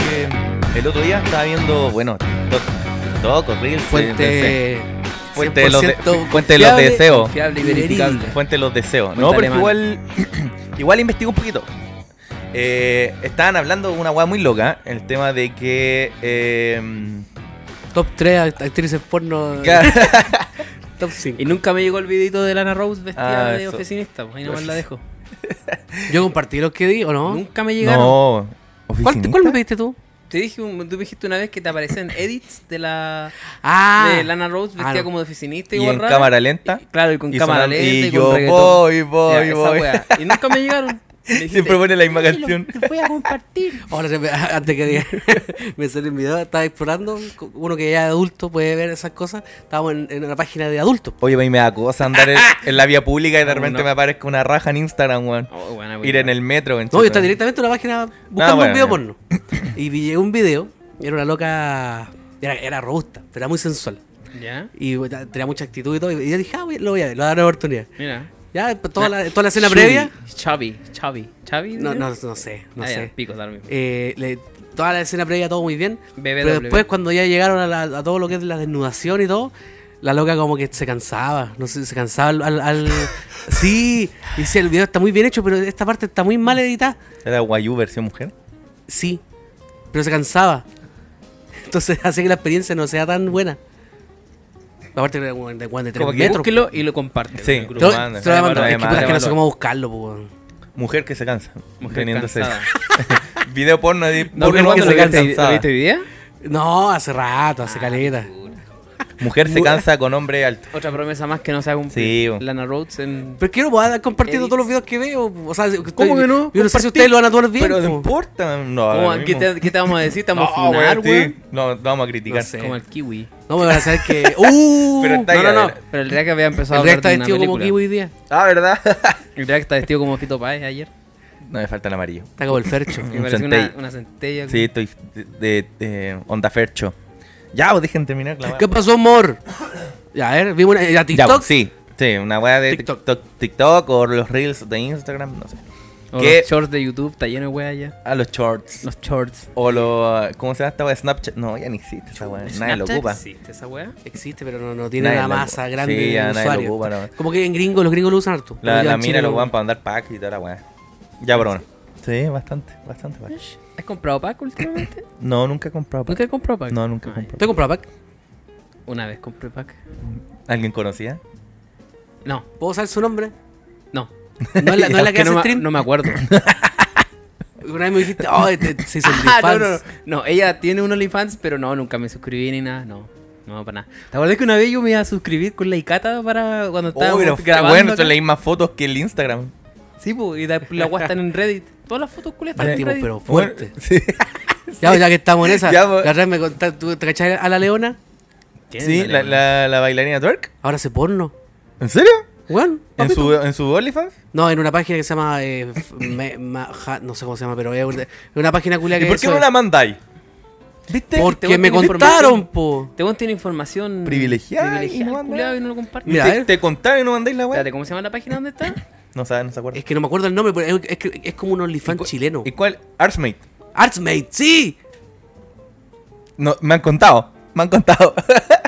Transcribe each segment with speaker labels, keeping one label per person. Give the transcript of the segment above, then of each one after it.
Speaker 1: eh,
Speaker 2: el otro día estaba viendo, bueno, TikTok, TikTok Reels, eh,
Speaker 3: Fuente.
Speaker 2: Fuente de los de-
Speaker 3: 100%
Speaker 2: fuente de los
Speaker 3: confiable,
Speaker 2: deseos.
Speaker 3: Confiable y
Speaker 2: no
Speaker 3: verificable.
Speaker 2: sé, fuente de los deseos.
Speaker 3: Fuente
Speaker 2: no, porque
Speaker 3: alemana.
Speaker 2: igual, igual investigo un poquito. Eh, estaban hablando de una weá muy loca, el tema de que... eh,
Speaker 3: Top 3 act- actrices porno.
Speaker 2: claro,
Speaker 3: Top 5.
Speaker 1: Y nunca me llegó el videito de Lana Rose vestida
Speaker 2: Ah,
Speaker 1: de
Speaker 2: eso.
Speaker 1: oficinista, pues ahí nomás la dejo.
Speaker 3: Yo compartí los que di, ¿o no?
Speaker 1: Nunca me llegaron.
Speaker 2: no,
Speaker 3: ¿Cuál,
Speaker 2: oficinista.
Speaker 3: cuál me pediste tú?
Speaker 1: Te dije, un- tú me dijiste una vez que te aparecen edits de la
Speaker 3: Ah.
Speaker 1: de Lana Rose vestida
Speaker 3: Ah, no.
Speaker 1: como de oficinista y,
Speaker 2: Y en
Speaker 1: rara.
Speaker 2: cámara lenta.
Speaker 1: Claro, y con
Speaker 2: y
Speaker 1: cámara
Speaker 2: sonando-
Speaker 1: lenta y,
Speaker 2: y
Speaker 1: con
Speaker 2: yo
Speaker 1: reggaetón.
Speaker 2: voy,
Speaker 1: Ya,
Speaker 2: voy,
Speaker 1: esa
Speaker 2: voy.
Speaker 1: wea. Y nunca me llegaron. Me dijiste,
Speaker 2: Siempre pone la misma canción.
Speaker 3: Ahora, se me- Oh, antes que diga, me salió un video, estaba explorando, uno que ya es adulto puede ver esas cosas, estábamos en, en una página de adultos.
Speaker 2: Oye, a mí me da cosa andar en, en la vía pública y de
Speaker 1: No,
Speaker 2: repente
Speaker 1: no.
Speaker 2: me aparezca una raja en Instagram, weón.
Speaker 1: Oh, buena,
Speaker 2: Ir
Speaker 1: buena.
Speaker 2: en el metro, en
Speaker 3: No, yo estaba directamente en una página buscando
Speaker 2: Ah, bueno,
Speaker 3: un video
Speaker 2: ya.
Speaker 3: porno. Y vi- llegó un video, era una loca, era, era robusta, pero era muy sensual.
Speaker 1: ¿Ya?
Speaker 3: Y ta- tenía mucha actitud y todo, y yo dije, ah, voy- lo voy a ver, lo voy a dar una oportunidad.
Speaker 1: Mira.
Speaker 3: Ya, pues, toda la, toda la escena previa,
Speaker 1: Chavi, Chavi, Chavi.
Speaker 3: no, no, no sé, no
Speaker 1: Ah, ya,
Speaker 3: sé.
Speaker 1: Pico, da lo mismo.
Speaker 3: Eh, le- toda la escena previa, todo muy bien.
Speaker 1: BBW.
Speaker 3: Pero después, cuando ya llegaron a, la- a todo lo que es la desnudación y todo, la loca como que se cansaba. No sé, se cansaba al. al- al- sí, y sí, el video está muy bien hecho, pero esta parte está muy mal editada.
Speaker 2: Era Guayú versión mujer.
Speaker 3: Sí, pero se cansaba. Entonces hace que la experiencia no sea tan buena. Aparte, era como de, como de tres
Speaker 2: Como que
Speaker 3: metros.
Speaker 1: Búsquelo y lo comparte.
Speaker 2: Sí.
Speaker 1: en el
Speaker 3: Te
Speaker 1: grupo.
Speaker 3: lo-
Speaker 2: manda,
Speaker 3: te lo voy a mandar,
Speaker 1: vale, vale,
Speaker 3: es que,
Speaker 1: vale,
Speaker 3: puta, es que no sé
Speaker 1: vale.
Speaker 3: cómo buscarlo, po, weón.
Speaker 2: Mujer que se cansa.
Speaker 1: Mujer
Speaker 2: Teniéndose-
Speaker 1: cansada.
Speaker 2: Video porno de
Speaker 1: No,
Speaker 2: mujer
Speaker 1: pero
Speaker 2: que
Speaker 1: ¿cuándo
Speaker 2: se
Speaker 1: lo viste?
Speaker 2: cansa.
Speaker 1: ¿Lo viste hoy día?
Speaker 3: No, hace rato,
Speaker 2: Ah,
Speaker 3: hace caleta.
Speaker 2: Mujer se cansa con hombre alto.
Speaker 1: Otra promesa más que no se ha
Speaker 2: Sí,
Speaker 1: cumplido.
Speaker 2: bo.
Speaker 1: Lana Rhodes en...
Speaker 3: Pero quiero poder andar compartiendo
Speaker 1: Edits.
Speaker 3: todos los videos que veo. O sea,
Speaker 1: ¿Cómo que no?
Speaker 3: Yo no sé si ustedes lo van a tomar bien.
Speaker 2: Pero no
Speaker 3: po.
Speaker 2: importa. No,
Speaker 1: ¿Cómo?
Speaker 2: a ver,
Speaker 1: ¿Qué,
Speaker 2: mismo.
Speaker 1: te, qué te vamos a decir? ¿Estamos
Speaker 2: No,
Speaker 1: a funar,
Speaker 2: weón, sí.
Speaker 1: weón?
Speaker 2: No, no vamos a criticar.
Speaker 3: No sé.
Speaker 1: Como el kiwi.
Speaker 3: No me van a saber que. ¡Uh!
Speaker 2: Pero está ahí,
Speaker 3: no, no, no.
Speaker 2: adelante.
Speaker 1: Pero el Drake había empezado
Speaker 3: El este
Speaker 1: a
Speaker 3: rey está
Speaker 1: hablar de
Speaker 3: vestido
Speaker 1: una
Speaker 3: como Kiwi
Speaker 1: película.
Speaker 3: hoy día.
Speaker 2: Ah, ¿verdad?
Speaker 1: El Drake está vestido como Fito Páez ayer.
Speaker 2: no, me falta el amarillo.
Speaker 3: Está como el Fercho.
Speaker 1: Me
Speaker 2: Un
Speaker 1: parece una,
Speaker 2: centella.
Speaker 1: una centella.
Speaker 2: Sí, estoy de, de- de onda fercho. Ya, os dejen terminar la weá.
Speaker 3: ¿Qué pasó, amor? Ya, a ver, vimos una. Ya,
Speaker 2: Ya, pues,
Speaker 3: TikTok.
Speaker 2: sí, sí, una weá de
Speaker 3: TikTok.
Speaker 2: TikTok. TikTok, o los reels de Instagram, no sé.
Speaker 1: O
Speaker 2: ¿Qué?
Speaker 1: los shorts de YouTube, está lleno de wea ya.
Speaker 2: A los shorts.
Speaker 1: Los shorts.
Speaker 2: O los. ¿Cómo se llama esta weá? Snapchat. No, ya ni existe esa weá. Nadie lo
Speaker 1: ¿Snapchat
Speaker 2: ocupa.
Speaker 1: existe esa wea?
Speaker 3: Existe, pero no, no tiene
Speaker 2: Nadie
Speaker 3: la
Speaker 2: lo-
Speaker 3: masa grande
Speaker 2: sí, ya nadie
Speaker 3: de
Speaker 2: lo
Speaker 3: usuarios.
Speaker 2: ocupa, no.
Speaker 3: Como que en gringos, los gringos lo usan harto.
Speaker 2: La,
Speaker 3: Yo
Speaker 2: la
Speaker 3: en Chile
Speaker 2: mina lo
Speaker 3: no-
Speaker 2: van para andar pack y toda la weá. Ya, pero bueno. Sí, bastante, bastante pack.
Speaker 1: ¿Has comprado pack últimamente?
Speaker 2: No, nunca he comprado pack.
Speaker 1: ¿Nunca he comprado pack?
Speaker 2: No, nunca he
Speaker 1: Ay,
Speaker 2: comprado.
Speaker 3: ¿Te comprado pack?
Speaker 1: Una vez compré pack.
Speaker 2: ¿Alguien conocía?
Speaker 1: No,
Speaker 3: ¿Puedo saber su nombre?
Speaker 1: no.
Speaker 3: No es la, no es la que hace
Speaker 1: no me-
Speaker 3: stream.
Speaker 1: No me acuerdo.
Speaker 3: Una vez me dijiste, oh, este- se hizo el
Speaker 1: Ah, no,
Speaker 3: fans.
Speaker 1: no, no. No, ella tiene un OnlyFans, pero no, nunca me suscribí ni nada. No, no, para nada. ¿Te acuerdas que una vez yo me iba a suscribir con la Icata para cuando
Speaker 2: Oh,
Speaker 1: estábamos
Speaker 2: pero
Speaker 1: grabando?
Speaker 2: bueno,
Speaker 1: acá?
Speaker 2: son las mismas fotos que el Instagram.
Speaker 1: Sí, pues, y la, la guas están en Reddit. Todas las fotos culias están en
Speaker 3: Partimos,
Speaker 1: Reddit.
Speaker 3: pero fuerte.
Speaker 2: Eh, Bueno, sí.
Speaker 3: Ya, ya que estamos en esa.
Speaker 2: Ya,
Speaker 3: Ya,
Speaker 2: pues.
Speaker 3: me contaste, ¿tú- ¿te cachai a la leona?
Speaker 1: ¿Quién
Speaker 2: Sí,
Speaker 1: es
Speaker 2: la, la, la bailarina twerk.
Speaker 3: Ahora hace porno.
Speaker 2: ¿En serio?
Speaker 3: Bueno,
Speaker 2: ¿En su, ¿En su OnlyFans?
Speaker 3: No, en una página que se llama. eh, f- me- ma- ja- no sé cómo se llama, pero es una, es una página culia
Speaker 2: ¿Y
Speaker 3: que.
Speaker 2: por qué
Speaker 3: eso
Speaker 2: no
Speaker 3: es.
Speaker 2: la mandáis? ¿Viste?
Speaker 3: Porque
Speaker 1: Te
Speaker 3: me
Speaker 1: voy a tener
Speaker 3: contaron,
Speaker 1: información.
Speaker 3: po.
Speaker 1: Te este tiene información
Speaker 2: Privilegiada y
Speaker 1: privilegiada,
Speaker 2: no anda.
Speaker 1: culiao, y no lo comparte.
Speaker 3: Mira,
Speaker 2: ¿Te,
Speaker 3: a ver.
Speaker 2: te contaron y no mandáis la weá?
Speaker 1: Espérate, ¿cómo se llama la página donde está?
Speaker 2: No sabe, no se acuerda.
Speaker 3: Es que no me acuerdo el nombre, pero es, es que- es como un
Speaker 2: ¿Y
Speaker 3: OnlyFans
Speaker 2: cu-
Speaker 3: chileno.
Speaker 2: ¿Y cuál? Artsmate.
Speaker 3: Artsmate, sí.
Speaker 2: No, me han contado. Me han contado.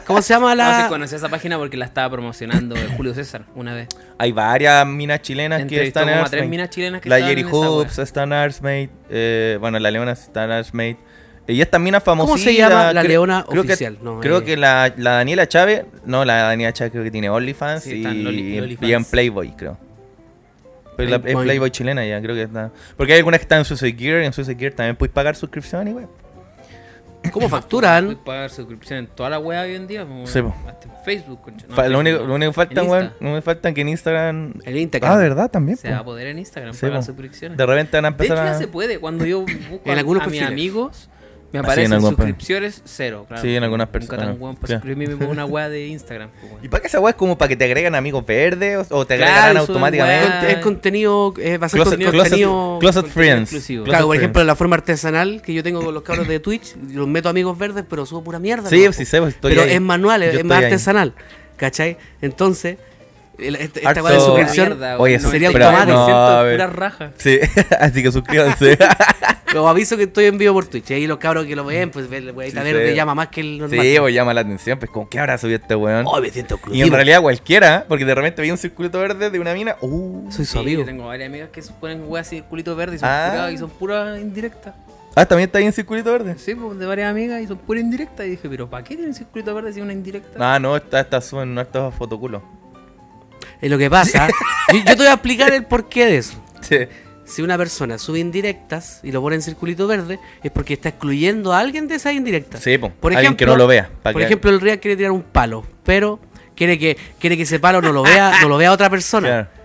Speaker 3: ¿Cómo se llama
Speaker 1: No sé,
Speaker 3: la.?
Speaker 1: conocí esa página porque la estaba promocionando eh, Julio César una vez.
Speaker 2: Hay varias minas chilenas que
Speaker 1: Entrevistó
Speaker 2: están en
Speaker 1: como a tres
Speaker 2: Artsmate.
Speaker 1: minas chilenas Ah, que
Speaker 2: la
Speaker 1: estaban
Speaker 2: Jerry
Speaker 1: en esa
Speaker 2: Hoops está en Artsmate. eh, bueno, la Leona está en Artsmate. Y esta mina famosa.
Speaker 3: se llama la Leona oficial?
Speaker 2: Que,
Speaker 3: No,
Speaker 2: creo
Speaker 3: eh.
Speaker 2: que la, la Daniela Chávez. No, la Daniela Chávez creo que tiene OnlyFans
Speaker 1: Sí,
Speaker 2: y,
Speaker 1: está en Loli-
Speaker 2: y en
Speaker 1: Lolifans.
Speaker 2: Playboy, creo. Pero la- es
Speaker 3: Playboy.
Speaker 2: Playboy chilena ya, creo que está. Porque hay algunas que están en Suicide Gear. En Suicide Gear también puedes pagar suscripción y wey.
Speaker 3: ¿Cómo
Speaker 1: Puedes
Speaker 3: facturan?
Speaker 1: pagar suscripción en toda la wea hoy en día. como-
Speaker 2: Sí, po.
Speaker 1: Hasta en Facebook, concha. no,
Speaker 2: Fa-
Speaker 1: en
Speaker 2: lo,
Speaker 1: Facebook
Speaker 2: único,
Speaker 1: no.
Speaker 2: lo único que falta,
Speaker 1: En
Speaker 2: weón,
Speaker 1: Insta.
Speaker 2: lo único que faltan que en Instagram.
Speaker 3: El Instagram.
Speaker 2: Ah, ¿verdad? También.
Speaker 1: Se va a
Speaker 2: po.
Speaker 1: poder en Instagram
Speaker 2: Sí,
Speaker 1: pagar
Speaker 2: po.
Speaker 1: suscripciones.
Speaker 2: De repente van a
Speaker 1: De hecho,
Speaker 2: empezar
Speaker 1: ya
Speaker 2: a.
Speaker 1: se puede. Cuando yo busco
Speaker 3: En
Speaker 1: a-
Speaker 3: algunos
Speaker 1: a, mis
Speaker 3: perfiles.
Speaker 1: amigos, me
Speaker 2: Ah, sí, en
Speaker 1: aparecen
Speaker 2: algunos perfiles.
Speaker 1: suscripciones cero. Claro.
Speaker 2: Sí, en algunas
Speaker 1: Nunca
Speaker 2: personas.
Speaker 1: tan guan para
Speaker 2: Sí.
Speaker 1: suscribirme por una wea de Instagram. pues, weón.
Speaker 2: ¿Y para qué esa weá es como para que te agregan amigos verdes o, o te
Speaker 1: Claro,
Speaker 2: agregarán
Speaker 1: y suben
Speaker 2: automáticamente?
Speaker 1: weá.
Speaker 3: Con- Es contenido. eh, va a ser
Speaker 2: Closet,
Speaker 3: contenido.
Speaker 2: closet-
Speaker 3: contenido-
Speaker 2: closet
Speaker 1: contenido
Speaker 2: Friends.
Speaker 1: exclusivo.
Speaker 2: Closet
Speaker 3: claro, por ejemplo,
Speaker 2: friends.
Speaker 3: la forma artesanal que yo tengo con los cabros de Twitch, los meto amigos verdes, pero subo pura mierda.
Speaker 2: Sí,
Speaker 3: ¿no?
Speaker 2: sí, sé, pues, estoy
Speaker 3: pero
Speaker 2: ahí.
Speaker 3: es manual,
Speaker 2: Yo
Speaker 3: es
Speaker 2: estoy
Speaker 3: más
Speaker 2: ahí.
Speaker 3: artesanal. ¿Cachai? Entonces, el- este-
Speaker 2: Harto-
Speaker 3: esta weá de suscripción
Speaker 1: Mierda,
Speaker 2: Oye,
Speaker 1: weón,
Speaker 3: sería
Speaker 1: 99%
Speaker 3: automático.
Speaker 2: No, a ver.
Speaker 1: pura raja.
Speaker 2: Sí, así que suscríbanse.
Speaker 3: Los aviso que estoy en vivo por Twitch. Y ahí los cabros que lo ven, pues ven, wey,
Speaker 2: Sí,
Speaker 3: a ver,
Speaker 2: sí.
Speaker 3: le llama más que el normal. Oh,
Speaker 2: sí, pues llama la atención. Pues, ¿con qué habrá subido este weón?
Speaker 3: Ay, me
Speaker 2: y
Speaker 3: siento
Speaker 2: en
Speaker 3: exclusivo.
Speaker 2: realidad cualquiera, porque de repente vi un circulito verde de una mina. Uh,
Speaker 3: Soy su
Speaker 1: Sí,
Speaker 3: amigo.
Speaker 1: Yo tengo varias amigas que se ponen weas así, culito verde, y son,
Speaker 2: Ah.
Speaker 1: puras- y son puras indirectas.
Speaker 2: ah, también está ahí en circulito verde.
Speaker 1: Sí, pues, de varias amigas y son puras indirectas. Y dije, pero ¿para qué tienen circulito verde si es una indirecta?
Speaker 2: Ah, no, está, está su- en estos fotoculos.
Speaker 3: Y lo que pasa, yo, yo te voy a explicar el porqué de eso.
Speaker 2: Sí.
Speaker 3: Si una persona sube indirectas y lo pone en circulito verde, es porque está excluyendo a alguien de esas indirectas.
Speaker 2: Sí, po. Alguien que no lo vea, pa'
Speaker 3: Por
Speaker 2: que-
Speaker 3: ejemplo, el Real quiere tirar un palo, pero quiere que, quiere que ese palo no lo vea, no lo vea otra persona.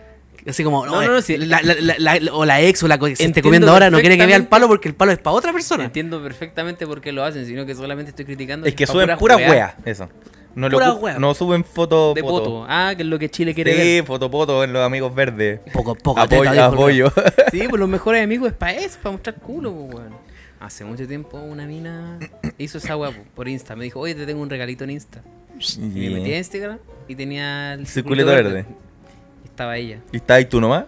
Speaker 2: Claro.
Speaker 3: Así como, no,
Speaker 1: No, no, no, sí.
Speaker 3: la, la- la- la- o la ex o la co- que se esté
Speaker 1: Entiendo
Speaker 3: comiendo ahora no quiere que vea el
Speaker 1: perfectamente.
Speaker 3: palo porque el palo es para otra persona.
Speaker 1: Entiendo perfectamente por qué lo hacen, sino que solamente estoy criticando.
Speaker 2: Es que
Speaker 1: pa'
Speaker 2: suben pura
Speaker 1: weas
Speaker 2: wea, eso. No, le
Speaker 3: Pura
Speaker 2: ocu-
Speaker 3: wea.
Speaker 2: no suben foto
Speaker 1: De
Speaker 2: poto.
Speaker 1: poto. Ah, que es lo que Chile quiere
Speaker 2: Sí, fotopoto en los amigos verdes.
Speaker 3: Poco, poco.
Speaker 2: apoyo,
Speaker 3: teta, dijo el
Speaker 2: apoyo.
Speaker 1: ver. Sí, pues los mejores amigos es para eso, para mostrar culo, pues, weón. Hace mucho tiempo una mina hizo esa wea po, por Insta. Me dijo, oye, te tengo un regalito en Insta. Y me metí a Instagram y tenía el
Speaker 2: Circulito
Speaker 1: circulito
Speaker 2: verde.
Speaker 1: Y estaba ella.
Speaker 2: ¿Y está ahí tú nomás?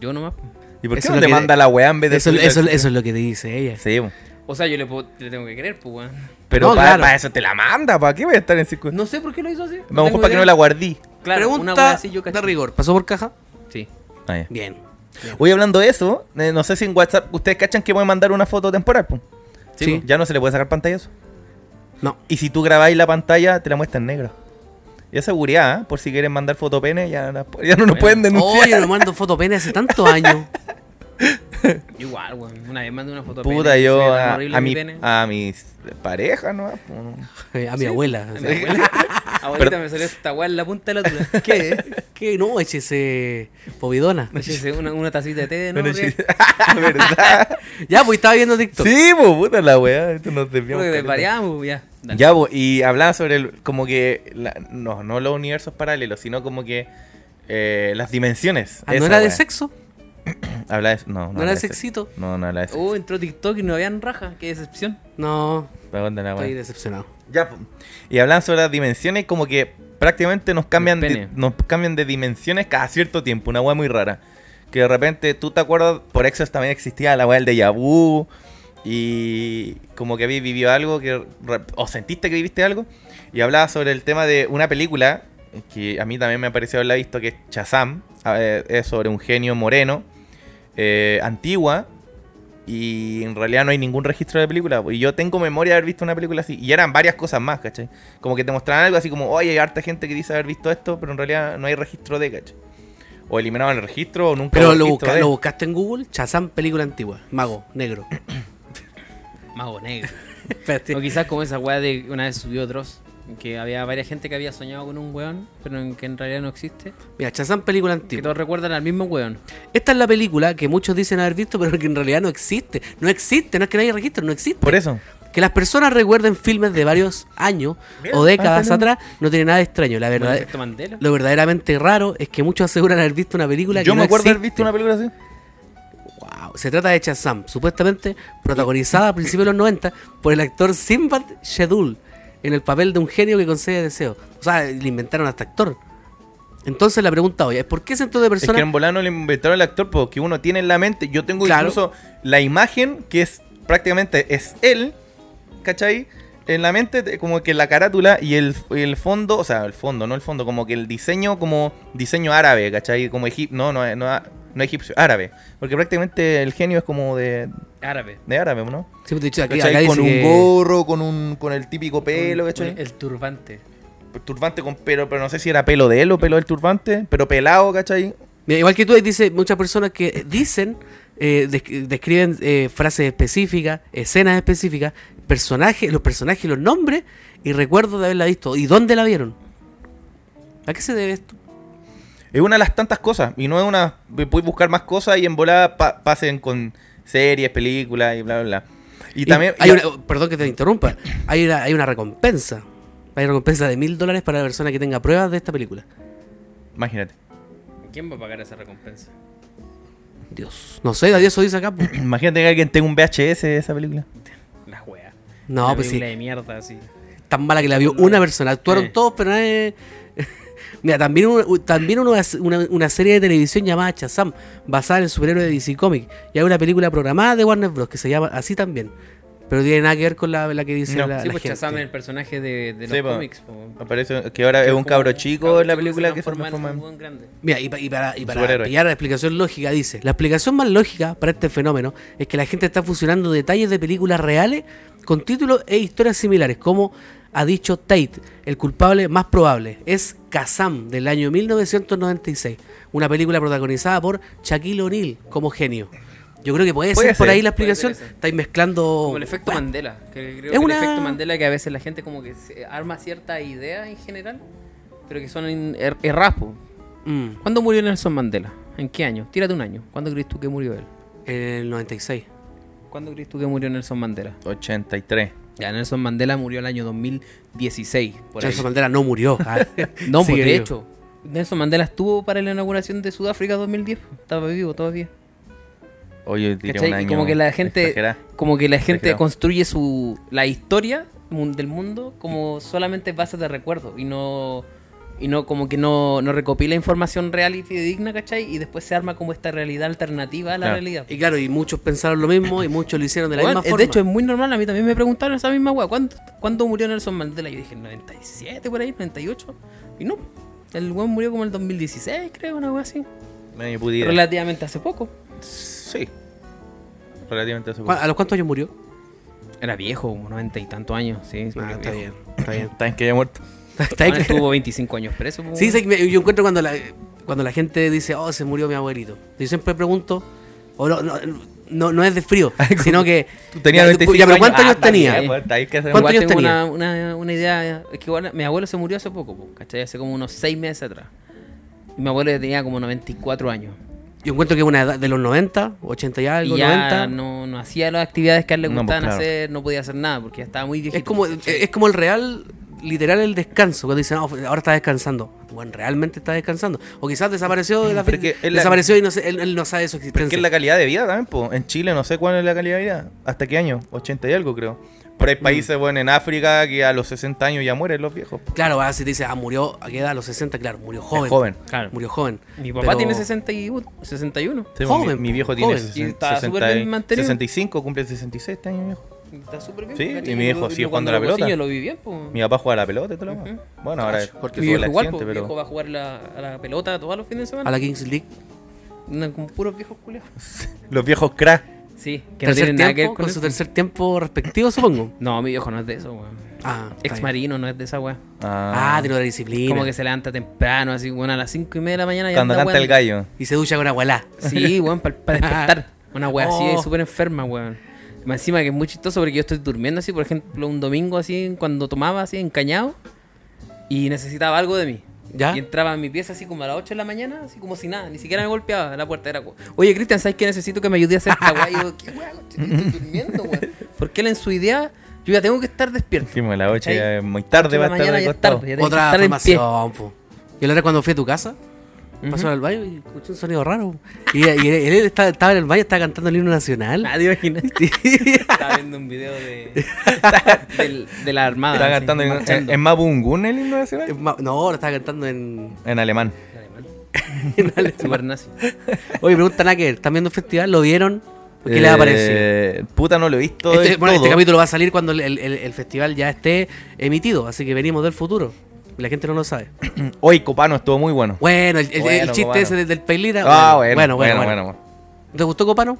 Speaker 1: Yo nomás. pues. po.
Speaker 2: ¿Y por qué
Speaker 3: Eso
Speaker 2: no
Speaker 3: es
Speaker 2: te
Speaker 3: lo que-
Speaker 2: manda la weá en vez de
Speaker 3: Eso,
Speaker 2: subir
Speaker 3: eso,
Speaker 2: el-
Speaker 3: eso es lo que te dice ella.
Speaker 2: Sí, po.
Speaker 1: O sea, yo le, puedo- le tengo que creer, pues, weón.
Speaker 2: pero
Speaker 3: No,
Speaker 2: para
Speaker 3: claro.
Speaker 2: eso te la manda, ¿para qué voy a estar en circulito?
Speaker 1: No sé por qué lo hizo así.
Speaker 2: a lo mejor para que no la guardí.
Speaker 1: Claro, una
Speaker 3: Pregunta
Speaker 1: wea así yo
Speaker 3: de
Speaker 1: caché.
Speaker 3: rigor. ¿Pasó por caja?
Speaker 1: Sí.
Speaker 2: Ah, ya.
Speaker 3: Bien.
Speaker 2: Oye, hablando de eso, eh, no sé si en WhatsApp ustedes cachan que pueden mandar una foto temporal, po.
Speaker 1: Sí,
Speaker 3: Sí.
Speaker 1: po.
Speaker 2: Ya no se le puede sacar pantallazo.
Speaker 3: No.
Speaker 2: Y si tú grabáis la pantalla, te la muestra en negro. Ya seguridad, ¿eh? por si quieren mandar fotopene, ya, la- ya no nos
Speaker 1: Bueno.
Speaker 2: pueden denunciar.
Speaker 3: Oye, no mando foto pene hace tantos años.
Speaker 1: Yo igual, weón. Una vez mandé una foto.
Speaker 2: Puta,
Speaker 1: pene,
Speaker 2: yo
Speaker 1: se ve tan
Speaker 2: a,
Speaker 1: horrible
Speaker 2: a
Speaker 1: mi
Speaker 2: mi,
Speaker 1: pene.
Speaker 2: a mis parejas, ¿no?
Speaker 3: Eh, A mi abuela.
Speaker 1: A mi abuela. Ahorita me salió esta weá en la punta de la tula. ¿Qué?
Speaker 3: ¿Qué? No, échese povidona.
Speaker 1: Échese una, una tacita de té de
Speaker 2: Pero
Speaker 1: nombre.
Speaker 2: sí- ¿Verdad?
Speaker 3: Ya, pues estaba viendo TikTok.
Speaker 2: sí, po, puta la weá, esto nos desviamos.
Speaker 1: Porque
Speaker 2: caleta.
Speaker 1: variamos, ya. Dale.
Speaker 2: Ya, po, y hablaba sobre el- como que, la- no, no los universos paralelos, sino como que eh, las dimensiones.
Speaker 3: Ah,
Speaker 2: Esa
Speaker 3: ¿No era de
Speaker 2: weá.
Speaker 3: sexo?
Speaker 2: Hablaba de- no, no,
Speaker 3: ¿No
Speaker 2: habla
Speaker 3: era
Speaker 2: de
Speaker 3: sexito?
Speaker 2: No, no habla de sexo.
Speaker 1: Oh, entró TikTok y no habían raja. Qué decepción.
Speaker 3: No,
Speaker 2: Perdón de la weá.
Speaker 3: estoy decepcionado.
Speaker 2: Ya, po. y hablan sobre las dimensiones como que prácticamente nos cambian,
Speaker 1: Del
Speaker 2: de,
Speaker 1: pene.
Speaker 2: nos cambian de dimensiones cada cierto tiempo, una weá muy rara. Que de repente tú te acuerdas, por Exos también existía la weá del déjà vu y como que habías vivido algo que re- o sentiste que viviste algo y hablaba sobre el tema de una película que a mí también me ha parecido haberla visto que es Chazam, es sobre un genio moreno eh, antigua y en realidad no hay ningún registro de película. po. Y yo tengo memoria de haber visto una película así. Y eran varias cosas más, ¿cachai? Como que te mostraban algo así como, oye, hay harta gente que dice haber visto esto, pero en realidad no hay registro de, ¿cachai? O eliminaban el registro o nunca
Speaker 3: Pero
Speaker 2: hubo
Speaker 3: lo,
Speaker 2: registro
Speaker 3: busca-
Speaker 2: de.
Speaker 3: lo buscaste en Google, Chazam, película antigua, mago, negro.
Speaker 1: Mago negro.
Speaker 3: Espérate.
Speaker 1: O quizás como esa weá de una vez subió otros. Que había varias gente que había soñado con un weón, pero en- que en realidad no existe.
Speaker 3: Mira, Chazam, película
Speaker 1: Que
Speaker 3: antigua.
Speaker 1: todos recuerdan al mismo weón.
Speaker 3: Esta es la película que muchos dicen haber visto, pero que en realidad no existe. No existe, no es que no haya registro, no existe.
Speaker 2: Por eso.
Speaker 3: Que las personas recuerden filmes de varios años o décadas
Speaker 2: ah,
Speaker 3: atrás no tiene nada de extraño. La
Speaker 1: Como el
Speaker 3: verdad,
Speaker 1: efecto Mandela.
Speaker 3: lo verdaderamente raro es que muchos aseguran haber visto una película que
Speaker 2: Yo
Speaker 3: no
Speaker 2: me acuerdo de haber visto
Speaker 3: existe.
Speaker 2: una película así.
Speaker 3: Wow. Se trata de Shazam, supuestamente protagonizada a principios de los 90 por el actor Simbad Shedul, en el papel de un genio que concede deseos. O sea, le inventaron hasta actor. Entonces la pregunta hoy es: ¿por qué ese entorno de
Speaker 2: Es que en
Speaker 3: personas.?
Speaker 2: volano le inventaron el actor porque uno tiene en la mente. Yo tengo
Speaker 3: Claro.
Speaker 2: incluso la imagen que es prácticamente es él, ¿cachai? En la mente, te- como que la carátula y el, el fondo, o sea, el fondo, no el fondo, como que el diseño, como diseño árabe, ¿cachai? Como egipcio, no, no, no, no egipcio, árabe. Porque prácticamente el genio es como de,
Speaker 1: Árabe.
Speaker 2: de árabe, ¿no?
Speaker 3: Siempre te he dicho, aquí-
Speaker 2: ¿Cachai?
Speaker 3: acá
Speaker 2: Con
Speaker 3: dice
Speaker 2: un
Speaker 3: que-
Speaker 2: gorro, con un con el típico pelo,
Speaker 1: Con-
Speaker 2: ¿cachai?
Speaker 1: con El turbante.
Speaker 2: turbante con pelo, pero no sé si era pelo de él o pelo del turbante, pero pelado, ¿cachai?
Speaker 3: Mira, igual que tú, ahí dice muchas personas que dicen, eh, desc- describen eh, frases específicas, escenas específicas, personajes, los personajes, los nombres y recuerdos de haberla visto. ¿Y dónde la vieron? ¿A qué se debe esto?
Speaker 2: Es una de las tantas cosas. Y no es una. Puedes buscar más cosas y en volada pa- pasen con series, películas y bla, bla, bla. Y, también.
Speaker 3: hay
Speaker 2: y-
Speaker 3: una- oh, perdón que te interrumpa. Hay una, hay una recompensa. Hay una recompensa de mil dólares para la persona que tenga pruebas de esta película.
Speaker 2: Imagínate.
Speaker 1: ¿Quién va a pagar esa recompensa?
Speaker 3: Dios. No sé, Dios eso dice acá. po.
Speaker 2: Imagínate que alguien tenga un VHS de esa película.
Speaker 1: Las weas.
Speaker 3: No,
Speaker 1: Una
Speaker 3: pues sí.
Speaker 1: película de mierda, así.
Speaker 3: Tan mala que la vio una persona. Actuaron
Speaker 1: Eh.
Speaker 3: todos, pero nadie. Mira, también, un- también una, una- una serie de televisión llamada Shazam, basada en el superhéroe de DC Comics. Y hay una película programada de Warner Bros. que se llama así también. Pero tiene nada que ver con la, la que dice
Speaker 2: No.
Speaker 3: la,
Speaker 1: Sí,
Speaker 3: la
Speaker 1: pues
Speaker 3: gente.
Speaker 1: Shazam es el personaje de, de los
Speaker 2: Sí, po.
Speaker 1: cómics. po.
Speaker 2: Aparece que ahora es un
Speaker 1: como
Speaker 2: cabro chico
Speaker 1: cabro
Speaker 2: en la
Speaker 1: chico
Speaker 2: película que se
Speaker 1: transforma en
Speaker 2: transforma
Speaker 1: un
Speaker 2: en...
Speaker 1: buen grande.
Speaker 3: Mira, y, pa- y para, y para
Speaker 2: Superhéroe.
Speaker 3: pillar la explicación lógica, dice: La explicación más lógica para este fenómeno es que la gente está fusionando detalles de películas reales con títulos e historias similares, como ha dicho Tate, el culpable más probable es Kazam del año 1996, una película protagonizada por Shaquille O'Neal como genio. Yo creo que puede,
Speaker 2: Puede
Speaker 3: ser, por
Speaker 2: ser,
Speaker 3: ahí la
Speaker 1: puede ser
Speaker 3: explicación.
Speaker 1: eso.
Speaker 3: Estáis mezclando.
Speaker 2: Oh,
Speaker 1: Como el efecto
Speaker 3: Bueno,
Speaker 1: Mandela. Que creo
Speaker 3: Es
Speaker 1: que
Speaker 3: una-
Speaker 1: El efecto Mandela que a veces la gente como que se arma cierta idea en general, pero que son en- er- erradas, po.
Speaker 3: mm,
Speaker 1: ¿Cuándo murió Nelson Mandela? ¿En qué año? Tírate un año. ¿Cuándo crees tú que murió él?
Speaker 3: en el 96.
Speaker 1: ¿Cuándo crees tú que murió Nelson Mandela?
Speaker 2: 83.
Speaker 1: Ya, Nelson Mandela murió el año 2016. Por ahí.
Speaker 3: Nelson Mandela no murió. ah. Sigue
Speaker 1: No, pues, de
Speaker 3: vivo.
Speaker 1: hecho, Nelson Mandela estuvo para la inauguración de Sudáfrica 2010. Estaba vivo todavía.
Speaker 2: Oye, tiré
Speaker 1: ¿Cachai?
Speaker 2: un
Speaker 1: Y
Speaker 2: año.
Speaker 1: como que la gente,
Speaker 2: exagerado.
Speaker 1: como que la gente
Speaker 2: Exagerado.
Speaker 1: construye su la historia mun- del mundo como solamente base de recuerdo y no y no como que no, no recopila información real y fidedigna, ¿cachai? Y después se arma como esta realidad alternativa a la
Speaker 2: Claro.
Speaker 1: realidad.
Speaker 3: Y claro, y muchos pensaron lo mismo y muchos lo hicieron de la
Speaker 1: Bueno,
Speaker 3: misma
Speaker 1: eh,
Speaker 3: forma.
Speaker 1: de hecho, es muy normal. A mí también me preguntaron esa misma weá. ¿Cuándo, cuándo murió Nelson Mandela? Yo dije, 97 por ahí, 98. Y no, el weón murió como en el 2016, creo, una weá así.
Speaker 2: Medio pudiera.
Speaker 1: Relativamente hace poco.
Speaker 2: Sí. Relativamente hace
Speaker 3: ¿Cu-
Speaker 2: poco.
Speaker 3: ¿A los cuántos años murió?
Speaker 1: Era viejo, como 90 y tantos años. Sí,
Speaker 3: Ah,
Speaker 1: murió
Speaker 3: está
Speaker 1: viejo.
Speaker 3: bien, está bien.
Speaker 2: Está en que haya muerto.
Speaker 3: Está bien.
Speaker 1: Ah, estuvo 25 años preso. po,
Speaker 3: Sí,
Speaker 1: weón.
Speaker 3: sé que me- yo encuentro cuando la, cuando la gente dice, oh, se murió mi abuelito. Yo siempre pregunto, o no, no, no, no es de frío, sino que.
Speaker 2: Tú tenías
Speaker 3: ya,
Speaker 2: 95
Speaker 3: ya, pero ¿cuántos
Speaker 2: años.
Speaker 3: años
Speaker 2: Ah,
Speaker 3: tenía?
Speaker 2: está bien, está bien, que hacer-
Speaker 3: ¿Cuántos
Speaker 1: Igual
Speaker 3: años
Speaker 1: tengo
Speaker 3: tenía?
Speaker 1: Una, una, una idea. Es que igual, mi abuelo se murió hace poco, po, ¿cachai? Hace como unos 6 meses atrás. Y mi abuelo tenía como 94 años.
Speaker 3: Yo encuentro que una edad de los 90, 80 y algo,
Speaker 1: y ya
Speaker 3: 90.
Speaker 1: No, no hacía las actividades que a él le
Speaker 2: No, pues,
Speaker 1: gustaban
Speaker 2: claro. eh,
Speaker 1: hacer, no podía hacer nada porque ya estaba muy viejito.
Speaker 3: es, como, es como el real, literal, el descanso. Cuando dicen, "No, ahora está descansando. Bueno, realmente está descansando. O quizás desapareció de la
Speaker 2: Pero es que él la-
Speaker 3: Desapareció y no sé- él, él no sabe de su
Speaker 2: Porque
Speaker 3: existencia.
Speaker 2: es la calidad de vida también, po. En Chile no sé cuál es la calidad de vida. ¿Hasta qué año? 80 y algo, creo. Pero hay
Speaker 1: Mm.
Speaker 2: países, bueno, en África que a los 60 años ya mueren los viejos. po.
Speaker 3: Claro, ah, si te dice, ah, murió a qué edad, a los 60, claro, murió joven.
Speaker 2: Es joven.
Speaker 1: Claro.
Speaker 3: Murió joven.
Speaker 1: Mi papá
Speaker 3: Pero-
Speaker 1: tiene 61. 61.
Speaker 2: Sí, po, mi-
Speaker 3: Joven,
Speaker 2: mi,
Speaker 3: po,
Speaker 2: viejo tiene
Speaker 3: joven.
Speaker 2: sesen-
Speaker 1: Y está súper bien mantenido.
Speaker 2: 65, cumple 66 este año, viejo.
Speaker 1: Está súper bien.
Speaker 2: Sí,
Speaker 1: ¿cachai?
Speaker 2: y mi viejo
Speaker 1: Yo-
Speaker 2: sigue
Speaker 1: yo
Speaker 2: jugando
Speaker 1: cuando
Speaker 2: a la
Speaker 1: era
Speaker 2: pelota.
Speaker 1: Yo lo viví bien, po.
Speaker 2: Mi papá juega a la pelota y todo lo demás. Bueno, ahora es porque
Speaker 1: Mi
Speaker 2: tuvo el
Speaker 1: viejo igual,
Speaker 2: accidente,
Speaker 1: po, mi viejo
Speaker 2: pero.
Speaker 1: va a jugar la- a la pelota todos los fines de semana.
Speaker 3: A la Kings League.
Speaker 1: No, Con puros viejos culiados.
Speaker 2: Los viejos crack.
Speaker 1: Sí, que no
Speaker 3: tercer
Speaker 1: tienen
Speaker 3: tiempo,
Speaker 1: nada que ver
Speaker 3: con,
Speaker 1: con
Speaker 3: su
Speaker 1: eso.
Speaker 3: tercer tiempo respectivo, supongo.
Speaker 1: No, mi viejo no es de eso, weón.
Speaker 3: Ah, está
Speaker 1: Ex
Speaker 3: bien.
Speaker 1: marino no es de esa weá.
Speaker 3: Ah,
Speaker 2: Ah,
Speaker 3: tiene otra disciplina.
Speaker 1: Como que se levanta temprano, así, weón, a las 5 y media de la mañana. ya
Speaker 2: cuando
Speaker 1: anda
Speaker 2: canta el
Speaker 1: weando.
Speaker 2: gallo.
Speaker 3: Y se ducha con agualá.
Speaker 1: Sí, weón, para despertar. Una weá
Speaker 3: Oh.
Speaker 1: así, súper enferma, weón. Más Encima que es muy chistoso porque yo estoy durmiendo así, por ejemplo, un domingo así, cuando tomaba así, encañado, y necesitaba algo de mí.
Speaker 3: ¿Ya?
Speaker 1: Y entraba a mi pieza así como a las 8 de la mañana, así como si nada, ni siquiera me golpeaba la puerta. Era, como, oye, Cristian, ¿sabes qué necesito que me ayude a hacer esta weá? Y yo, ¿qué weá? coche? Estoy durmiendo, weón. Porque él en su idea, yo ya tengo que estar despierto.
Speaker 2: Sí, pues, a las 8
Speaker 1: ¿Cachai?
Speaker 2: ya es muy
Speaker 1: Ocho
Speaker 2: tarde,
Speaker 1: de
Speaker 2: va
Speaker 1: la
Speaker 2: a estar
Speaker 1: mañana ya es
Speaker 2: acostado.
Speaker 1: tarde, ya tengo que
Speaker 3: Otra
Speaker 1: estar en pie.
Speaker 3: formación, po. Yo la otra cuando fui a tu casa, pasó al baño y escuché un sonido raro. po. Y, y él, él estaba, estaba en el baño, estaba cantando el himno nacional.
Speaker 1: Nadie imagina. Estaba viendo un video de, del- de la Armada.
Speaker 2: Está
Speaker 1: así,
Speaker 2: cantando en, en,
Speaker 1: Ah, marchando. Eh,
Speaker 2: en Mabungun el himno nacional.
Speaker 3: Ma- No, lo estaba cantando en.
Speaker 2: En alemán.
Speaker 3: en alemán.
Speaker 1: Super nazi.
Speaker 3: Oye, pregunta nada que ver, ¿Están viendo el festival? ¿Lo vieron? ¿Qué les ha parecido?
Speaker 2: Eh, Puta, no lo he visto.
Speaker 3: Este,
Speaker 2: del
Speaker 3: bueno, este
Speaker 2: todo.
Speaker 3: capítulo va a salir cuando el, el- el- el festival ya esté emitido, así que venimos del futuro. Y La gente no lo sabe.
Speaker 2: Hoy Copano estuvo muy bueno.
Speaker 3: Bueno, el, el- el
Speaker 2: Bueno,
Speaker 3: chiste
Speaker 2: Copano.
Speaker 3: ese del, del Peilita.
Speaker 2: Ah, bueno, bueno, bueno.
Speaker 3: ¿Te gustó Copano?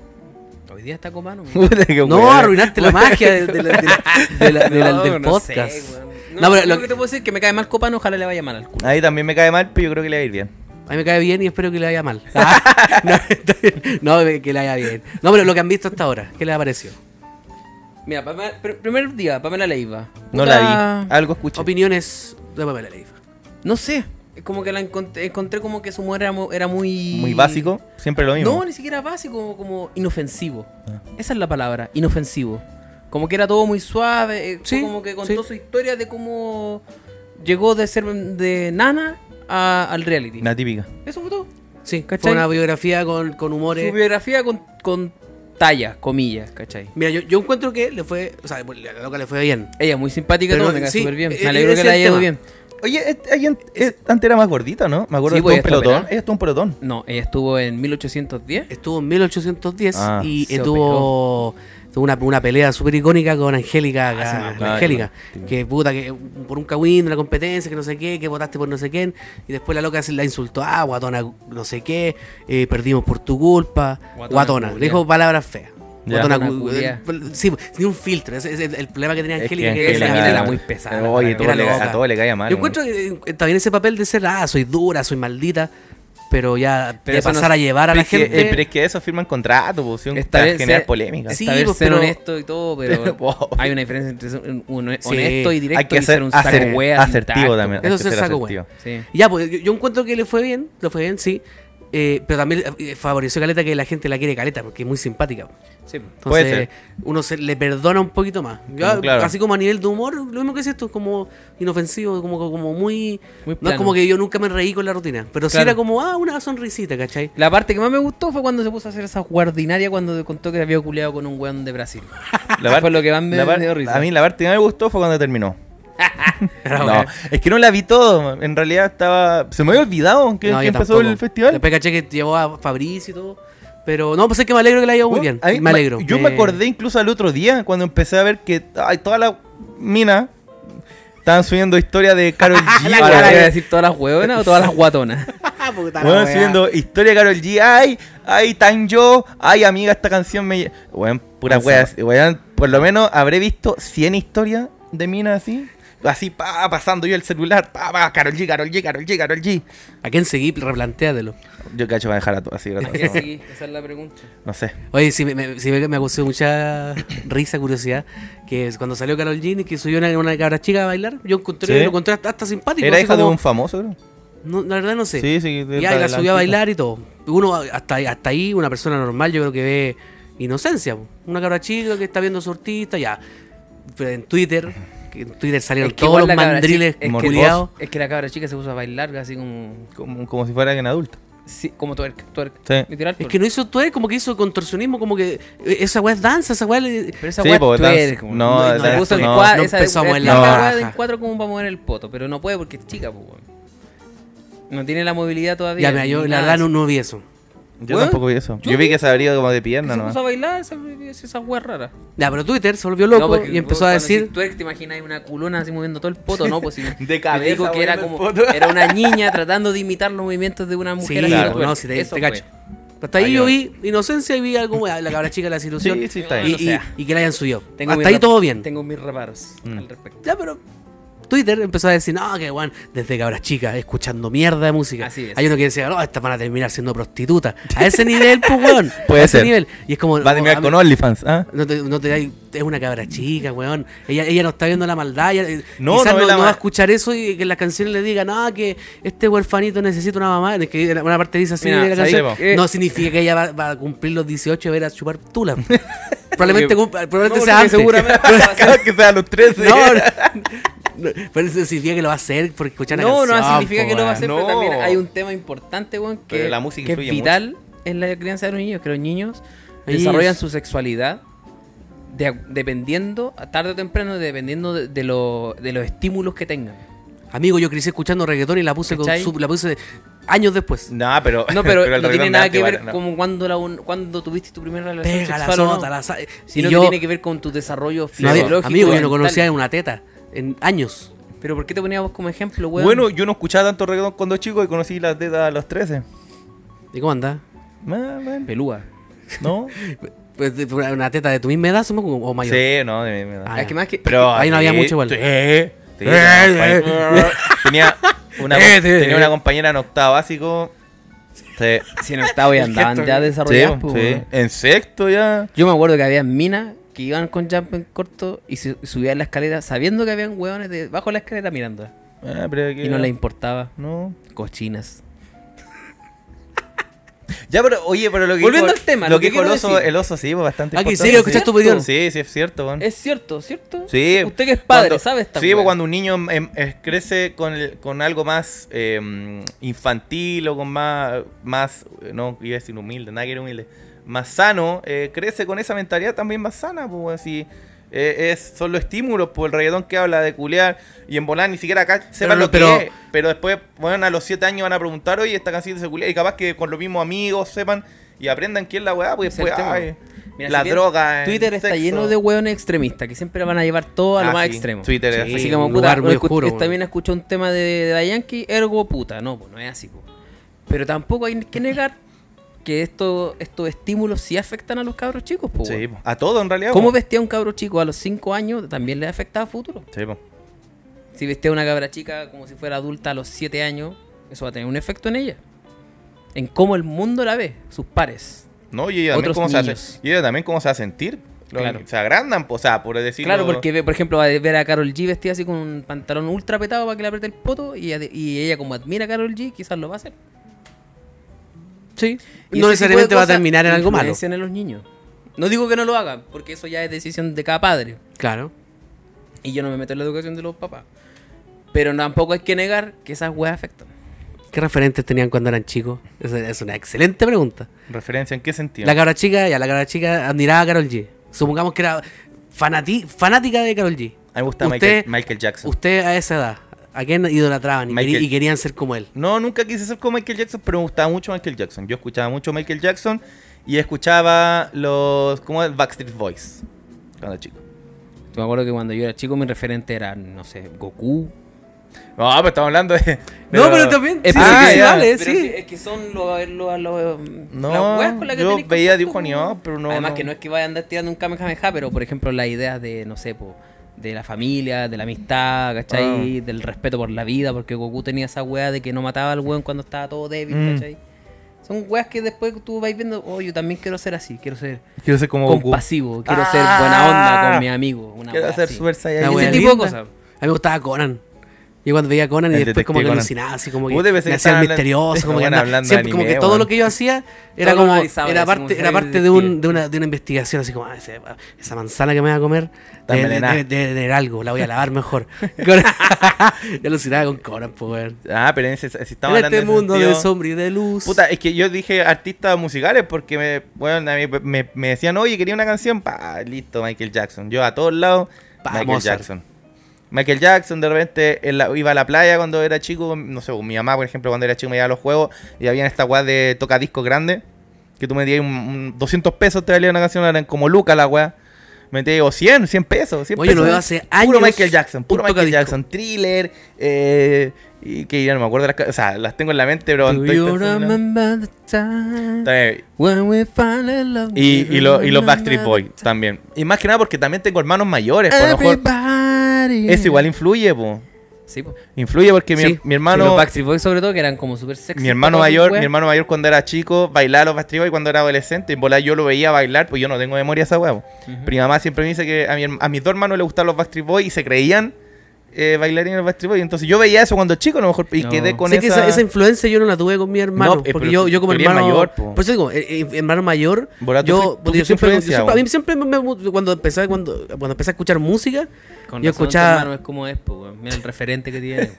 Speaker 1: Hoy día está Copano. weón.
Speaker 2: Puta, qué
Speaker 3: No,
Speaker 2: weón.
Speaker 3: arruinaste la magia de- de la- de la- de la- de la-
Speaker 1: No,
Speaker 3: del
Speaker 1: no
Speaker 3: podcast.
Speaker 1: sé, weón.
Speaker 3: No,
Speaker 1: no,
Speaker 3: pero
Speaker 1: lo
Speaker 3: lo-
Speaker 1: que te puedo decir es que me cae mal Copano, ojalá le vaya mal al culo.
Speaker 2: Ahí también me cae mal, pero yo creo que le va a ir bien.
Speaker 3: A mí me cae bien y espero que le vaya mal. Ah, no, está bien. No, que le vaya bien. No, pero lo que han visto hasta ahora, ¿qué les ha parecido?
Speaker 1: Mira, Pamela- pr- primer día, Pamela Leiva.
Speaker 2: No
Speaker 1: Puta-
Speaker 2: la vi. Algo escuché.
Speaker 3: Opiniones de Pamela Leiva.
Speaker 1: No sé. es Como que la encontré, encontré como que su humor era, mu- era muy.
Speaker 2: Muy básico, siempre lo mismo. Ah.
Speaker 1: No, ni siquiera básico, como, como inofensivo. Esa es la palabra, inofensivo. Como que era todo muy suave, eh,
Speaker 3: Sí,
Speaker 1: como que contó
Speaker 3: sí.
Speaker 1: su historia de cómo llegó de ser de nana a- al reality.
Speaker 2: La típica.
Speaker 1: Eso fue eh, todo.
Speaker 3: Sí, fue
Speaker 1: ¿Cachai?
Speaker 3: una biografía con, con humores.
Speaker 1: Su biografía con, con talla, comillas, ¿cachai?
Speaker 3: Mira, yo, yo encuentro que le fue, o sea, pues, la loca le fue bien.
Speaker 1: Ella es muy simpática,
Speaker 3: Pero
Speaker 1: todo,
Speaker 3: no-
Speaker 1: me cae
Speaker 3: sí,
Speaker 1: súper bien.
Speaker 3: eh,
Speaker 1: Me alegro
Speaker 3: ese
Speaker 1: que la
Speaker 3: es el
Speaker 1: haya
Speaker 3: tema.
Speaker 1: ido bien.
Speaker 2: Oye, et- ella en- eh, antes era más gordita, ¿no? Me acuerdo
Speaker 1: Sí,
Speaker 2: que
Speaker 1: pues,
Speaker 2: estuvo un
Speaker 1: ella está
Speaker 2: pelotón.
Speaker 1: operada.
Speaker 2: Ella estuvo un pelotón.
Speaker 1: No, ella estuvo en 1810.
Speaker 3: Estuvo en 1810
Speaker 2: Ah,
Speaker 3: y
Speaker 1: se
Speaker 3: eh, tuvo, tuvo una, una pelea súper icónica con Angélica,
Speaker 1: sí, me
Speaker 3: Ga-
Speaker 2: Ah, acuerdo. Ah,
Speaker 3: Angélica,
Speaker 2: Sí.
Speaker 3: que puta, que mm, por un cagüín de la competencia, que no sé qué, que votaste por no sé quién, y después la loca se la insultó, ah, guatona, no sé qué, eh, perdimos por tu culpa,
Speaker 1: Guatona
Speaker 3: guatona,
Speaker 1: culia.
Speaker 3: le dijo palabras feas.
Speaker 2: Ya.
Speaker 3: Guatona
Speaker 1: Guatona
Speaker 3: cu- eh,
Speaker 1: culia.
Speaker 3: sí, pues, sin un filtro, ese es el, el problema que tenía
Speaker 2: Es
Speaker 3: Angélica, que,
Speaker 1: Angélica
Speaker 3: esa
Speaker 1: era-
Speaker 3: mina era
Speaker 1: muy
Speaker 3: muy
Speaker 1: pesada,
Speaker 2: Oye,
Speaker 1: era
Speaker 2: todo le-
Speaker 3: loca.
Speaker 2: a todo le caía mal.
Speaker 3: yo
Speaker 2: weón.
Speaker 3: encuentro que eh, también ese papel de ser, ah, soy dura, soy maldita, pero ya
Speaker 2: Pero
Speaker 3: de
Speaker 2: eso no-
Speaker 3: pasar a llevar a
Speaker 2: pero
Speaker 3: la
Speaker 2: es que-
Speaker 3: gente.
Speaker 2: eh, pero es que eso firman contrato, pues, sí, un-
Speaker 1: Esta
Speaker 2: para
Speaker 1: vez
Speaker 2: generar
Speaker 1: se-
Speaker 2: polémica.
Speaker 3: Sí,
Speaker 1: Está bien
Speaker 3: pues,
Speaker 1: ser
Speaker 3: pero-
Speaker 1: honesto y todo, pero
Speaker 2: Wow.
Speaker 1: hay una diferencia entre ser un- un honesto
Speaker 3: Sí,
Speaker 1: y directo
Speaker 2: Hay que
Speaker 1: y ser
Speaker 2: ser
Speaker 1: un saco
Speaker 2: acer-
Speaker 1: wea sin
Speaker 2: asertivo
Speaker 1: tacto.
Speaker 2: también.
Speaker 3: Eso
Speaker 2: hay que
Speaker 3: es el
Speaker 2: ser
Speaker 3: saco,
Speaker 2: asertivo.
Speaker 1: Sí.
Speaker 3: Ya, pues yo, yo encuentro que le fue bien, lo fue bien, sí. eh, pero también eh, favoreció a Caleta que la gente la quiere Caleta porque es muy simpática.
Speaker 1: Sí. pues.
Speaker 2: Puede
Speaker 3: Entonces, uno se le perdona un poquito más. Yo,
Speaker 2: Mm, claro.
Speaker 3: Así como a nivel de humor, lo mismo que es esto, como inofensivo, como, como muy.
Speaker 1: Muy
Speaker 3: no es
Speaker 1: plano.
Speaker 3: como que yo nunca me reí con la rutina, pero sí
Speaker 1: Claro.
Speaker 3: era como, ah, una sonrisita, ¿cachai?
Speaker 1: La parte que más me gustó fue cuando se puso a hacer esa guardinaria cuando contó que había culeado con un weón de Brasil.
Speaker 2: La par-
Speaker 1: fue lo que más me,
Speaker 2: la par-
Speaker 1: me dio risa.
Speaker 2: A mí la parte que más me gustó fue cuando terminó. no,
Speaker 3: bueno.
Speaker 2: es que no la vi todo. En realidad estaba. Se me había olvidado que,
Speaker 3: No,
Speaker 2: que
Speaker 3: yo
Speaker 2: empezó
Speaker 3: tampoco.
Speaker 2: el festival.
Speaker 3: Después caché que llevó a Fabricio y todo. Pero no, pues es que me alegro que la haya ido muy
Speaker 2: Bueno,
Speaker 3: bien.
Speaker 2: a mí
Speaker 3: me alegro.
Speaker 2: Yo me acordé incluso al otro día cuando empecé a ver que ay, todas las minas estaban subiendo historias de Carol G.
Speaker 1: Ahora voy a decir todas las hueonas o todas las guatonas.
Speaker 3: Puta la
Speaker 2: Bueno,
Speaker 3: wea.
Speaker 2: subiendo historia de Carol G. Ay, ay, tan yo. Ay, amiga, esta canción me. Bueno, puras
Speaker 1: Gonzalo.
Speaker 2: weas. Weón, por lo menos habré visto 100 historias de minas así. Así, pa, pasando yo el celular. Pa, pa, Carol G, Carol G, Carol G, Carol G.
Speaker 3: ¿A quién seguí? Replantéatelo.
Speaker 2: Yo cacho, va a dejar a todo así. a todo.
Speaker 1: esa es la pregunta.
Speaker 2: No sé.
Speaker 3: Oye, sí, me, me, sí me, me causó mucha risa, curiosidad, que es cuando salió Carol Gini, que subió una, una cabra chica a bailar, yo encontré,
Speaker 2: Sí.
Speaker 3: lo encontré hasta, hasta simpático.
Speaker 2: Era
Speaker 3: así
Speaker 2: hija de
Speaker 3: como-
Speaker 2: un famoso, creo.
Speaker 3: no, La verdad no sé.
Speaker 2: sí. de-
Speaker 3: y ahí la
Speaker 2: adelantito.
Speaker 3: subió a bailar y todo. Uno, hasta, ahí- hasta ahí, una persona normal, yo creo que ve inocencia. po. Una cabra chica que está viendo sortista, ya. Pero en Twitter, que en Twitter salieron
Speaker 1: Es que
Speaker 3: todos los
Speaker 1: igual la cabra
Speaker 3: mandriles
Speaker 1: chica- es
Speaker 2: que-
Speaker 3: culiados.
Speaker 1: Es que la cabra chica se puso a bailar así como.
Speaker 2: Como, como si fuera alguien adulto.
Speaker 1: Sí, como twerk, twerk.
Speaker 2: Sí.
Speaker 1: Literal.
Speaker 3: Es
Speaker 1: twerk.
Speaker 3: que no hizo todo, como que hizo contorsionismo, como que eh, esa weá es danza, esa weá le-
Speaker 1: Pero esa
Speaker 2: Sí,
Speaker 1: weá es
Speaker 2: porque
Speaker 1: twerk,
Speaker 2: estás-
Speaker 1: como-
Speaker 2: no,
Speaker 1: y
Speaker 2: no,
Speaker 1: se puso en
Speaker 2: no,
Speaker 1: cuadro,
Speaker 3: no
Speaker 1: esa
Speaker 3: empezó a
Speaker 1: es-
Speaker 3: mover
Speaker 1: es
Speaker 3: la
Speaker 1: la
Speaker 3: raja.
Speaker 1: weá en cuatro como para mover el poto, pero no puede porque es chica, pues, weón. No tiene la movilidad todavía.
Speaker 3: Ya, mira, yo
Speaker 1: ni
Speaker 3: la
Speaker 1: nada
Speaker 3: verdad
Speaker 1: así.
Speaker 3: no, no vi eso.
Speaker 2: Yo
Speaker 1: Weón,
Speaker 2: tampoco vi eso.
Speaker 1: yo
Speaker 2: Yo vi
Speaker 1: vi-
Speaker 2: que se abría como de
Speaker 1: Que
Speaker 2: pierna,
Speaker 1: se puso a
Speaker 2: ¿no?
Speaker 1: bailar esa, esa weá rara.
Speaker 3: Ya, pero Twitter se volvió loco y empezó a decir.
Speaker 1: Tú te imaginas una culona así moviendo todo el poto, ¿no? Pues si
Speaker 2: De cabeza
Speaker 1: me dijo que era
Speaker 2: moviendo el
Speaker 1: como.
Speaker 2: poto.
Speaker 1: Era una niña tratando de imitar los movimientos de una
Speaker 3: Sí,
Speaker 1: mujer. así
Speaker 3: claro,
Speaker 1: twerk.
Speaker 3: no, si te,
Speaker 1: Eso
Speaker 3: te
Speaker 1: fue.
Speaker 3: cacho. Hasta ahí
Speaker 2: Ahí
Speaker 3: yo
Speaker 2: va.
Speaker 3: vi inocencia y vi algo, ah, la cabra chica de la situación.
Speaker 2: Sí, sí, está
Speaker 3: y,
Speaker 2: bien.
Speaker 1: Bueno, o sea,
Speaker 3: y- y que la hayan subido.
Speaker 1: Tengo mis
Speaker 3: Hasta ahí
Speaker 1: rep-
Speaker 3: todo bien.
Speaker 1: Tengo mis reparos
Speaker 2: Mm.
Speaker 1: al respecto.
Speaker 3: Ya, pero Twitter empezó a decir, no, que bueno, desde cabras chicas, escuchando mierda de música.
Speaker 1: Así es.
Speaker 3: Hay uno que decía, no, estas van a terminar siendo prostitutas. A ese nivel, pues, weón.
Speaker 2: Puede
Speaker 3: a ese
Speaker 2: ser.
Speaker 3: nivel. Y es como.
Speaker 2: Va a terminar
Speaker 3: mí-
Speaker 2: con OnlyFans, ¿ah?
Speaker 3: No te, no te dais- es una cabra chica, weón. Ella, ella no está viendo la maldad. ella- eh,
Speaker 2: No,
Speaker 3: quizás
Speaker 2: no
Speaker 3: no,
Speaker 2: ve la
Speaker 3: no va
Speaker 2: ma-
Speaker 3: a escuchar eso y que las canciones le digan, ah, que este huerfanito necesita una mamá. Es que una parte dice así
Speaker 1: Mira, eh,
Speaker 3: de la
Speaker 2: ¿sabes
Speaker 3: canción.
Speaker 2: qué?
Speaker 3: No significa que ella va, va a cumplir los 18 y va a ir a chupar tula. probablemente cum- probablemente
Speaker 1: No,
Speaker 3: sea
Speaker 1: porque
Speaker 3: antes.
Speaker 1: seguramente va a ser-
Speaker 2: que sea a los 13.
Speaker 3: No, no, no, Pero eso significa que lo va a hacer porque escuchar la
Speaker 1: No,
Speaker 3: canción.
Speaker 1: no significa que lo va a
Speaker 3: po,
Speaker 1: hacer,
Speaker 2: weón.
Speaker 1: pero también
Speaker 2: No.
Speaker 1: hay un tema importante, weón, que,
Speaker 2: Pero la música
Speaker 1: que es
Speaker 2: influye
Speaker 1: vital en la crianza de los niños, que los niños
Speaker 3: Ellos-
Speaker 1: desarrollan su sexualidad de- dependiendo, tarde o temprano, dependiendo de, de lo- de los estímulos que tengan.
Speaker 3: weón. Amigo, yo crecí escuchando reggaetón y la puse, con
Speaker 1: ¿Cachai?
Speaker 3: su- la puse años después.
Speaker 2: No, pero.
Speaker 1: No, pero,
Speaker 2: el
Speaker 1: no tiene
Speaker 2: reggaetón
Speaker 1: nada
Speaker 2: antes
Speaker 1: que ver
Speaker 2: igual, no.
Speaker 1: con cuando, la un- cuando tuviste tu primera relación
Speaker 3: Pega la
Speaker 1: sexual o no,
Speaker 3: sota, la sa-
Speaker 1: sino
Speaker 3: y
Speaker 1: que
Speaker 3: yo-
Speaker 1: tiene que ver con tu desarrollo
Speaker 3: No había-
Speaker 1: fisiológico.
Speaker 3: amigo, yo no
Speaker 1: mental.
Speaker 3: conocía en una teta en años.
Speaker 1: Pero ¿por qué te ponías vos como ejemplo, weón?
Speaker 2: Bueno, yo no escuchaba tanto reggaetón cuando chico y conocí las tetas a los 13.
Speaker 3: ¿Y cómo anda?
Speaker 2: Ah, bueno,
Speaker 1: pelúa.
Speaker 2: ¿No?
Speaker 3: Pues, de- por una teta de tu misma edad supongo, o mayor.
Speaker 2: Sí, no, de mi-
Speaker 3: Ah,
Speaker 1: Es que más que...
Speaker 2: Pero
Speaker 3: Ahí no había mucho igual.
Speaker 2: Sí, sí,
Speaker 3: Eh,
Speaker 2: tenía
Speaker 3: eh.
Speaker 2: compañ- tenía una,
Speaker 3: Eh, eh,
Speaker 2: tenía
Speaker 3: eh.
Speaker 2: una compañera en octavo básico. Sí,
Speaker 1: si no estaba y andaban ya desarrollados,
Speaker 2: sí,
Speaker 1: pues,
Speaker 2: sí.
Speaker 1: weón.
Speaker 2: En sexto ya.
Speaker 1: Yo me acuerdo que había minas que iban con jump en corto y se- subían la escalera sabiendo que habían hueones debajo de la escalera mirándola.
Speaker 2: Ah, pero aquí
Speaker 1: Y no
Speaker 2: ya-
Speaker 1: les importaba.
Speaker 2: No.
Speaker 1: Cochinas.
Speaker 2: Ya, pero oye, pero lo que
Speaker 1: Volviendo
Speaker 2: dijo-
Speaker 1: al tema,
Speaker 2: lo,
Speaker 1: lo
Speaker 2: que
Speaker 1: que
Speaker 2: dijo el
Speaker 1: quiero
Speaker 2: oso,
Speaker 1: decir.
Speaker 2: el oso sí, pues bastante
Speaker 3: Ah, que
Speaker 2: importante.
Speaker 3: sí, lo escuchaste tu opinión.
Speaker 2: Sí, sí, es cierto, weón.
Speaker 1: Es cierto, ¿cierto?
Speaker 2: Sí.
Speaker 1: Usted que es padre,
Speaker 2: Cuando-
Speaker 1: ¿sabe? esta
Speaker 2: Sí,
Speaker 1: wea?
Speaker 2: pues cuando un niño em, es- crece con, el- con algo más eh, infantil o con más, más, eh, no, iba a decir humilde, nada que era humilde, más sano, eh, crece con esa mentalidad también más sana, pues así. eh, es, son los estímulos, por el reggaetón que habla de culear y en volar ni siquiera acá sepan
Speaker 3: no,
Speaker 2: lo que
Speaker 3: pero-
Speaker 2: es, pero después, bueno, a los 7 años van a preguntar, oye, esta canción se culea, y capaz que con los mismos amigos sepan y aprendan quién es la weá, pues
Speaker 1: Ese es
Speaker 2: después,
Speaker 1: el tema.
Speaker 2: ay,
Speaker 1: Mira,
Speaker 2: la
Speaker 1: si bien
Speaker 2: droga. el
Speaker 1: Twitter está
Speaker 2: sexo.
Speaker 1: lleno de hueones extremistas que siempre van a llevar todo a lo
Speaker 2: Ah,
Speaker 1: más
Speaker 2: sí,
Speaker 1: extremo.
Speaker 2: Twitter es
Speaker 3: Sí.
Speaker 2: así.
Speaker 1: Así como,
Speaker 3: un
Speaker 1: puta,
Speaker 3: lugar
Speaker 1: no
Speaker 3: muy
Speaker 1: escu-
Speaker 3: oscuro,
Speaker 1: esta
Speaker 3: weón.
Speaker 1: mina escuchó un tema de, de Da Yankee, ergo puta. No, pues no es así. po. Pero tampoco hay que negar que esto, estos estímulos sí afectan a los cabros chicos. Po,
Speaker 2: Sí,
Speaker 1: weón.
Speaker 2: po. a todo en realidad.
Speaker 1: ¿Cómo
Speaker 3: pues.
Speaker 2: po.
Speaker 1: vestía un cabro chico a los 5 años también le afecta a futuro?
Speaker 2: Sí, po.
Speaker 1: Si vestía una cabra chica como si fuera adulta a los 7 años, eso va a tener un efecto en ella. En cómo el mundo la ve, sus pares.
Speaker 2: No, y ella también
Speaker 1: Otros
Speaker 2: cómo se
Speaker 1: niños.
Speaker 2: hace. Y ella también cómo se va a sentir. Lo-
Speaker 1: Claro.
Speaker 2: Se agrandan, po, o sea, por decir
Speaker 1: Claro, porque ve, por ejemplo, va a ver a Carol G vestida así con un pantalón ultra petado para que le apriete el poto y, ella- y ella como admira a Carol G, quizás lo va a hacer.
Speaker 3: Sí.
Speaker 1: Y
Speaker 3: No
Speaker 1: ese tipo de
Speaker 3: necesariamente va a
Speaker 1: cosas
Speaker 3: terminar en algo malo.
Speaker 1: influencian en los niños. No digo que no lo hagan, porque eso ya es decisión de cada padre.
Speaker 3: Claro.
Speaker 1: Y yo no me meto en la educación de los papás. Pero tampoco hay que negar que esas weas afectan.
Speaker 3: ¿Qué referentes tenían cuando eran chicos? Esa es una excelente pregunta.
Speaker 2: ¿Referencia en qué sentido?
Speaker 3: La cabra chica, ya, la cabra chica admiraba a Carol G. Supongamos que era fanati- fanática de Carol G.
Speaker 2: A mí me gusta
Speaker 3: Usted-
Speaker 2: Michael, Michael Jackson.
Speaker 3: Usted a esa edad, ¿a quién idolatraban y,
Speaker 2: Michael.
Speaker 3: queri- y querían ser como él?
Speaker 2: No, nunca quise ser como Michael Jackson, pero me gustaba mucho Michael Jackson. Yo escuchaba mucho Michael Jackson y escuchaba los. ¿Cómo es? Backstreet Boys. Cuando chico.
Speaker 1: Yo me acuerdo que cuando yo era chico mi referente era, no sé, Goku.
Speaker 2: No, pero estamos hablando de.
Speaker 3: No, pero también.
Speaker 2: Es
Speaker 3: sí,
Speaker 2: porque-
Speaker 3: sí,
Speaker 2: ya.
Speaker 3: vale,
Speaker 1: Ah, Pero
Speaker 3: sí.
Speaker 1: Es que son los... los- los- mm,
Speaker 2: No,
Speaker 1: las weas con las que
Speaker 2: yo
Speaker 1: tenés
Speaker 2: veía
Speaker 1: contacto,
Speaker 2: dibujo
Speaker 1: po.
Speaker 2: animado, pero no.
Speaker 1: Además que no es que vaya a andar tirando un Kamehameha, pero por ejemplo las ideas de, no sé, po, de la familia, de la amistad,
Speaker 2: Ah.
Speaker 1: ¿cachai? Del respeto por la vida, porque Goku tenía esa wea de que no mataba al weón cuando estaba todo débil,
Speaker 2: Mm.
Speaker 1: ¿cachai? Son weas que después tú vais viendo, oh, yo también quiero ser así, quiero ser
Speaker 2: Quiero ser como Goku.
Speaker 1: compasivo, quiero
Speaker 2: Ah.
Speaker 1: ser buena onda con mi amigo. Una
Speaker 2: Quiero
Speaker 1: wea
Speaker 2: ser
Speaker 1: así.
Speaker 2: Super
Speaker 3: La
Speaker 2: Saiyajin.
Speaker 3: wea
Speaker 1: Ese tipo de
Speaker 3: linda.
Speaker 1: cosas.
Speaker 3: A mí me gustaba Conan. Yo cuando veía a Conan y
Speaker 2: El
Speaker 3: después como
Speaker 2: detective
Speaker 3: que
Speaker 2: Conan.
Speaker 3: alucinaba, así como que
Speaker 2: Uy, debe ser
Speaker 3: me
Speaker 2: que
Speaker 3: hacía
Speaker 2: están
Speaker 3: el
Speaker 2: hablando-
Speaker 3: misterioso, como
Speaker 2: Estaban
Speaker 3: que, andaba-
Speaker 2: hablando de
Speaker 3: siempre, como
Speaker 2: anime,
Speaker 3: que todo
Speaker 2: weón.
Speaker 3: lo que yo hacía era
Speaker 1: lo
Speaker 3: como
Speaker 1: analizaba,
Speaker 3: era
Speaker 1: así como
Speaker 3: parte,
Speaker 1: si
Speaker 3: era
Speaker 1: fuera
Speaker 3: parte de, un,
Speaker 1: detective.
Speaker 3: de, una, de una investigación, así como "Ah, ese- esa manzana que me voy a comer
Speaker 2: Está
Speaker 3: debe de,
Speaker 2: envenenada.
Speaker 3: debe- debe tener algo, la voy a lavar mejor. yo alucinaba con Conan, pues weón.
Speaker 2: Ah, pero en ese, si estamos
Speaker 3: En
Speaker 2: hablando
Speaker 3: este
Speaker 2: en ese
Speaker 3: mundo de
Speaker 2: sentido-
Speaker 3: sombra y de luz.
Speaker 2: Puta, eh, es que yo dije artistas musicales porque me, bueno, a mí me, me decían, oye, quería una canción, pa, listo, Michael Jackson. Yo a todos lados,
Speaker 3: Pa,
Speaker 2: Michael
Speaker 3: Mozart.
Speaker 2: Jackson. Michael Jackson, de repente en la- iba a la playa cuando era chico, no sé, mi mamá, por ejemplo, cuando era chico me llevaba a los juegos y había esta weá de tocadiscos grande, que tú metías un, un 200 pesos, te valía una canción, eran como Luca la weá. Metías o 100, 100 pesos, 100
Speaker 3: Oye,
Speaker 2: pesos.
Speaker 3: lo veo hace
Speaker 2: Puro
Speaker 3: años
Speaker 2: Michael Jackson, puro
Speaker 3: un
Speaker 2: Michael
Speaker 3: tocadiscos.
Speaker 2: Jackson, thriller, eh, y que ya no me acuerdo las ca- o sea, las tengo en la mente, pero
Speaker 1: Do
Speaker 2: estoy
Speaker 1: you
Speaker 2: pensando en la-
Speaker 1: remember the time
Speaker 2: También.
Speaker 1: when we fell in love?
Speaker 2: Y, y, lo- y los Backstreet
Speaker 1: Remember
Speaker 2: Boys también. Y más que nada porque también tengo hermanos mayores. Por lo mejor
Speaker 1: Everybody.
Speaker 2: eso igual influye, po.
Speaker 1: Sí, po.
Speaker 2: Influye porque mi,
Speaker 1: Sí,
Speaker 2: mi
Speaker 1: sí, los
Speaker 2: hermano.
Speaker 1: Backstreet Boys sobre todo que eran como súper sexy.
Speaker 2: mi hermano
Speaker 1: todas sus
Speaker 2: mayor,
Speaker 1: weas.
Speaker 2: mi hermano mayor cuando era chico, bailaba los Backstreet Boys cuando era adolescente. Y en volada yo lo veía bailar, pues yo no tengo memoria de esa huevo. Pero mi mamá siempre me dice que a, mi herma- a mis dos hermanos les gustaban los Backstreet Boys y se creían eh, bailarines de los Backstreet Boys. Entonces yo veía eso cuando chico, a lo mejor, y
Speaker 1: No.
Speaker 2: quedé con
Speaker 3: sé
Speaker 2: esa...
Speaker 3: que esa, esa influencia yo no la tuve con mi hermano.
Speaker 2: No, eh,
Speaker 3: porque
Speaker 2: pero
Speaker 3: yo,
Speaker 2: tú-
Speaker 3: yo como
Speaker 2: tú eres
Speaker 3: hermano.
Speaker 2: mayor, po.
Speaker 3: por eso digo, eh, eh, hermano mayor.
Speaker 2: Bueno, tú soy-
Speaker 3: yo,
Speaker 2: tú
Speaker 3: porque
Speaker 2: soy
Speaker 3: yo siempre,
Speaker 2: influencia,
Speaker 3: yo siempre- a
Speaker 2: weón.
Speaker 3: mí siempre me, me- cuando empecé cuando, cuando empecé a escuchar música,
Speaker 1: Con
Speaker 3: yo
Speaker 1: razón, tu
Speaker 3: escuchaba-
Speaker 1: hermano es como es, po, weón. Mira el referente que tiene.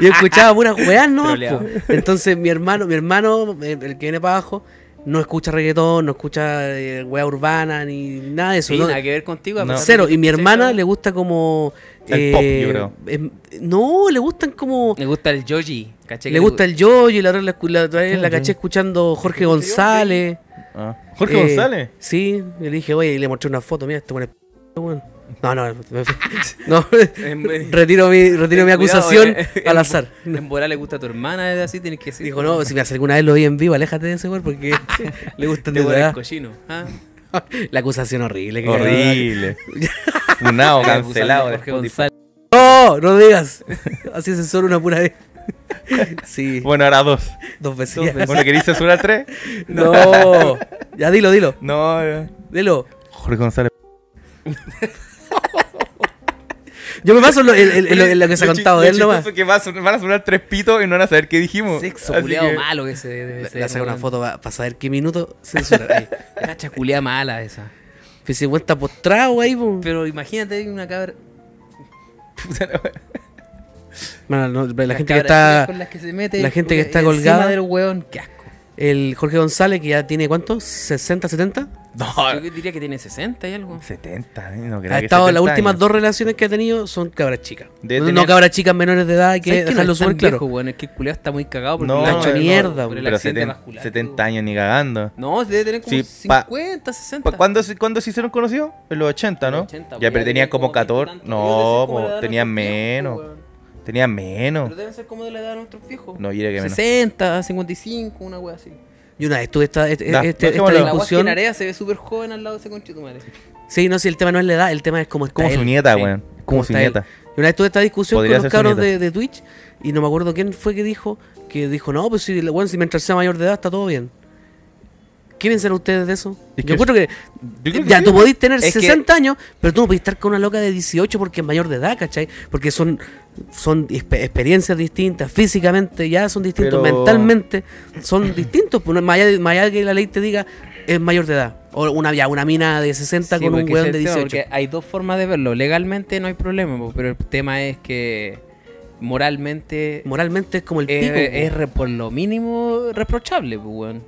Speaker 3: yo escuchaba puras weas, ¿no?
Speaker 1: Troleado.
Speaker 3: Entonces mi hermano, mi hermano, eh, el que viene para abajo, no escucha reggaetón, no escucha eh, wea urbana ni nada de eso.
Speaker 1: Sí,
Speaker 3: ¿no?
Speaker 1: nada que ver contigo. a
Speaker 2: No.
Speaker 1: pesar de
Speaker 3: Cero.
Speaker 1: que
Speaker 3: Y mi
Speaker 1: escuché
Speaker 3: hermana
Speaker 1: eso.
Speaker 3: le gusta como.
Speaker 2: El pop, yo creo.
Speaker 3: em, no, le gustan como.
Speaker 1: Le gusta el Joji, ¿cachai?
Speaker 3: Le gusta el yo y la otra la, escu- la otra vez la caché escuchando Jorge González.
Speaker 2: Ah. Jorge
Speaker 3: Eh,
Speaker 2: González.
Speaker 3: Sí, y le dije, oye, y le mostré una foto, mira, este buen es p- weón. No, no, me- no,
Speaker 1: En-
Speaker 3: retiro mi, retiro mi
Speaker 1: Ten cuidado,
Speaker 3: acusación
Speaker 1: eh, eh,
Speaker 3: al azar.
Speaker 1: En bola le gusta a tu hermana, es así, tienes que decir.
Speaker 3: Dijo, no, si me hace alguna vez lo vi en vivo, aléjate de ese weón porque le gustan
Speaker 1: Te
Speaker 3: de
Speaker 1: vuelves
Speaker 3: verdad.
Speaker 1: cochino. ¿ah?
Speaker 3: La acusación horrible. que-
Speaker 2: Horrible. Funado, cancelado.
Speaker 1: Jorge
Speaker 2: de Spotify.
Speaker 1: González.
Speaker 3: No, no digas. Así es solo una pura vez. Sí,
Speaker 2: Bueno, ahora dos.
Speaker 3: dos veces. ya.
Speaker 2: Bueno, ¿queréis censurar tres?
Speaker 3: No, ya dilo, dilo,
Speaker 2: No, eh. no.
Speaker 3: dilo.
Speaker 2: Jorge González.
Speaker 3: Yo me paso en lo, en- en- en lo- en lo que se ha
Speaker 2: Lo chi-
Speaker 3: contado
Speaker 2: lo
Speaker 3: de él
Speaker 2: chistoso
Speaker 3: nomás.
Speaker 2: es que va a son- van a sonar tres pitos y no van a saber qué dijimos.
Speaker 1: Sexo
Speaker 2: Así
Speaker 1: culiado
Speaker 2: que-
Speaker 1: malo ese debe
Speaker 3: Le,
Speaker 1: ser,
Speaker 3: le hace una
Speaker 1: weón.
Speaker 3: foto para saber qué minuto censurar. Ahí.
Speaker 1: Cacha culiada mala esa.
Speaker 3: Que se cuenta postrado ahí, po.
Speaker 1: Pero imagínate una cabra.
Speaker 3: Bueno, no, la
Speaker 1: las
Speaker 3: gente que
Speaker 1: cabras
Speaker 3: está.
Speaker 1: chicas con las que se mete
Speaker 3: la gente que
Speaker 1: culia-
Speaker 3: está
Speaker 1: encima
Speaker 3: colgada.
Speaker 1: del hueón, qué asco.
Speaker 3: el Jorge González, que ya tiene cuánto, 60, 70,
Speaker 2: No,
Speaker 1: Yo diría que tiene 60 y algo.
Speaker 2: 70, eh, no creo
Speaker 3: ha
Speaker 2: que
Speaker 3: estado, las
Speaker 2: 70
Speaker 3: últimas
Speaker 2: años.
Speaker 3: dos relaciones que ha tenido son cabras chicas.
Speaker 2: Debe
Speaker 3: no,
Speaker 2: tener-
Speaker 3: no cabras chicas menores de edad, hay que
Speaker 1: ¿Sabes
Speaker 3: dejarlo
Speaker 1: es tan
Speaker 3: súper claro.
Speaker 1: viejo, weón? Es que el culiao está muy cagado porque
Speaker 2: No,
Speaker 1: le ha hecho
Speaker 2: no,
Speaker 3: pues, mierda, pues.
Speaker 1: por el
Speaker 2: Pero
Speaker 1: accidente
Speaker 2: 70,
Speaker 1: vascular,
Speaker 2: 70 años ni cagando.
Speaker 1: No, debe tener como
Speaker 2: Sí, pa-
Speaker 1: 50, 60.
Speaker 2: Pa- ¿Cuándo, se- ¿Cuándo se hicieron conocidos? En los 80, ¿no?
Speaker 1: Los 80, pues,
Speaker 2: ya, pero
Speaker 1: ya
Speaker 2: tenían
Speaker 1: tenían
Speaker 2: como
Speaker 1: como veinte
Speaker 2: 14.
Speaker 1: tantos.
Speaker 2: No,
Speaker 1: Yo decía, ¿cómo le
Speaker 2: po,
Speaker 1: dan
Speaker 2: tenían
Speaker 1: otros tiempos,
Speaker 2: menos.
Speaker 1: weón?
Speaker 2: Tenían menos.
Speaker 1: Pero deben ser como de la edad de nuestros viejos.
Speaker 2: No, yo diría que menos.
Speaker 1: 60, 55, una wea así.
Speaker 3: Y una vez tuve esta, este-
Speaker 2: Da,
Speaker 3: este- esta
Speaker 2: dejémoslo.
Speaker 1: La wea es que
Speaker 3: discusión.
Speaker 1: en Area se ve súper joven al lado de ese conchito, madre.
Speaker 3: Sí, no, si el tema no es la edad, el tema es cómo está
Speaker 2: Como su
Speaker 3: él.
Speaker 2: nieta,
Speaker 1: sí.
Speaker 2: weón.
Speaker 3: ¿Cómo
Speaker 2: Como su
Speaker 3: está él?
Speaker 2: nieta.
Speaker 3: Y una vez tuve esta discusión
Speaker 2: Podría
Speaker 3: con los
Speaker 2: ser su
Speaker 3: cabros de,
Speaker 2: nieta.
Speaker 3: de Twitch y no me acuerdo quién fue que dijo, que dijo, no, pues si, bueno, si mientras sea mayor de edad está todo bien. ¿Quieren ser ustedes de eso?
Speaker 2: Es
Speaker 3: Yo
Speaker 2: que-
Speaker 3: encuentro que,
Speaker 2: Yo creo que
Speaker 3: ya
Speaker 2: sí.
Speaker 3: tú podís tener
Speaker 1: Es que-
Speaker 3: 60 años, pero tú no podís estar con una loca de 18 porque es mayor de edad, ¿cachai? Porque son, son expe- experiencias distintas, físicamente ya son distintos,
Speaker 2: Pero-
Speaker 3: mentalmente son distintos. pues, no es Más allá, de- más allá de que la ley te diga es mayor de edad. O una, ya, una mina de 60
Speaker 1: Sí,
Speaker 3: con un
Speaker 1: porque
Speaker 3: weón
Speaker 1: ese
Speaker 3: de
Speaker 1: es el tema,
Speaker 3: 18.
Speaker 1: porque hay dos formas de verlo. Legalmente no hay problema, po, pero el tema es que moralmente
Speaker 3: Moralmente es como el
Speaker 1: es,
Speaker 3: pico.
Speaker 1: es
Speaker 3: po.
Speaker 1: re- por lo mínimo reprochable, pues, weón.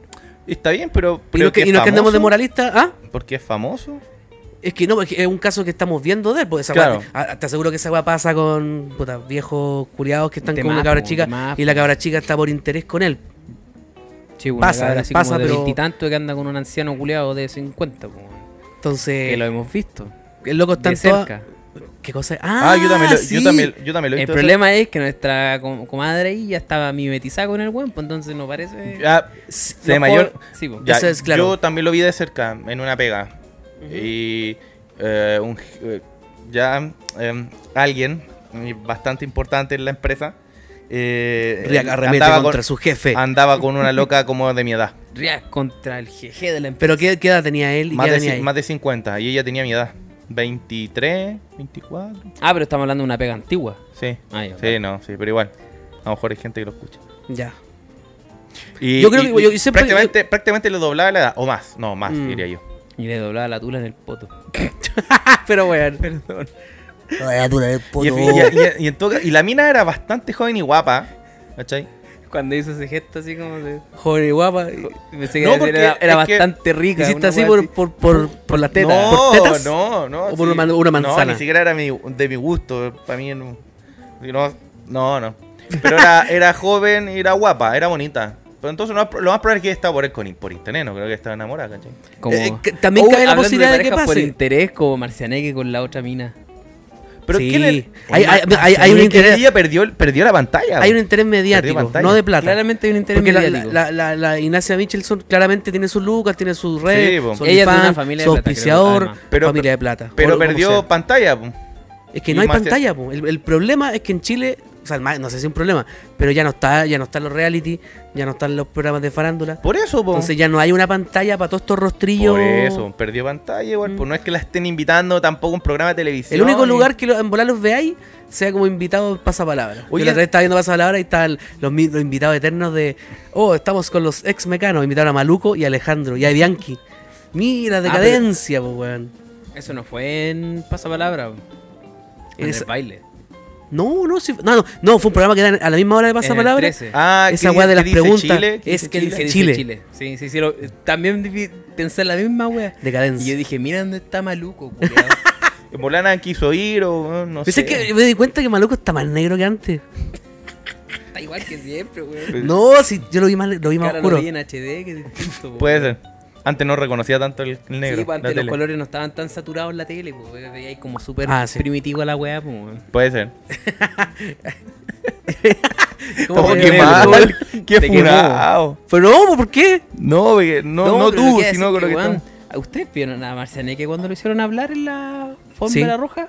Speaker 2: Está bien, pero.
Speaker 3: y no
Speaker 2: pero
Speaker 3: que, y no que andemos de moralista, ¿ah?
Speaker 2: Porque es famoso.
Speaker 3: Es que no, es, que es un caso que estamos viendo de él. Porque esa
Speaker 2: Claro.
Speaker 3: weá- a- te aseguro que esa weá pasa con puta, viejos curiados que están
Speaker 1: De
Speaker 3: con una
Speaker 1: más,
Speaker 3: cabra
Speaker 1: po,
Speaker 3: chica
Speaker 1: de más,
Speaker 3: y la
Speaker 1: po.
Speaker 3: cabra chica está por interés con él.
Speaker 1: Sí, una
Speaker 3: Pasa,
Speaker 1: cabra así
Speaker 3: pasa,
Speaker 1: como de
Speaker 3: pero-
Speaker 1: veintitantos que anda con un anciano culeado de 50, po, weón.
Speaker 3: Entonces,
Speaker 1: que lo hemos visto
Speaker 3: el loco está
Speaker 1: de
Speaker 3: en toda-
Speaker 1: cerca.
Speaker 3: ¿Qué cosa?
Speaker 2: Ah,
Speaker 3: Ah,
Speaker 2: yo también lo
Speaker 3: sí.
Speaker 2: yo también, yo también lo he
Speaker 1: El
Speaker 2: visto.
Speaker 1: problema es que nuestra com- comadre ahí ya estaba mimetizada con el weón, pues entonces no parece.
Speaker 2: Ya,
Speaker 1: no
Speaker 2: de mayor.
Speaker 1: puedo- Sí, po.
Speaker 2: Ah, Ya,
Speaker 3: Eso es claro.
Speaker 2: Yo también lo vi de cerca, en una pega. Y eh, un- eh, ya eh, alguien eh, bastante importante en la empresa eh,
Speaker 3: Riak arremete
Speaker 2: andaba,
Speaker 3: contra
Speaker 2: con,
Speaker 3: su jefe.
Speaker 2: andaba con una loca como de mi edad.
Speaker 1: Riak contra el jeje de la empresa.
Speaker 3: em- Pero ¿qué, qué edad tenía él? ¿Y
Speaker 2: Más
Speaker 3: qué edad
Speaker 2: de,
Speaker 3: tenía
Speaker 2: ci-
Speaker 3: ella?
Speaker 2: más de 50. Y ella tenía mi edad. 23, 24.
Speaker 1: Ah, pero estamos hablando de una pega antigua.
Speaker 2: Sí.
Speaker 1: Ah, ya,
Speaker 2: Sí, no, sí, pero igual. A lo mejor hay gente que lo escucha.
Speaker 3: Ya.
Speaker 2: Y,
Speaker 3: Yo creo que-
Speaker 2: y-
Speaker 3: yo- yo siempre-
Speaker 2: prácticamente, prácticamente le doblaba la edad. O más, no, más,
Speaker 3: Mm.
Speaker 2: diría yo.
Speaker 1: Y le doblaba la tula en el poto.
Speaker 3: Pero weón. pues
Speaker 2: Y, en fin, y- y- y en todo ca- y la mina era bastante joven y guapa. ¿Cachai?
Speaker 1: Cuando hizo ese gesto así como de.
Speaker 3: Joven y guapa.
Speaker 1: Pensé que
Speaker 2: No,
Speaker 1: era-
Speaker 2: porque
Speaker 1: era, era
Speaker 2: es que-
Speaker 1: bastante rica.
Speaker 3: Hiciste
Speaker 1: una
Speaker 3: así
Speaker 1: wea
Speaker 3: por, por, por, por las tetas.
Speaker 2: No,
Speaker 3: ¿Por tetas?
Speaker 2: no, no.
Speaker 3: ¿O por una man- una manzana?
Speaker 2: No, ni siquiera era mi- de mi gusto. Para mí no. No, no. no. Pero era, era joven y era guapa, era bonita. Pero entonces lo más, lo más probable es que estaba por, el- con- por internet, no creo que estaba enamorada, ¿cachai?
Speaker 1: Como... Oh,
Speaker 3: Eh, que- también cabe la
Speaker 1: hablando
Speaker 3: posibilidad de que
Speaker 1: parejas por
Speaker 3: pase.
Speaker 1: interés como Marcianeque con la otra mina.
Speaker 2: Pero
Speaker 3: Sí.
Speaker 2: ¿quién es-
Speaker 3: Hay- hay-
Speaker 2: Oye,
Speaker 3: hay- hay un
Speaker 2: que
Speaker 3: interés-
Speaker 2: Ella perdió, el- perdió la pantalla.
Speaker 3: Hay un
Speaker 2: güey.
Speaker 3: interés mediático,
Speaker 2: pantalla.
Speaker 3: no de plata.
Speaker 1: Claramente hay un interés
Speaker 3: Porque la, la,
Speaker 1: mediático.
Speaker 3: la, la- la Ignacia Michelson claramente tiene sus lucas, tiene sus redes,
Speaker 2: po.
Speaker 3: su
Speaker 1: Ella tiene
Speaker 3: OnlyFans,
Speaker 1: una familia de
Speaker 3: su
Speaker 1: plata, creo,
Speaker 3: auspiciador,
Speaker 1: además.
Speaker 2: Pero-
Speaker 3: familia de plata. o
Speaker 2: Pero
Speaker 3: lo- como
Speaker 2: perdió
Speaker 3: sea.
Speaker 2: pantalla. po.
Speaker 3: Es que
Speaker 2: y
Speaker 3: no hay
Speaker 2: más-
Speaker 3: pantalla, po. El, el problema es que en Chile, o sea, más- no sé si es un problema, pero ya no está, ya no están los reality, ya no están los programas de farándula.
Speaker 2: Por eso, po.
Speaker 3: Entonces ya no hay una pantalla para todos estos rostrillos.
Speaker 2: Por eso, perdió pantalla igual. Pues no es que la estén invitando tampoco a un programa de televisión.
Speaker 3: El único
Speaker 2: ni-
Speaker 3: lugar que lo- en volar los veáis sea como invitado pasapalabra. Yo
Speaker 2: Oye-
Speaker 3: la otra vez estaba viendo pasapalabra y estaban los, mi- los invitados eternos de. Oh, estamos con los ex mecanos. Invitaron a Maluco y a Alejandro y a Bianchi.
Speaker 2: Ah,
Speaker 3: Mira,
Speaker 1: pero-
Speaker 3: decadencia, po, weón.
Speaker 1: Eso no fue en pasapalabra. En
Speaker 3: Esa-
Speaker 1: el baile.
Speaker 3: No, no, sí- no, no, no, fue un programa que era a la misma hora de
Speaker 1: En
Speaker 3: pasapalabra.
Speaker 1: el 13.
Speaker 2: Ah,
Speaker 3: Esa
Speaker 2: ¿qué-
Speaker 3: weá
Speaker 2: qué
Speaker 3: de las
Speaker 2: dice
Speaker 3: preguntas
Speaker 2: Chile? ¿Qué
Speaker 3: es
Speaker 2: dice
Speaker 3: que
Speaker 2: Chile?
Speaker 3: dice-
Speaker 1: Que dice
Speaker 3: Chile.
Speaker 1: Sí, sí, sí. lo- también vi- pensé la misma wea. Y
Speaker 3: Decadencia.
Speaker 1: yo dije, mira dónde está Maluco, culiao.
Speaker 2: Molana quiso ir o eh, no
Speaker 3: Pensé
Speaker 2: sé.
Speaker 3: que me di cuenta que Maluco está más negro que antes.
Speaker 1: Está igual que siempre,
Speaker 2: Pues,
Speaker 1: weón.
Speaker 3: No, sí, yo lo vi más, lo vi más
Speaker 1: Ahora lo
Speaker 3: oscuro.
Speaker 1: vi en HD, que es distinto, po,
Speaker 2: Puede
Speaker 1: weón.
Speaker 2: ser. Antes no reconocía tanto el el negro.
Speaker 1: Sí, pues,
Speaker 2: la
Speaker 1: antes los
Speaker 2: tele.
Speaker 1: colores no estaban tan saturados en la tele, pues weón, veíais como súper
Speaker 3: Ah, sí.
Speaker 1: primitivo a la weá, pues. weón.
Speaker 2: Puede ser.
Speaker 3: ¿Cómo
Speaker 2: Oh,
Speaker 3: fue?
Speaker 2: qué
Speaker 1: te-
Speaker 2: mal,
Speaker 1: te
Speaker 2: qué
Speaker 1: quemó.
Speaker 2: funado.
Speaker 3: Pero no, ¿por qué?
Speaker 2: No, porque- no, no,
Speaker 1: pero lo
Speaker 2: tú,
Speaker 1: que
Speaker 2: sino
Speaker 1: iba a decir
Speaker 2: con lo que
Speaker 1: weón,
Speaker 2: estamos-
Speaker 1: ¿a ¿Ustedes vieron a Marcianeque cuando lo hicieron hablar en la
Speaker 3: Sí.
Speaker 1: alfombra roja?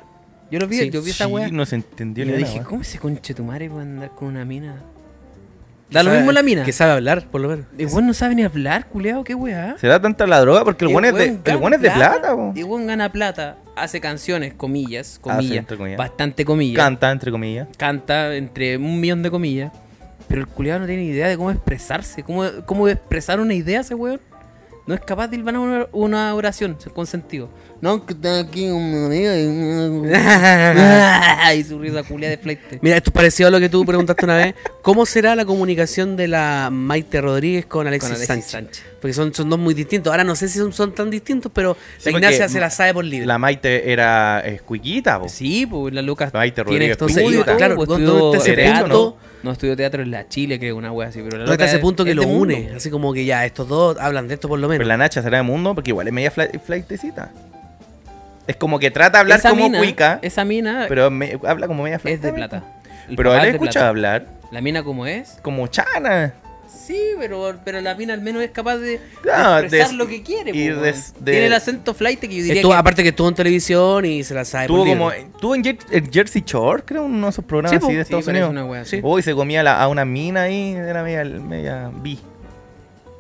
Speaker 1: Yo lo vi,
Speaker 3: Sí.
Speaker 1: yo vi esa
Speaker 2: Sí,
Speaker 1: weá.
Speaker 2: no se
Speaker 1: Y
Speaker 2: entendió
Speaker 1: yo
Speaker 2: ni
Speaker 1: dije,
Speaker 2: nada, weón.
Speaker 1: ¿cómo ese conche tu madre puede andar con una mina?
Speaker 3: Que
Speaker 1: Da lo
Speaker 3: sabe-
Speaker 1: mismo la mina.
Speaker 3: Que sabe hablar, por lo menos.
Speaker 1: El weón no sabe ni hablar, culeado, qué weá.
Speaker 2: ¿Será tanta la droga? Porque el
Speaker 1: El
Speaker 2: buen es de,
Speaker 1: weón
Speaker 2: el
Speaker 1: gana
Speaker 2: weón es de plata, po.
Speaker 1: El weón gana plata, hace canciones, comillas,
Speaker 2: Hace,
Speaker 1: comillas,
Speaker 2: entre comillas.
Speaker 1: bastante comillas.
Speaker 2: Canta, entre comillas.
Speaker 1: canta entre un millón de comillas, pero el culiado no tiene idea de cómo expresarse, cómo, cómo expresar una idea ese weón. no es capaz de hilvanar una, una oración con sentido. No, que está aquí un amigo y y su risa culia de flight.
Speaker 3: Mira, esto es parecido a lo que tú preguntaste una vez. ¿Cómo será la comunicación de la Maite Rodríguez con Alexis,
Speaker 1: Con Alexis
Speaker 3: Sánchez?
Speaker 1: Sánchez.
Speaker 3: Porque son, son dos muy distintos. Ahora no sé si son, son tan distintos, pero
Speaker 2: Sí,
Speaker 3: la
Speaker 2: porque
Speaker 3: Ignacia se la sabe por libre.
Speaker 2: La Maite era escuiquita, po.
Speaker 1: Sí, pues la Lucas.
Speaker 2: Maite
Speaker 1: tiene
Speaker 2: Rodríguez
Speaker 1: estos
Speaker 3: Pinto.
Speaker 1: estudios,
Speaker 3: Puta, claro,
Speaker 1: pues,
Speaker 3: ¿dónde
Speaker 1: estudió
Speaker 2: está ese
Speaker 1: teatro.
Speaker 2: punto,
Speaker 1: No estudió teatro en la Chile, creo, una wea así. Pero la
Speaker 3: No está
Speaker 1: Lucas
Speaker 3: ese punto que
Speaker 1: es
Speaker 3: lo
Speaker 1: de mundo.
Speaker 3: une. Así como que ya, estos dos hablan de esto por lo menos.
Speaker 2: Pero Pues la Nacha será de mundo porque igual es media fla- flightecita. Es como que trata de hablar
Speaker 1: Esa
Speaker 2: como
Speaker 1: mina-
Speaker 2: cuica,
Speaker 1: Esa mina
Speaker 2: pero me- habla como media
Speaker 1: es de
Speaker 2: flightecita.
Speaker 1: plata. El
Speaker 2: Pero
Speaker 1: papá
Speaker 2: él
Speaker 1: es de
Speaker 2: escucha
Speaker 1: plata.
Speaker 2: hablar
Speaker 1: La mina como es.
Speaker 2: como chana.
Speaker 1: Sí, pero, pero la mina al menos es capaz de,
Speaker 2: Claro,
Speaker 1: de expresar
Speaker 2: des-
Speaker 1: lo que quiere.
Speaker 2: Ah, y
Speaker 1: po,
Speaker 2: des-
Speaker 1: weón.
Speaker 2: de-
Speaker 1: Tiene el acento flight que yo diría
Speaker 3: Estuvo-
Speaker 1: que
Speaker 3: Aparte que estuvo en televisión y se la sabe
Speaker 2: Tuvo
Speaker 3: por pues libre.
Speaker 2: como. Tuvo en, Jer- en Jersey Shore, creo, uno de esos programas
Speaker 3: Sí, po.
Speaker 2: así de
Speaker 3: Sí,
Speaker 2: Estados
Speaker 1: pero es
Speaker 2: Unidos.
Speaker 1: una wea así.
Speaker 2: Sí. Uy, se comía la- a una mina ahí, era media, media bi.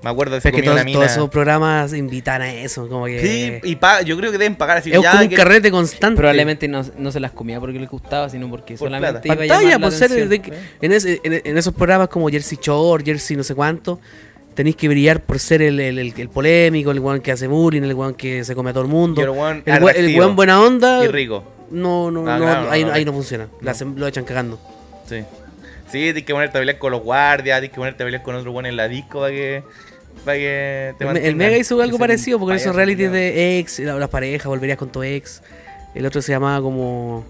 Speaker 2: Me acuerdo de
Speaker 3: Pero
Speaker 2: se
Speaker 3: es que
Speaker 2: comía
Speaker 3: todos,
Speaker 2: una
Speaker 3: todos
Speaker 2: mina.
Speaker 3: esos programas invitan a eso. Como que...
Speaker 2: Sí, y pa- yo creo que deben pagar así.
Speaker 3: eh. es
Speaker 2: ya,
Speaker 3: como un
Speaker 2: que-
Speaker 3: carrete constante.
Speaker 1: Probablemente no, no se las comía porque le gustaba, sino porque
Speaker 2: Por
Speaker 1: solamente
Speaker 2: plata.
Speaker 1: iba a
Speaker 3: pantalla,
Speaker 1: llamar la
Speaker 3: por ser
Speaker 1: atención.
Speaker 3: de que- en, ese- en- en esos programas como Jersey Shore, Jersey no sé cuánto, tenéis que brillar por ser el, el- el- el polémico, el weón que hace bullying, el weón que se come a todo el mundo.
Speaker 2: Y el weón
Speaker 3: el, weón- el
Speaker 2: atractivo.
Speaker 3: weón buena onda.
Speaker 2: Y rico.
Speaker 3: No, no,
Speaker 2: Ah,
Speaker 3: no,
Speaker 2: claro,
Speaker 3: ahí,
Speaker 2: no, no,
Speaker 3: ahí
Speaker 2: no.
Speaker 3: no funciona. La hacen- lo echan cagando.
Speaker 2: Sí. Sí, tienes que ponerte a bailar con los guardias, tienes que ponerte a bailar con otro weón en la disco para que. Para que te
Speaker 3: El, me- el
Speaker 2: mantengan.
Speaker 3: Mega hizo algo
Speaker 1: Ese
Speaker 3: parecido porque hizo
Speaker 2: payaso
Speaker 3: reality
Speaker 2: culiao.
Speaker 3: de ex, la- las parejas, volverías con tu ex. El otro se llamaba como.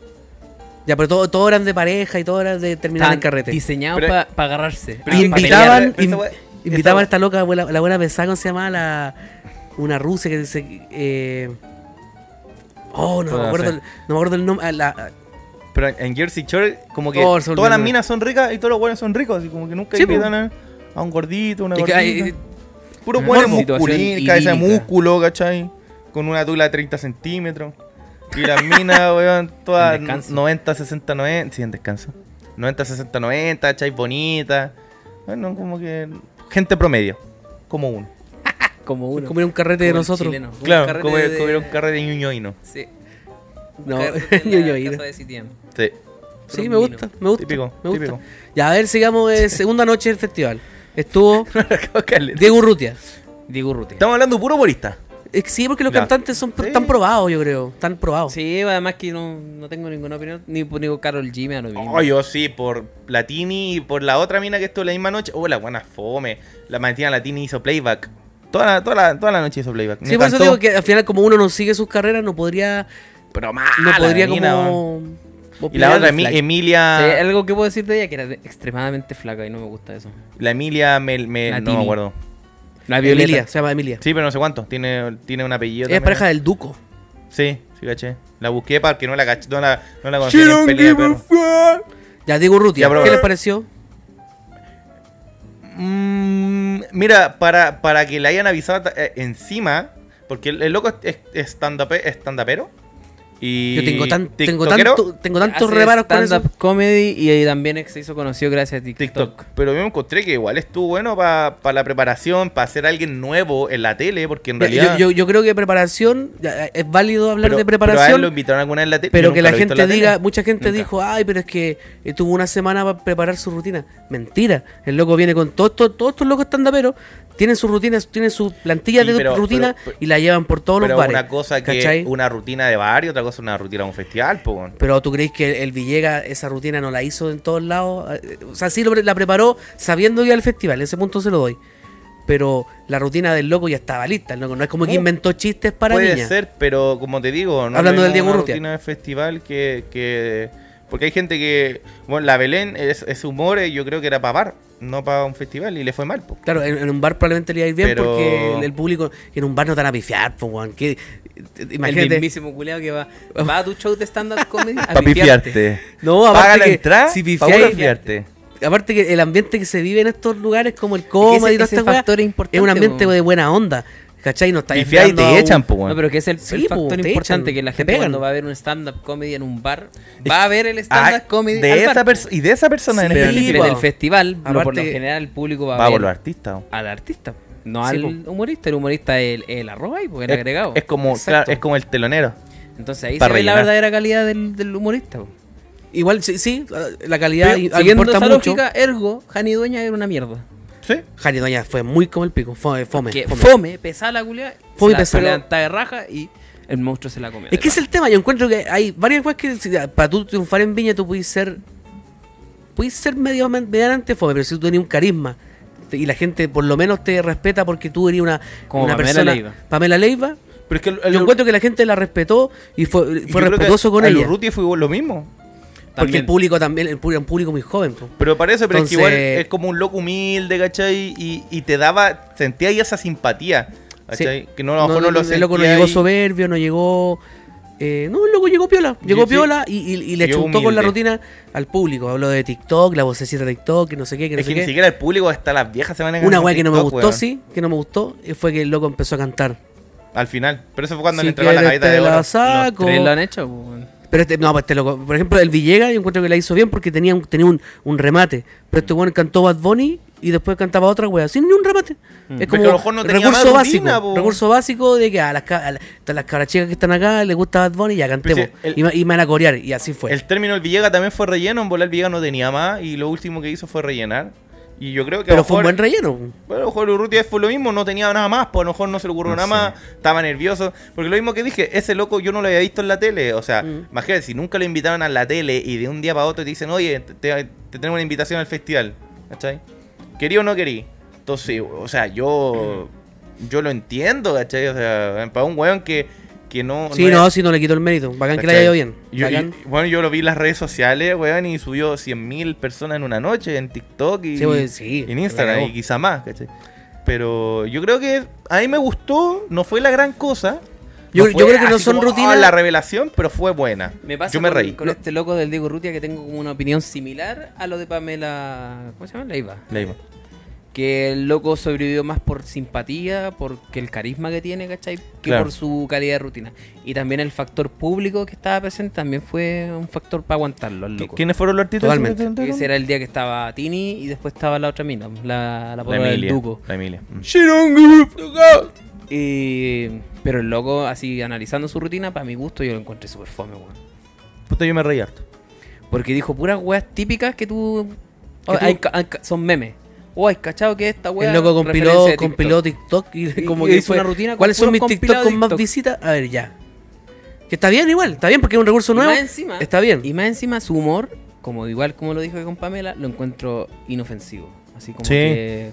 Speaker 3: Ya, pero todo, todo eran de pareja y todo era de terminar en
Speaker 1: Estaban
Speaker 3: carrete.
Speaker 1: diseñados
Speaker 2: Pero-
Speaker 1: para agarrarse.
Speaker 2: pero
Speaker 3: Y
Speaker 2: pa'
Speaker 3: invitaban,
Speaker 2: pelear, pero esa
Speaker 3: in-
Speaker 2: wea-
Speaker 3: invitaban
Speaker 2: esa
Speaker 3: a esta loca, la, la buena pensada, ¿cómo se llama? La, una rusa que dice. Eh, oh, no,
Speaker 2: No
Speaker 3: me acuerdo,
Speaker 2: sé.
Speaker 3: el- no me acuerdo el nombre. ah, la-
Speaker 2: Pero en Jersey Shore, como que
Speaker 3: Oh, se olvidó.
Speaker 2: todas las minas son ricas y todos los buenos son ricos. Y como que nunca
Speaker 3: Sí,
Speaker 2: invitan a, a un gordito, una
Speaker 3: y que-
Speaker 2: gordita.
Speaker 3: ay,
Speaker 2: Puro
Speaker 1: Ah,
Speaker 2: buenos
Speaker 1: situación
Speaker 2: musculín, cabeza de
Speaker 1: idílica.
Speaker 2: músculo, ¿cachai? Con una tula de 30 centímetros. Y las minas, weón, todas
Speaker 1: En descanso.
Speaker 2: 90, 60, 90. Sí, en descanso. 90, 60, 90, ¿cachai? Bonita. Bueno, como que. Gente promedio. Como uno.
Speaker 1: Como uno.
Speaker 3: como era un carrete de
Speaker 1: Como el
Speaker 3: nosotros.
Speaker 1: chileno. Un
Speaker 2: Claro,
Speaker 1: carrete
Speaker 2: como
Speaker 1: de-
Speaker 2: era un carrete de ñuñoino.
Speaker 1: Sí.
Speaker 3: No,
Speaker 1: Carrete en la
Speaker 3: yo iba.
Speaker 1: casa de Sitián.
Speaker 2: Sí.
Speaker 3: Sí, me gusta, me gusta.
Speaker 2: Típico,
Speaker 3: me gusta.
Speaker 2: típico.
Speaker 3: Ya, a ver, sigamos. eh, segunda noche del festival. Estuvo
Speaker 2: Caleta.
Speaker 3: Diego Urrutia.
Speaker 1: Diego Urrutia.
Speaker 2: Estamos hablando de puro bolista.
Speaker 3: Eh, Sí, porque los
Speaker 2: Ya.
Speaker 3: cantantes son pro-
Speaker 2: Sí.
Speaker 3: tan probados, yo creo. Tan probados.
Speaker 1: Sí, además que no, no tengo ninguna opinión. Ni pongo Carol G, me da lo mismo.
Speaker 2: Oh, yo sí, por Latini y por la otra mina que estuvo la misma noche. Oh, la buena fome. La Martina Latini hizo playback. Toda la, toda la, toda la noche hizo playback.
Speaker 3: Sí,
Speaker 2: Me
Speaker 3: por eso
Speaker 2: encantó. Ah,
Speaker 3: digo que al final, como uno no sigue sus carreras, no podría.
Speaker 2: Pero más.
Speaker 3: No podría como.
Speaker 2: Y la
Speaker 3: opinar
Speaker 2: otra,
Speaker 3: de
Speaker 2: Emi-
Speaker 3: Flash.
Speaker 2: Emilia.
Speaker 1: Sí, algo que puedo decir de ella que era de- extremadamente flaca y no me gusta eso.
Speaker 2: La Emilia me, me- no
Speaker 1: Latini.
Speaker 2: me acuerdo.
Speaker 1: La
Speaker 3: Emilia, se llama Emilia.
Speaker 2: Sí, pero no sé cuánto. Tiene, tiene un apellido.
Speaker 3: Ella es
Speaker 2: también.
Speaker 3: pareja del Duco.
Speaker 2: Sí, sí, caché. La busqué para que no la caché. No la, no la conocí ni en pelea de perro.
Speaker 3: Ya, Diego Urrutia,
Speaker 2: Ya, pero-
Speaker 3: ¿qué les pareció?
Speaker 2: Mm, mira, para, para que le hayan avisado ta- eh, encima, porque el, el loco es es stand-up- stand-upero. Y
Speaker 3: Yo tengo, tan, tengo,
Speaker 2: tiktokero,
Speaker 3: tanto, tengo tantos
Speaker 1: Hace
Speaker 3: reparos con eso.
Speaker 1: stand-up comedy y ahí también se hizo conocido gracias a TikTok.
Speaker 2: TikTok. Pero yo me encontré que igual estuvo bueno para la preparación, para ser alguien nuevo en la tele, porque en
Speaker 3: Mira,
Speaker 2: realidad.
Speaker 3: Yo, yo- yo creo que preparación, ya, eh, es válido hablar
Speaker 2: pero-
Speaker 3: de
Speaker 2: Pero a él lo
Speaker 3: preparación, pero,
Speaker 2: invitaron alguna vez en la tele. yo
Speaker 3: que
Speaker 2: nunca
Speaker 3: la
Speaker 2: lo he visto
Speaker 3: gente
Speaker 2: en la
Speaker 3: diga,
Speaker 2: tele.
Speaker 3: mucha gente
Speaker 2: Nunca.
Speaker 3: dijo, ay, pero es que eh, tuvo una semana para preparar su rutina. Mentira, el loco viene con todos estos- todos estos locos estandaperos, tienen sus rutinas, tienen su plantilla
Speaker 2: Sí,
Speaker 3: de
Speaker 2: pero-
Speaker 3: rutina
Speaker 2: pero- pero-
Speaker 3: y la llevan por todos
Speaker 2: Pero
Speaker 3: los bares.
Speaker 2: una cosa que
Speaker 3: ¿cachai?
Speaker 2: una rutina de barrio, otra cosa una rutina de un festival, po. weón.
Speaker 3: Pero tú crees que el Villega esa rutina no la hizo en todos lados. Eh, O sea, sí lo pre- la preparó sabiendo que iba al festival, ese punto se lo doy. Pero la rutina del loco ya estaba lista, el loco. No es como que
Speaker 2: Uh,
Speaker 3: inventó chistes para
Speaker 2: Puede
Speaker 3: niñas.
Speaker 2: ser, pero como te digo, no
Speaker 3: Hablando
Speaker 2: es lo
Speaker 3: del
Speaker 2: mismo
Speaker 3: Diego
Speaker 2: una
Speaker 3: Urrutia.
Speaker 2: rutina de festival que, que- Porque hay gente que. Bueno, la Belén es, es humor, eh, yo creo que era para bar, no para un festival, y le fue mal, po.
Speaker 3: Claro, en, en un bar probablemente le iba a ir bien
Speaker 2: Pero-
Speaker 3: porque el, el público en un bar no te van a pifiar, pues, weón. Que- eh,
Speaker 1: El
Speaker 3: Imagínate.
Speaker 1: mismísimo culeado que va, va a tu show de stand-up comedy a
Speaker 2: Para pifiarte.
Speaker 3: No,
Speaker 2: Paga la
Speaker 3: que
Speaker 2: entrada,
Speaker 3: si
Speaker 2: si
Speaker 3: pifiáis-
Speaker 2: pifiarte.
Speaker 3: aparte que el ambiente que se vive en estos lugares como el
Speaker 1: Es que ese-
Speaker 3: coma y toda
Speaker 1: ese
Speaker 3: esta weá,
Speaker 1: factor es
Speaker 3: es un
Speaker 1: importante,
Speaker 3: ambiente
Speaker 1: po.
Speaker 3: de buena onda. ¿Cachai? No está
Speaker 2: Pifiáis y te echan, po, weón.
Speaker 1: No, pero que es el,
Speaker 3: Sí,
Speaker 1: el
Speaker 3: po,
Speaker 1: factor
Speaker 3: te
Speaker 1: importante
Speaker 3: echan,
Speaker 1: que la
Speaker 3: te
Speaker 1: gente
Speaker 3: pegan.
Speaker 1: cuando va a ver un stand-up comedy en un bar va a ver el stand-up
Speaker 2: Ah,
Speaker 1: comedy
Speaker 2: de
Speaker 1: al
Speaker 2: esa
Speaker 1: bar.
Speaker 2: perso- y de esa persona en
Speaker 3: Sí, pues,
Speaker 1: Pero en el-
Speaker 2: específico.
Speaker 1: en el
Speaker 3: po.
Speaker 1: festival lo- por
Speaker 3: Aparte-
Speaker 1: lo general el público va a
Speaker 2: Va por
Speaker 1: ver
Speaker 2: los artistas. po.
Speaker 1: al artista, no
Speaker 3: Sí,
Speaker 1: al humorista. El humorista es el, el arroba y pues, el
Speaker 2: Es-
Speaker 1: agregado.
Speaker 2: Es como,
Speaker 3: Exacto.
Speaker 2: claro, es como el telonero.
Speaker 1: Entonces ahí se
Speaker 2: para
Speaker 1: ve la
Speaker 2: rellenar.
Speaker 1: verdadera calidad del, del humorista. po.
Speaker 3: Igual, sí, sí, la calidad
Speaker 1: Pero,
Speaker 3: i-
Speaker 1: siguiendo
Speaker 3: importa
Speaker 1: esa
Speaker 3: mucho.
Speaker 1: lógica, ergo, Jani Dueña era una mierda.
Speaker 2: Sí.
Speaker 3: Jari Doña fue muy como el pico, fome, fome.
Speaker 1: Que
Speaker 3: fome.
Speaker 1: fome, pesada la culia,
Speaker 3: Fome
Speaker 1: se la-
Speaker 3: pesada.
Speaker 1: se levanta de raja y el monstruo se la come.
Speaker 3: Es que es el tema, yo encuentro que hay varias cosas que si- para tú triunfar en Viña tú puedes ser puedes ser medio medianamente fome, pero si tú tenés un carisma te- y la gente por lo menos te respeta porque tú eres una,
Speaker 1: Como
Speaker 3: una
Speaker 1: Pamela
Speaker 3: persona
Speaker 1: Leiva.
Speaker 3: Pamela Leiva,
Speaker 2: Pero es que el,
Speaker 3: yo encuentro que la gente la respetó y fue, fue respetuoso con
Speaker 2: el
Speaker 3: ella.
Speaker 2: Ruti fue igual lo mismo.
Speaker 3: Porque el público también, el público, un público muy joven. po.
Speaker 2: Pero parece, pero es que
Speaker 3: Entonces-
Speaker 2: igual es como un loco humilde, ¿cachai? Y, y te daba, sentía ahí esa simpatía, ¿cachai? Que no, a lo mejor no lo
Speaker 3: el loco no
Speaker 2: sentía
Speaker 3: llegó
Speaker 2: ahí.
Speaker 3: soberbio, no llegó. eh, no, el loco llegó piola. Llegó
Speaker 2: Sí, sí.
Speaker 3: piola y, y- y le
Speaker 2: Llegó
Speaker 3: chuntó con la
Speaker 2: humilde.
Speaker 3: rutina al público. Habló de TikTok, la vocecita de TikTok, que no sé qué, que no
Speaker 2: Es
Speaker 3: sé
Speaker 2: que ni
Speaker 3: qué.
Speaker 2: siquiera el público, hasta las viejas se van a
Speaker 3: Una weá que no me gustó, sí, que no me gustó, eh, fue que el loco empezó a cantar.
Speaker 2: Al final. Pero eso fue cuando
Speaker 3: Si
Speaker 2: le entregaron la
Speaker 3: quieres
Speaker 2: galleta
Speaker 3: te
Speaker 2: de oro.
Speaker 3: la saco.
Speaker 1: Los tres lo han hecho. po, weón.
Speaker 3: Pero este, no, pues este loco, por ejemplo, el Villegas, yo encuentro que la hizo bien porque tenía un, tenía un, un remate. Pero este weón cantó Bad Bunny y después cantaba otra wea, sin ni un remate. Es
Speaker 2: Pero Mm.
Speaker 3: como
Speaker 2: que a lo mejor no tenía
Speaker 3: recurso
Speaker 2: más
Speaker 3: básico.
Speaker 2: rutina, po.
Speaker 3: recurso básico de que a las, ca- a la- a las cabras chicas que están acá les gusta Bad Bunny, ya cantemos.
Speaker 2: Pero si el-
Speaker 3: y, ma- y me van a corear. Y así fue.
Speaker 2: El término del Villegas también fue relleno. En volar el Villegas no tenía más. Y lo último que hizo fue rellenar. Y yo creo que. a
Speaker 3: pero
Speaker 2: lo
Speaker 3: fue un
Speaker 2: mejor-
Speaker 3: buen relleno.
Speaker 2: Bueno, a lo mejor Urrutia fue lo mismo, no tenía nada más, pues a lo mejor no se le ocurrió
Speaker 3: No
Speaker 2: nada
Speaker 3: sé.
Speaker 2: más, estaba nervioso. Porque lo mismo que dije, ese loco yo no lo había visto en la tele. O sea, imagínate, si nunca lo invitaron a la tele y de un día para otro te dicen, oye, te, te- te tenemos una invitación al festival. ¿Cachai? ¿Querí o no querí? Entonces, o sea, yo yo lo entiendo, ¿cachai? O sea, para un weón que, que no...
Speaker 3: sí,
Speaker 2: no
Speaker 3: no,
Speaker 2: era-
Speaker 3: sí, no le quitó el mérito. Bacán que le
Speaker 2: ¿Cachai?
Speaker 3: haya ido bien.
Speaker 2: Yo-
Speaker 3: Bacán.
Speaker 2: y- bueno, yo lo vi en las redes sociales, weón, y subió 100.000 personas en una noche en TikTok y
Speaker 3: Sí, weón, sí,
Speaker 2: en
Speaker 3: la
Speaker 2: Instagram
Speaker 3: cagó.
Speaker 2: y quizá más, ¿cachai? Pero yo creo que a mí me gustó, no fue la gran cosa.
Speaker 3: Yo-
Speaker 2: fue
Speaker 3: yo creo que no
Speaker 2: así
Speaker 3: son
Speaker 2: como,
Speaker 3: rutinas-
Speaker 2: "Oh, la revelación, pero fue buena.
Speaker 1: Me pasa
Speaker 2: yo me
Speaker 1: con,
Speaker 2: reí.
Speaker 1: con este loco del Diego Rutia que tengo como una opinión similar a lo de Pamela. ¿Cómo se llama? Leiva.
Speaker 2: La iba.
Speaker 1: Que el loco sobrevivió más por simpatía, porque el carisma que tiene, ¿cachai? Que
Speaker 2: Claro.
Speaker 1: por su calidad de rutina. Y también el factor público que estaba presente también fue un factor para aguantarlo al
Speaker 2: ¿Qui-
Speaker 1: loco.
Speaker 2: ¿Quiénes fueron los artistas?
Speaker 3: Totalmente.
Speaker 2: que se presentaron?
Speaker 1: Ese era el día que estaba Tini y después estaba la otra mina, la, la
Speaker 2: La
Speaker 1: polola del
Speaker 2: Emilia.
Speaker 1: Duco.
Speaker 2: La Emilia. Mm.
Speaker 1: Y, pero el loco, así analizando su rutina, para mi gusto, yo lo encontré súper fome, weón.
Speaker 2: Puta, yo me reí harto.
Speaker 1: Porque dijo puras weas típicas que tú. oh,
Speaker 3: Que tú-
Speaker 1: hay ca- hay ca- son memes. Oh, hay cachado que esta wea.
Speaker 3: El loco compiló
Speaker 1: referencia de
Speaker 3: TikTok. compiló TikTok y
Speaker 1: Y-
Speaker 3: como
Speaker 1: y
Speaker 3: que
Speaker 1: hizo
Speaker 3: fue,
Speaker 1: una rutina con
Speaker 3: ¿Cuáles son
Speaker 1: puros
Speaker 3: mis TikTok
Speaker 1: compilados de
Speaker 3: con más
Speaker 1: TikTok?
Speaker 3: visitas? A ver, ya. Que está bien igual, está bien porque es un recurso
Speaker 1: Y
Speaker 3: nuevo.
Speaker 1: más encima-
Speaker 3: está bien.
Speaker 1: Y más encima, su humor, como igual como lo dijo con Pamela, lo encuentro inofensivo. Así como
Speaker 2: Sí.
Speaker 1: que.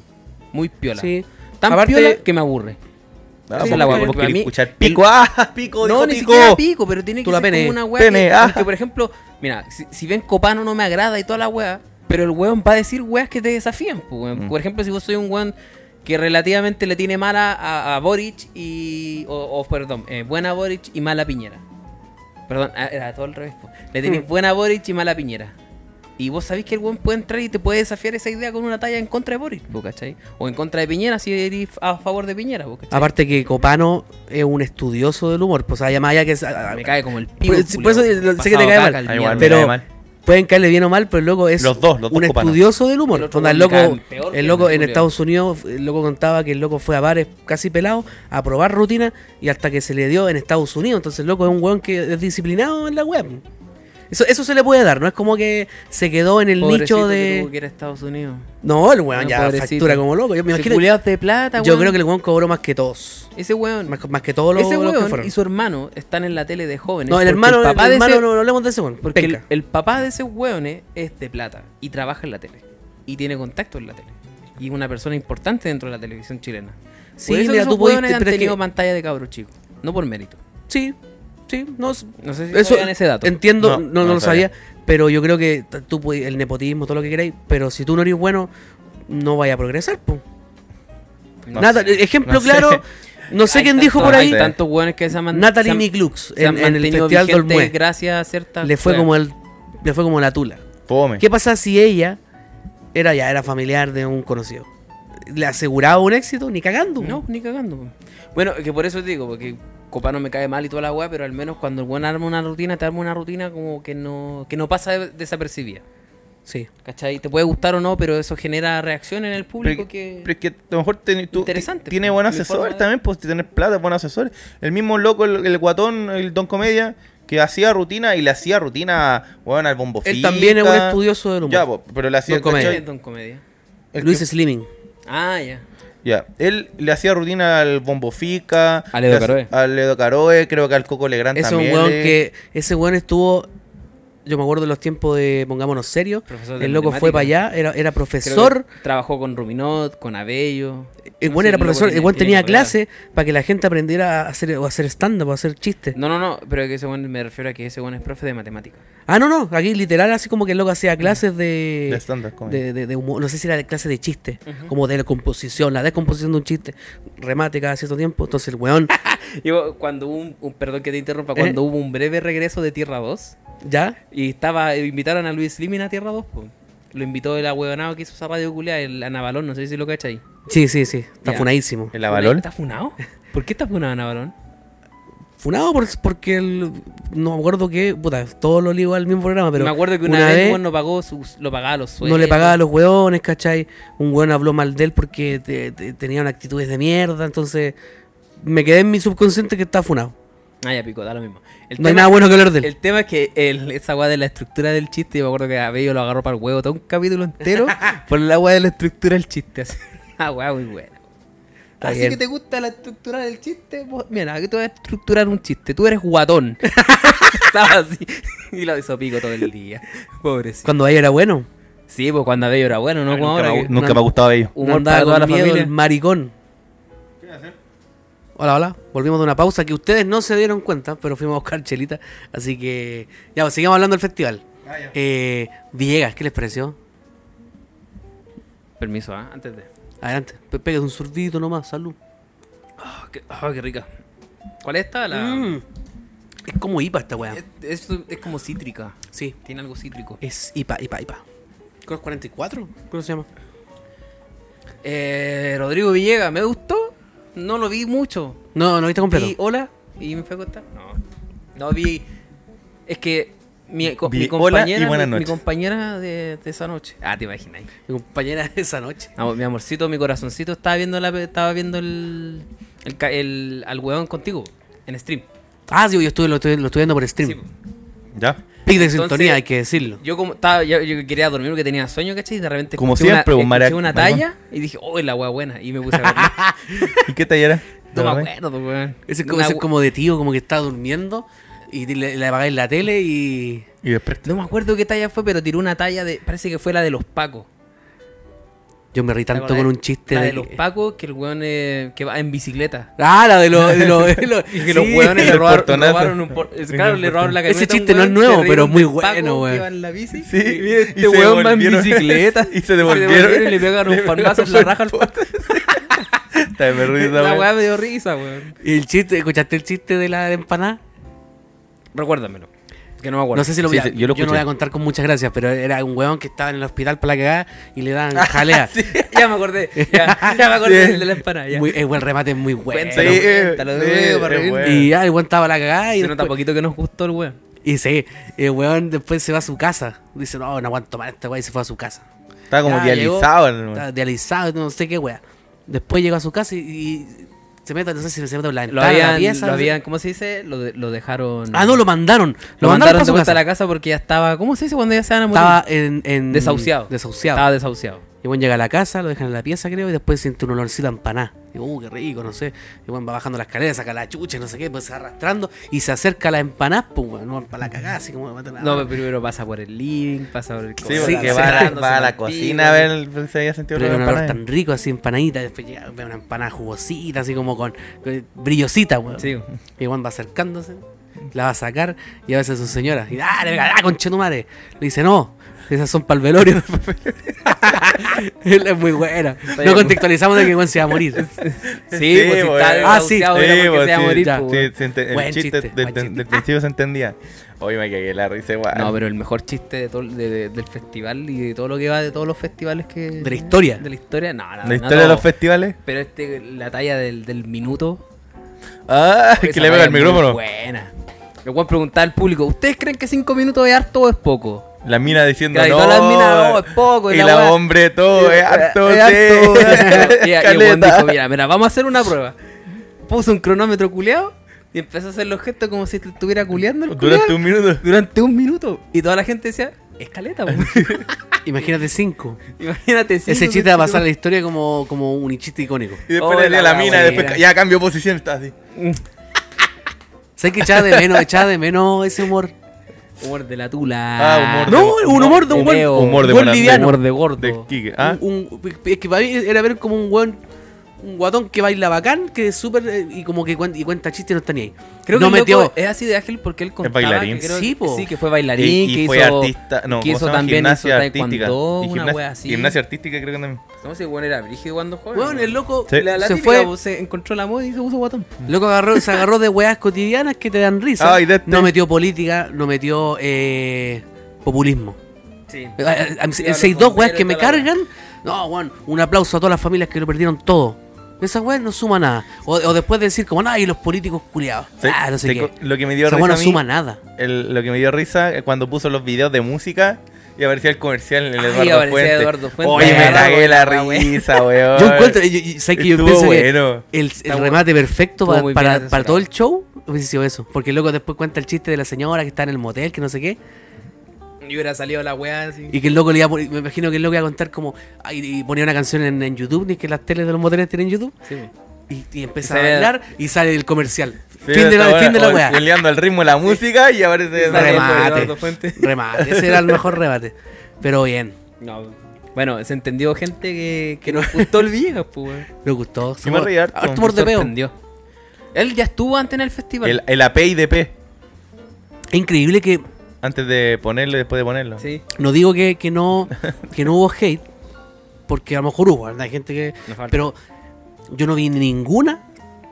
Speaker 1: Muy piola.
Speaker 3: Sí.
Speaker 1: Tan
Speaker 3: Aparte-
Speaker 1: piola que me aburre.
Speaker 2: Ah,
Speaker 1: Esa
Speaker 2: vos
Speaker 1: es la
Speaker 2: querés-
Speaker 1: weá,
Speaker 2: vos
Speaker 1: porque para
Speaker 2: querés
Speaker 1: mí-
Speaker 2: escuchar
Speaker 1: el-
Speaker 2: pico. ¡Ah! Pico,
Speaker 1: No,
Speaker 2: dijo
Speaker 1: ni
Speaker 2: pico.
Speaker 1: siquiera pico, pero tiene que
Speaker 3: Tú la
Speaker 1: ser
Speaker 3: pene.
Speaker 1: como una weá.
Speaker 2: Pene,
Speaker 1: que,
Speaker 2: ah.
Speaker 1: porque, por ejemplo, mira, si, si ven Copano no me agrada y toda la weá, pero el weón va a decir weas que te desafían. po, weón.
Speaker 2: Mm.
Speaker 1: Por ejemplo, si vos soy un weón que relativamente le tiene mala a, a Boric y. O, o, perdón, eh, buena Boric y mala Piñera. Perdón, ah, era todo al revés. po. Le tenés
Speaker 2: Mm.
Speaker 1: buena Boric y mala Piñera. Y vos sabés que el weón puede entrar y te puede desafiar esa idea con una talla en contra de Boric, po, ¿cachai? O en contra de Piñera si eres a favor de Piñera, po, ¿cachai?
Speaker 3: Aparte que Copano es un estudioso del humor, pues además ya que es- a- a-
Speaker 1: me cae como el
Speaker 3: Por-
Speaker 1: pico.
Speaker 3: por eso eh, sé que te cae mal.
Speaker 2: Ah, igual,
Speaker 3: Pero-
Speaker 2: me cae mal.
Speaker 3: pueden caerle bien o mal, pero el loco es
Speaker 2: Los dos, los dos
Speaker 3: un
Speaker 2: Copano.
Speaker 3: estudioso del humor.
Speaker 1: El otro
Speaker 3: Onda, El,
Speaker 1: me
Speaker 3: loco,
Speaker 1: caen peor que
Speaker 3: el loco
Speaker 1: el
Speaker 3: en
Speaker 1: Julián.
Speaker 3: Estados Unidos, el loco contaba que el loco fue a bares casi pelado a probar rutina y hasta que se le dio en Estados Unidos. Entonces el loco es un weón que es disciplinado en la web. Eso, eso se le puede dar, no es como que se quedó en el nicho de...
Speaker 1: que ir a Estados Unidos.
Speaker 3: No, el weón
Speaker 1: Ah,
Speaker 3: ya
Speaker 1: pobrecito.
Speaker 3: factura como loco. Yo, me
Speaker 1: Ese
Speaker 3: imagino-
Speaker 1: culiao de plata,
Speaker 3: yo
Speaker 1: weón.
Speaker 3: creo que el weón cobró más que todos.
Speaker 1: ese weón,
Speaker 3: Más, más que todos los,
Speaker 1: ese
Speaker 3: los que
Speaker 1: weón
Speaker 3: fueron.
Speaker 1: y su hermano están en la tele de jóvenes.
Speaker 3: No, el
Speaker 1: porque
Speaker 3: hermano, el
Speaker 1: papá de
Speaker 3: hermano
Speaker 1: ese-
Speaker 3: no, no hablemos de ese weón.
Speaker 1: porque el,
Speaker 3: penca.
Speaker 1: el papá de esos weones es de plata y trabaja en la tele y tiene contacto en la tele y es una persona importante dentro de la televisión chilena.
Speaker 3: Sí,
Speaker 1: por eso
Speaker 3: mira,
Speaker 1: que esos
Speaker 3: tú pudiste,
Speaker 1: weones han
Speaker 3: pero es
Speaker 1: tenido
Speaker 3: que-
Speaker 1: pantalla de cabros chicos, no por mérito.
Speaker 3: Sí, sí, no, s-
Speaker 1: No sé si
Speaker 3: eso,
Speaker 1: sabían ese dato.
Speaker 3: Entiendo, no,
Speaker 2: No,
Speaker 3: no
Speaker 2: no
Speaker 3: lo sabía,
Speaker 2: sabía.
Speaker 3: pero yo creo que t- tú puedes- el nepotismo, todo lo que queráis, pero si tú no eres bueno, no vaya a progresar, po.
Speaker 2: No
Speaker 3: Nada,
Speaker 2: sé,
Speaker 3: ejemplo
Speaker 2: no sé.
Speaker 3: claro, no sé
Speaker 1: Hay
Speaker 3: quién
Speaker 1: tanto-
Speaker 3: dijo por
Speaker 1: hay
Speaker 3: ahí,
Speaker 2: tanto-
Speaker 1: tantos weones que se han
Speaker 3: Natalie
Speaker 1: se han-
Speaker 3: Miclux
Speaker 1: se han
Speaker 3: en, en el
Speaker 1: mantenido
Speaker 3: Festival del
Speaker 1: vigentes
Speaker 3: Olmué,
Speaker 1: gracias a ciertas
Speaker 3: le fue
Speaker 1: weas.
Speaker 3: como el, le fue como la tula.
Speaker 2: Fome.
Speaker 3: ¿Qué pasa si ella era ya era familiar de un conocido? ¿Le aseguraba un éxito? Ni cagando. po.
Speaker 1: No, ni cagando. po. Bueno, que por eso te digo, porque Copano me cae mal y toda la weá, pero al menos cuando el buen arma una rutina, te arma una rutina como que no, que no pasa de- desapercibida.
Speaker 3: Sí.
Speaker 1: ¿Cachai? Te puede gustar o no, pero eso genera reacción en el público
Speaker 2: Pero,
Speaker 1: que.
Speaker 2: pero es que a lo mejor ten- tú
Speaker 1: Interesante,
Speaker 2: ti- tiene
Speaker 1: pues,
Speaker 2: buen
Speaker 1: mi
Speaker 2: asesor
Speaker 1: forma de-
Speaker 2: también, pues tener plata, buen asesor. El mismo loco, el, el guatón, el don comedia, que hacía rutina y le hacía rutina, bueno, al bombo
Speaker 3: Él también es un estudioso del humor.
Speaker 2: Ya, pues, pero le hacía
Speaker 3: Don Comedia.
Speaker 2: ¿cachai?
Speaker 1: Don Comedia.
Speaker 2: El
Speaker 3: Luis
Speaker 2: que-
Speaker 3: Slimming.
Speaker 1: Ah, ya.
Speaker 2: Ya, él le hacía rutina al Bombofica,
Speaker 4: Al Edo
Speaker 2: le hace-
Speaker 4: Caroe.
Speaker 2: al Edo Caroe, creo que al Coco Legrand
Speaker 3: Es un
Speaker 2: también.
Speaker 3: weón
Speaker 2: le-
Speaker 3: que. Ese weón estuvo. Yo me acuerdo de los tiempos de Pongámonos Serios.
Speaker 1: Profesor de
Speaker 3: El loco fue
Speaker 1: matemática.
Speaker 3: para allá, era, era
Speaker 1: Creo
Speaker 3: profesor.
Speaker 1: que Trabajó con Ruminot, con Abello.
Speaker 3: El
Speaker 1: No
Speaker 3: buen
Speaker 1: sé,
Speaker 3: era
Speaker 1: loco
Speaker 3: profesor, el
Speaker 1: tiene-
Speaker 3: buen
Speaker 1: tiene
Speaker 3: tenía
Speaker 1: carrera.
Speaker 3: clase para que la gente aprendiera a hacer, o a hacer stand-up, o a hacer chistes.
Speaker 1: No, no, no, pero que ese buen me refiero a que ese buen es profe de matemática.
Speaker 3: Ah, no, no, aquí literal, así como que el loco hacía clases
Speaker 2: De
Speaker 3: de.
Speaker 2: stand-up comedy.
Speaker 3: eh, De, de- de humor, no sé si era de clase de chiste, como de la composición, la descomposición de un chiste, remate cada cierto tiempo. Entonces el weón,
Speaker 1: Yo, cuando hubo un, un- perdón que te interrumpa,
Speaker 3: Eh.
Speaker 1: cuando hubo un breve regreso de Tierra 2
Speaker 3: ya,
Speaker 1: y estaba, eh, invitaron a Luis Limin a Tierra 2, po. lo invitó el ahueonado que hizo esa radio culia, el Anabalón, no sé si lo cachai.
Speaker 3: sí, sí, sí, está
Speaker 1: Ya.
Speaker 3: funadísimo.
Speaker 2: ¿El Avalón?
Speaker 1: ¿Está funado? ¿Por qué está funado Anabalón?
Speaker 3: Funado por- porque el- no me acuerdo que, puta, todo lo ligo al mismo programa, pero.
Speaker 1: Me acuerdo que una, vez, el buen no pagó sus, lo pagaba los sueldos.
Speaker 3: No le pagaba a los hueones, ¿cachai? Un hueón habló mal de él porque te- te- tenían actitudes de mierda, entonces me quedé en mi subconsciente que está funado.
Speaker 1: Ah, ya pico, da lo mismo. El
Speaker 3: no hay
Speaker 1: tema-
Speaker 3: nada bueno que hablar de él.
Speaker 1: El tema es que el- esa weá de la estructura del chiste, yo me acuerdo que Abello lo agarró para el huevo todo un capítulo entero por la weá de la estructura del chiste. Así. Ah, weá muy buena.
Speaker 3: Está
Speaker 1: así
Speaker 3: bien.
Speaker 1: que te gusta la estructura del chiste. Vos- Mira, aquí te voy a estructurar un chiste. Tú eres guatón. Estaba así. Y lo hizo pico todo el día. Pobrecito.
Speaker 3: Cuando ahí era bueno,
Speaker 1: Sí, pues cuando Abello era bueno, no como
Speaker 2: nunca
Speaker 1: ahora.
Speaker 2: me,
Speaker 1: que-
Speaker 2: nunca
Speaker 1: no-
Speaker 2: me ha gustado ello.
Speaker 3: no
Speaker 1: Humor
Speaker 3: andaba
Speaker 1: para toda
Speaker 3: con
Speaker 1: la
Speaker 3: miedo
Speaker 1: familia.
Speaker 3: el maricón. Hola, hola. Volvimos de una pausa que ustedes no se dieron cuenta, pero fuimos a buscar chelita. Así que ya, pues, sigamos hablando del festival. Eh, Villegas, ¿qué les pareció?
Speaker 1: Permiso, ah, antes de.
Speaker 3: Adelante, pe- pegues un sorbito nomás, salud.
Speaker 1: Ah, qué, ah, qué rica. ¿Cuál es esta? La...
Speaker 3: Mm. Es como IPA esta weá.
Speaker 1: Es, es- es como cítrica.
Speaker 3: Sí,
Speaker 1: Tiene algo cítrico.
Speaker 3: es IPA, IPA, IPA. Creo que es 44, creo que se llama.
Speaker 1: Eh, Rodrigo Villegas, me gustó. No lo vi mucho.
Speaker 3: No, no viste completo.
Speaker 1: Vi hola y me fue a acostar. No. No vi. Es que mi, co-
Speaker 2: Vi
Speaker 1: mi
Speaker 2: Hola
Speaker 1: compañera.
Speaker 2: y Buenas
Speaker 1: mi- mi,
Speaker 2: noches.
Speaker 1: compañera de, de esa noche. Ah, te imaginas.
Speaker 3: Mi compañera de esa noche.
Speaker 1: Ah, mi amorcito, mi corazoncito estaba viendo la, estaba viendo el, el, ca- el- al huevón contigo en stream.
Speaker 3: Ah, sí, yo estuve, lo, estuve, lo estuve viendo por stream.
Speaker 1: Sí,
Speaker 3: Pic
Speaker 1: po.
Speaker 2: ¿Ya?
Speaker 3: de
Speaker 1: Entonces-
Speaker 3: sintonía, hay que decirlo.
Speaker 1: Yo como estaba, yo, yo quería dormir porque tenía sueño, ¿cachai? Y de repente
Speaker 2: Como
Speaker 1: escuché
Speaker 2: siempre,
Speaker 1: una,
Speaker 2: un marac-
Speaker 1: escuché una
Speaker 2: maricón.
Speaker 1: talla y dije, oh, la hueá buena. Y me puse a verla.
Speaker 2: ¿Y qué taller era? ¿De
Speaker 1: no me
Speaker 2: verdad?
Speaker 1: acuerdo, pues, weón.
Speaker 3: Ese es como,
Speaker 1: Una
Speaker 3: ese es
Speaker 1: hue-
Speaker 3: como de tío, como que está durmiendo y le, le apagáis la tele y.
Speaker 2: Y después.
Speaker 1: No me acuerdo qué talla fue, pero tiró una talla de. Parece que fue la de los pacos.
Speaker 3: Yo me reí tanto con un chiste
Speaker 1: La
Speaker 3: de.
Speaker 1: de los pacos que el weón eh, que va en bicicleta.
Speaker 3: Ah, la de los. de los- de los-
Speaker 1: Y que los
Speaker 3: sí.
Speaker 1: weones le
Speaker 2: El
Speaker 1: robaron,
Speaker 2: portonazo.
Speaker 1: robaron un por- es-
Speaker 2: Sí,
Speaker 1: Claro,
Speaker 2: el
Speaker 1: le robaron la
Speaker 3: portonazo. Ese
Speaker 1: camioneta. a un
Speaker 3: chiste no es
Speaker 1: weón,
Speaker 3: nuevo,
Speaker 1: se
Speaker 3: pero
Speaker 1: rieron
Speaker 3: muy
Speaker 1: del paco
Speaker 3: bueno, weón.
Speaker 1: Que va en la bici.
Speaker 2: Sí,
Speaker 1: y-
Speaker 2: mira,
Speaker 1: este
Speaker 2: y se
Speaker 1: weón va en
Speaker 2: devolvieron-
Speaker 1: bicicleta.
Speaker 2: y se devolvieron.
Speaker 1: y le pegaron
Speaker 2: Le
Speaker 1: un palmazo en la
Speaker 2: pegaron
Speaker 1: raja al paco.
Speaker 2: Está de perrito,
Speaker 1: La
Speaker 2: weón.
Speaker 1: weá me dio risa, weón.
Speaker 3: Y el chiste, ¿escuchaste el chiste de la empanada?
Speaker 1: Recuérdamelo. Que no me acuerdo.
Speaker 3: no sé si lo
Speaker 2: sí,
Speaker 3: voy a,
Speaker 2: sí, yo lo
Speaker 3: yo no
Speaker 2: escuché.
Speaker 3: voy a contar con muchas gracias, pero era un weón que estaba en el hospital para la cagada y le daban jalea.
Speaker 1: ya me acordé. Ya, ya me acordé
Speaker 2: Sí.
Speaker 1: de la empanada. ya.
Speaker 3: Muy- el buen remate es muy bueno.
Speaker 1: Cuéntalo,
Speaker 2: Sí,
Speaker 1: cuéntalo,
Speaker 2: sí,
Speaker 1: weón, para
Speaker 2: es
Speaker 1: reírme.
Speaker 2: bueno.
Speaker 3: Y ya, el weón estaba para la cagada y
Speaker 1: Se nota
Speaker 3: después-
Speaker 1: poquito que nos gustó el weón.
Speaker 3: Y sí, el weón después se va a su casa. Dice, no, no aguanto más esta weá y se fue a su casa.
Speaker 2: Estaba como
Speaker 3: Ya,
Speaker 2: dializado.
Speaker 3: llegó,
Speaker 2: el-
Speaker 3: estaba dializado, no sé qué weá. Después llegó a su casa y, y se mete, no sé si se mete por la
Speaker 1: Lo
Speaker 3: ventana,
Speaker 1: habían,
Speaker 3: la pieza.
Speaker 1: lo
Speaker 3: no sé.
Speaker 1: habían, ¿cómo se dice? Lo, de- lo dejaron.
Speaker 3: Ah, no, lo mandaron. Lo,
Speaker 1: lo mandaron
Speaker 3: mandaron,
Speaker 1: de
Speaker 3: a su casa.
Speaker 1: vuelta a la casa porque ya estaba. ¿Cómo se dice cuando ya se van a morir? Mm,
Speaker 3: Estaba en, en-
Speaker 1: desahuciado.
Speaker 3: Desahuciado.
Speaker 1: Estaba desahuciado.
Speaker 3: Y bueno, llega a la casa, lo dejan en la pieza, creo, y después siente un olorcito a empaná. Y uh, qué rico, no sé. Y bueno, va bajando la escalera, saca la chucha, no sé qué, pues se va arrastrando y se acerca a la empaná, pues, bueno, no, para la cagada, así como mata la-
Speaker 1: No, pero primero pasa por el living, pasa por el.
Speaker 2: Sí,
Speaker 3: Sí,
Speaker 2: porque
Speaker 3: se
Speaker 2: va, a la,
Speaker 1: cerrándose
Speaker 2: va a
Speaker 1: en
Speaker 2: la
Speaker 1: el piso.
Speaker 2: cocina a ver pues, si había sentido olor
Speaker 3: Pero era
Speaker 2: a
Speaker 3: un olor
Speaker 2: empanada.
Speaker 3: tan rico, así empanadita. Después llega ve una empanada jugosita, así como con, con brillosita, weón.
Speaker 1: Sí.
Speaker 3: Y Juan va acercándose, la va a sacar y a veces su señora. Y dale, venga, ah, conchetumare. Le dice, no, esas son para el velorio. Él es muy buena. No contextualizamos de que Juan se va a morir.
Speaker 1: Sí,
Speaker 2: Sí,
Speaker 1: pues si
Speaker 2: weón.
Speaker 1: está
Speaker 3: Ah, sí.
Speaker 1: desahuciado, era
Speaker 2: Sí,
Speaker 1: porque
Speaker 2: pues,
Speaker 1: se iba a
Speaker 2: sí,
Speaker 1: morir,
Speaker 2: ya.
Speaker 1: pues,
Speaker 2: eh, Sí,
Speaker 1: weón.
Speaker 2: se ente-
Speaker 3: Buen
Speaker 2: el chiste,
Speaker 3: chiste,
Speaker 2: de-
Speaker 3: buen
Speaker 2: de-
Speaker 3: chiste.
Speaker 2: del principio se entendía. Hoy me cagué la risa igual.
Speaker 1: No, pero el mejor chiste de todo, de- de- del festival y de todo lo que va de todos los festivales que.
Speaker 3: De la historia.
Speaker 1: De la historia, no, no. no
Speaker 2: ¿La historia de
Speaker 1: todo.
Speaker 2: los festivales?
Speaker 1: Pero este, la talla del, del minuto.
Speaker 2: Ah, que
Speaker 1: esa
Speaker 2: le pega
Speaker 1: talla
Speaker 2: el
Speaker 1: es muy
Speaker 2: micrófono.
Speaker 1: Buena. Le voy a preguntar al público: ¿Ustedes creen que 5 minutos es harto o es poco?
Speaker 2: La mina diciendo
Speaker 1: Claro, y
Speaker 2: no.
Speaker 1: todas las minas, no, es poco, y
Speaker 2: Y
Speaker 1: la
Speaker 2: la
Speaker 1: weá.
Speaker 2: hombre, todo es harto.
Speaker 1: Es Eh, harto, eh.
Speaker 2: sí.
Speaker 1: Y, y el weón
Speaker 2: Caleta.
Speaker 1: dijo, mira, mira, vamos a hacer una prueba. Puso un cronómetro culeado y empezó a hacer los gestos como si estuviera culeando el culeado
Speaker 2: Durante un minuto.
Speaker 1: durante un minuto. Y toda la gente decía, Escaleta,
Speaker 3: Imagínate cinco.
Speaker 1: Imagínate. sí,
Speaker 3: Ese
Speaker 1: no
Speaker 3: chiste
Speaker 1: sé
Speaker 3: va a
Speaker 1: qué-
Speaker 3: pasar a la historia como, como un chiste icónico.
Speaker 2: Y después
Speaker 1: Hola,
Speaker 2: le dio la
Speaker 1: la
Speaker 2: mina, y después
Speaker 1: wea.
Speaker 2: ca- ya cambió posición, está así.
Speaker 3: ¿Sabes que echaba de menos, echaba de menos ese humor?
Speaker 1: Humor de la tula.
Speaker 2: Ah, humor de-
Speaker 3: No, un humor de un buen,
Speaker 1: Humor de
Speaker 3: humor de
Speaker 2: buena-
Speaker 3: liviano.
Speaker 1: Humor de gordo.
Speaker 2: De Quique, ¿ah?
Speaker 3: Un- un- es que para mí era ver como un buen un guatón que baila bacán, que es súper eh, y como que cuen- y cuenta chistes no está ni ahí.
Speaker 1: Creo que
Speaker 3: no
Speaker 1: el
Speaker 3: metió.
Speaker 1: loco es así de ágil porque él contaba
Speaker 2: bailarín.
Speaker 1: Que creo-
Speaker 3: Sí, po.
Speaker 1: sí, que fue bailarín,
Speaker 2: y, y
Speaker 1: que
Speaker 2: fue
Speaker 1: hizo,
Speaker 2: artista, no,
Speaker 1: que
Speaker 2: ¿cómo se
Speaker 1: hizo
Speaker 2: llama?
Speaker 1: también hizo
Speaker 2: gimnasia artística.
Speaker 1: taekwondo,
Speaker 2: Y
Speaker 1: una
Speaker 2: gimnasia-
Speaker 1: wea así.
Speaker 2: Gimnasia artística creo que también.
Speaker 1: ¿Cómo se igual era brígido cuando joven?
Speaker 3: Bueno, el loco
Speaker 2: Sí.
Speaker 1: La, la
Speaker 3: se
Speaker 1: típica,
Speaker 3: fue,
Speaker 1: pues, se encontró la moda y se puso guatón.
Speaker 3: loco agarró, se agarró de weas cotidianas que te dan risa.
Speaker 2: Ay, de este.
Speaker 3: No metió política, no metió eh, populismo.
Speaker 1: Sí.
Speaker 3: Eh, eh, eh,
Speaker 1: Sí, a los
Speaker 3: Si hay dos weas
Speaker 1: bomberos
Speaker 3: que
Speaker 1: y
Speaker 3: me
Speaker 1: toda la
Speaker 3: cargan, no, weón, un aplauso a todas las familias que lo perdieron todo. Esas weas no suma nada. O, o después decir como, ay, los políticos culiados.
Speaker 2: Sí,
Speaker 3: Ah, no sé
Speaker 2: te
Speaker 3: qué.
Speaker 2: co- Lo que me dio
Speaker 3: Esa
Speaker 2: risa
Speaker 3: wea no
Speaker 2: a mí-
Speaker 3: suma nada.
Speaker 2: el- lo que me dio risa es cuando puso los videos de música y aparecía el comercial en el
Speaker 1: Ay,
Speaker 2: Eduardo,
Speaker 1: aparecía
Speaker 2: Fuente.
Speaker 1: Eduardo Fuente.
Speaker 2: Oye, me
Speaker 1: Agarraba
Speaker 2: cagué la
Speaker 1: la wea.
Speaker 2: risa, weón.
Speaker 3: Yo encuentro, yo, yo- ¿sabes que yo
Speaker 2: Estuvo
Speaker 3: pienso
Speaker 2: bueno.
Speaker 3: que el, el
Speaker 1: bueno.
Speaker 3: remate perfecto
Speaker 1: Estuvo
Speaker 3: pa-
Speaker 1: muy bien
Speaker 3: para,
Speaker 1: asesorado.
Speaker 3: para todo el show hubiese sido eso. Porque luego después cuenta el chiste de la señora que está en el motel, que no sé qué,
Speaker 1: Y hubiera salido la wea así.
Speaker 3: y que el loco le iba a poner- me imagino que el loco iba a contar como, ay, y ponía una canción en, en YouTube, ni que las teles de los moteles tienen YouTube,
Speaker 1: Sí.
Speaker 3: y, y empieza
Speaker 1: Y
Speaker 3: a
Speaker 1: sale-
Speaker 3: bailar y sale el comercial.
Speaker 2: Sí,
Speaker 3: fin de la,
Speaker 2: estaba
Speaker 3: fin de la
Speaker 2: o-
Speaker 3: weá.
Speaker 2: Peleando al ritmo de la música y aparece
Speaker 1: Remate.
Speaker 2: Eduardo Fuente.
Speaker 1: Eduardo Fuente.
Speaker 3: Remate, remate, ese era el mejor remate. Pero bien,
Speaker 1: No. Bueno, se entendió gente que, que nos gustó el viejo, pues. weón.
Speaker 3: me gustó.
Speaker 2: Sí, me reí harto.
Speaker 3: Harto humor de
Speaker 1: Me
Speaker 3: peo.
Speaker 1: sorprendió. Él ya estuvo antes en el festival.
Speaker 2: El, el AP y DP.
Speaker 3: Increíble que
Speaker 2: Antes de ponerlo y después de ponerlo.
Speaker 1: Sí.
Speaker 3: No digo que, que no que no hubo hate, porque a lo mejor hubo, ¿verdad? Hay gente que.
Speaker 1: Nos falta.
Speaker 3: Pero yo no vi ninguna,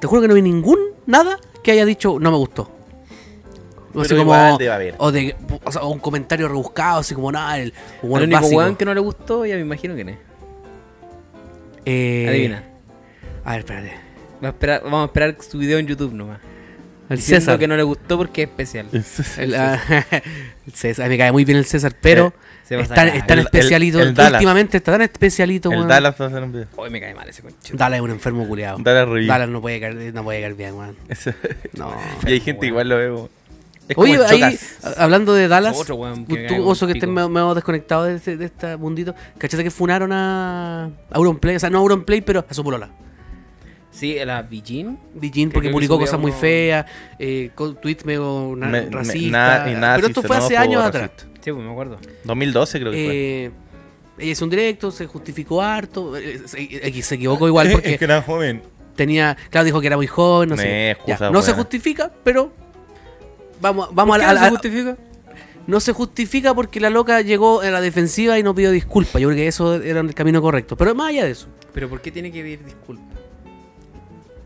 Speaker 3: te juro que no vi ningún nada que haya dicho no me gustó. O
Speaker 2: Pero
Speaker 3: así como-
Speaker 2: igual debe haber.
Speaker 3: o, de, o sea, o un comentario rebuscado, así como nada, el humor
Speaker 1: el único
Speaker 3: básico".
Speaker 1: weón que no le gustó, ya me imagino quién es.
Speaker 3: Eh,
Speaker 1: Adivina.
Speaker 3: A ver, espérate.
Speaker 1: Va a esperar- vamos a esperar su video en YouTube nomás.
Speaker 3: El
Speaker 1: Diciendo
Speaker 3: César.
Speaker 1: que no le gustó porque es especial.
Speaker 3: El, ah, el César. Me cae muy bien el César, pero
Speaker 1: se
Speaker 3: es
Speaker 1: pasa
Speaker 3: tan,
Speaker 1: acá.
Speaker 3: es tan
Speaker 2: El- el-
Speaker 3: especialito.
Speaker 2: el Dallas.
Speaker 3: últimamente está tan especialito,
Speaker 2: El
Speaker 3: weón.
Speaker 2: Dallas va a hacer un video.
Speaker 1: Hoy me cae mal ese conchito.
Speaker 3: Dallas es un enfermo culiado.
Speaker 2: Dallas Rubí.
Speaker 3: Dallas no puede caer, no puede caer bien, weón.
Speaker 2: Ese-
Speaker 3: No.
Speaker 2: y hay gente que igual lo veo. Es como
Speaker 3: Oye,
Speaker 2: el
Speaker 3: ahí,
Speaker 2: Chocas.
Speaker 3: a- hablando de Dallas,
Speaker 1: Otro weón que
Speaker 3: tú,
Speaker 1: me
Speaker 3: tú,
Speaker 1: cae
Speaker 3: oso que
Speaker 1: como el
Speaker 3: estés
Speaker 1: pico.
Speaker 3: medio, medio desconectado de este, de este mundito, ¿cachate que funaron a, a Auronplay? O sea, no a Auronplay, pero a su polola.
Speaker 1: Sí, la Vijin.
Speaker 3: Dijin,
Speaker 1: Que
Speaker 3: porque
Speaker 1: creo que
Speaker 3: publicó
Speaker 1: subía
Speaker 3: cosas muy
Speaker 1: uno-
Speaker 3: feas, eh, con tweets medio na-
Speaker 2: Me- me-
Speaker 3: racistas.
Speaker 2: nada- y nada
Speaker 3: pero esto fue hace
Speaker 2: xenófobo,
Speaker 3: años
Speaker 2: racista.
Speaker 3: atrás.
Speaker 1: Sí, pues me acuerdo.
Speaker 2: 2012 creo que fue.
Speaker 3: Eh, ella hizo un directo, se justificó harto, eh, se, eh, se equivocó igual porque
Speaker 2: es que era joven.
Speaker 3: tenía, claro, dijo que era muy joven, no
Speaker 2: Me
Speaker 3: sé. qué. Ya,
Speaker 2: excusa,
Speaker 3: no se
Speaker 2: weón.
Speaker 3: justifica, pero vamos, vamos
Speaker 1: ¿Por
Speaker 3: a, la-
Speaker 1: qué no
Speaker 3: a-
Speaker 1: se
Speaker 3: a-
Speaker 1: justifica?
Speaker 3: No se justifica porque la loca llegó a la defensiva y no pidió disculpas. Yo creo que eso era el camino correcto. Pero más allá de eso,
Speaker 1: Pero ¿por qué tiene que pedir disculpas?